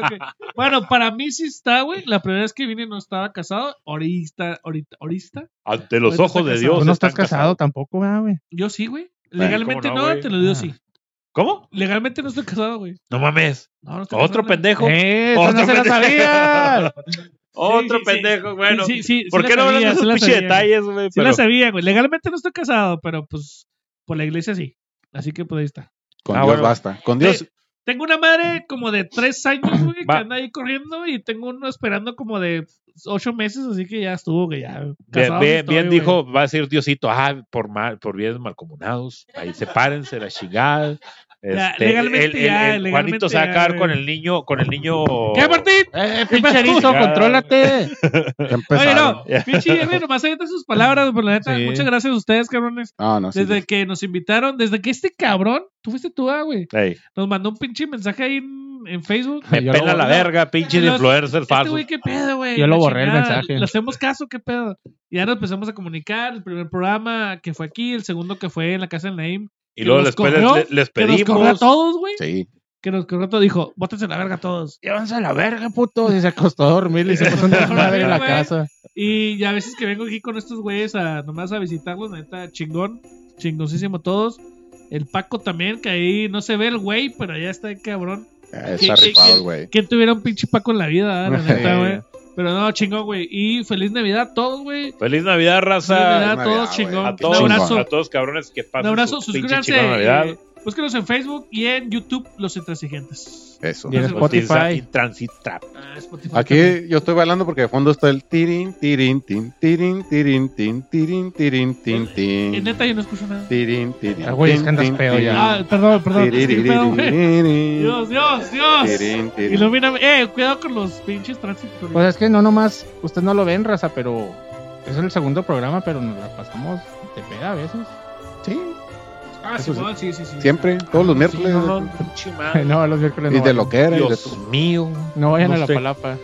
C: ok. Bueno, para mí sí está, güey. La primera vez que vine no estaba casado. Ahorita, ahorita, ahorita.
B: Ante los
C: Ahorita
B: ojos
C: Pues está
B: de
C: casado.
B: Dios.
D: Tú Pues no estás
B: están
D: casado
B: casados.
D: tampoco, ah, güey.
C: Yo sí, güey.
A: Bueno,
C: Legalmente
B: ¿cómo no,
C: no,
B: güey?
C: te lo digo
D: Ah.
C: sí.
B: ¿Cómo?
C: Legalmente no estoy casado, güey.
B: No mames.
C: No, no estoy
B: Otro
C: casado,
B: pendejo.
D: ¡Eh! ¡Eso
B: Otro
D: no se lo
B: pendejo.
D: sabía!
B: Otro
C: sí, sí.
B: pendejo. Bueno,
C: Sí, sí, sí,
B: ¿por
C: sí
B: qué
C: la
B: no hablan
C: sabía,
B: de
C: sí
B: esos
C: la
B: pinches
C: sabía, güey.
B: detalles, güey?
C: Sí
B: Pero-
C: la sabía, güey. Legalmente no estoy casado, pero pues por la iglesia sí. Así que pues ahí está.
A: Con
B: Ah,
A: Dios
B: bueno.
A: basta. Con Dios.
C: Sí, Tengo una madre como de tres años, güey, que
B: Va.
C: anda ahí corriendo y tengo uno esperando como de ocho meses, así que ya estuvo, que ya.
B: Bien,
C: casado
B: bien,
C: estoy,
B: bien
C: güey.
B: dijo, va a decir Diosito, ah, por mal, por bienes malcomunados, ahí sepárense la chingada.
C: Ya,
B: Este,
C: legalmente
B: el, el-
C: ya,
B: el Juanito
C: legalmente
B: se va a
C: ya,
B: acabar
C: güey.
B: con el niño, con el niño.
C: ¿Qué, Martín?
D: ¡Eh,
C: pasó?
D: pinche erizo,
B: Ya,
D: contrólate!
A: ya
C: [laughs] Oye,
A: empezaron.
C: no, pinche Jerry, nomás avienta sus palabras, por la neta.
D: Sí.
C: Muchas gracias a ustedes, cabrones.
A: No, no, sí,
C: Desde que nos invitaron, desde que este cabrón, tú fuiste tú, ah, güey,
B: Ey,
C: nos mandó un pinche mensaje ahí en, en Facebook.
B: [laughs] me
D: Yo lo
B: pela la
C: borré.
B: verga, pinche
C: Los-
B: influencer
C: Este
B: falso.
C: güey, qué pedo, güey.
D: Yo lo
C: La
D: borré el
C: chingada.
D: mensaje.
C: Le hacemos caso, qué pedo. Y ya nos empezamos a comunicar. El primer programa que fue aquí, el segundo que fue en la casa del Naim.
B: y luego
C: que
B: les,
C: nos
B: pe-
C: corrió,
B: les- les
C: Que nos corrió a
B: pedimos.
C: todos, güey.
A: sí.
C: Que nos corrió a todos. Dijo, bótense la verga a todos.
D: Llévanse a la verga, puto. Y se acostó a dormir y se puso un desmadre en la casa.
C: Y ya a veces que vengo aquí con estos güeyes a nomás a visitarlos, neta, chingón. Chingoncísimo todos. El Paco también, que ahí no se ve el güey, pero allá está el cabrón.
A: Ah, Está
C: ¿Qué- qué-
A: rifado, güey.
C: ¿Quién tuviera un pinche Paco en la vida? ah? La neta,
A: Sí.
C: güey. Pero no, chingón, güey. Y feliz Navidad a todos, güey.
B: Feliz Navidad, raza.
C: Feliz Navidad
A: Navidad,
C: a todos,
A: güey.
C: chingón.
B: A todos,
C: Un
B: a
C: abrazo.
B: todos cabrones que pasen.
C: Un abrazo.
B: su pinche
C: Suscríbanse.
B: chingona Navidad.
C: eh, búsquenos en Facebook y en YouTube, Los Intransigentes.
A: Eso.
D: Y en
B: Pues,
C: Los
D: Spotify.
B: Y Transit Trap.
C: Ah, Spotify también.
A: Aquí yo estoy bailando porque de fondo está el tirin, tirin, tin, tirin, tirin, tin, tirin, tirin, tin,
C: En
A: tin.
C: neta yo no escucho nada.
A: Tirin, tirin.
D: Ah, güey, es
A: tin,
D: que andas
A: tin,
D: pedo
A: tin.
D: ya.
C: Ah, perdón, perdón. es que pedo, güey.
A: Tiririririn.
C: Dios, Dios, Dios.
A: Tirin, tirin.
C: Ilumíname. Eh, cuidado con los pinches tránsitos.
D: Pues es que no nomás, usted no lo ven, raza, pero es el segundo programa, pero nos la pasamos de peda a veces.
A: Sí.
C: Ah,
A: Eso
C: Simón, sí, sí, sí.
A: Siempre, todos los miércoles.
F: No, no, pinche madre.
D: [laughs] No, los miércoles
A: y de
D: no. vayan.
A: lo que era. y de
F: Dios
A: todo.
F: mío.
D: No vayan
F: no
D: a la
F: sé.
D: palapa.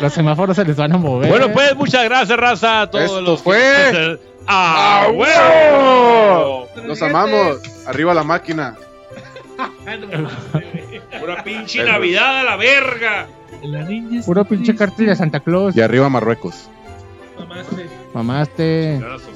D: Los semáforos se les van a mover.
B: Bueno, pues muchas gracias, raza. A todos
A: Esto
B: los que-
A: fue- ¡Ah,
B: ¡A
A: ¡A
B: huevo!
A: Los amamos. Arriba la máquina.
C: Ah, no, no, sí,
F: Una pinche
A: Eso.
F: Navidad a la verga.
C: güey. La niña es
D: Puro pinche
C: triste.
D: cartel de Santa Claus.
A: Y arriba Marruecos.
C: Mamaste.
D: Mamaste.
B: Abrazo.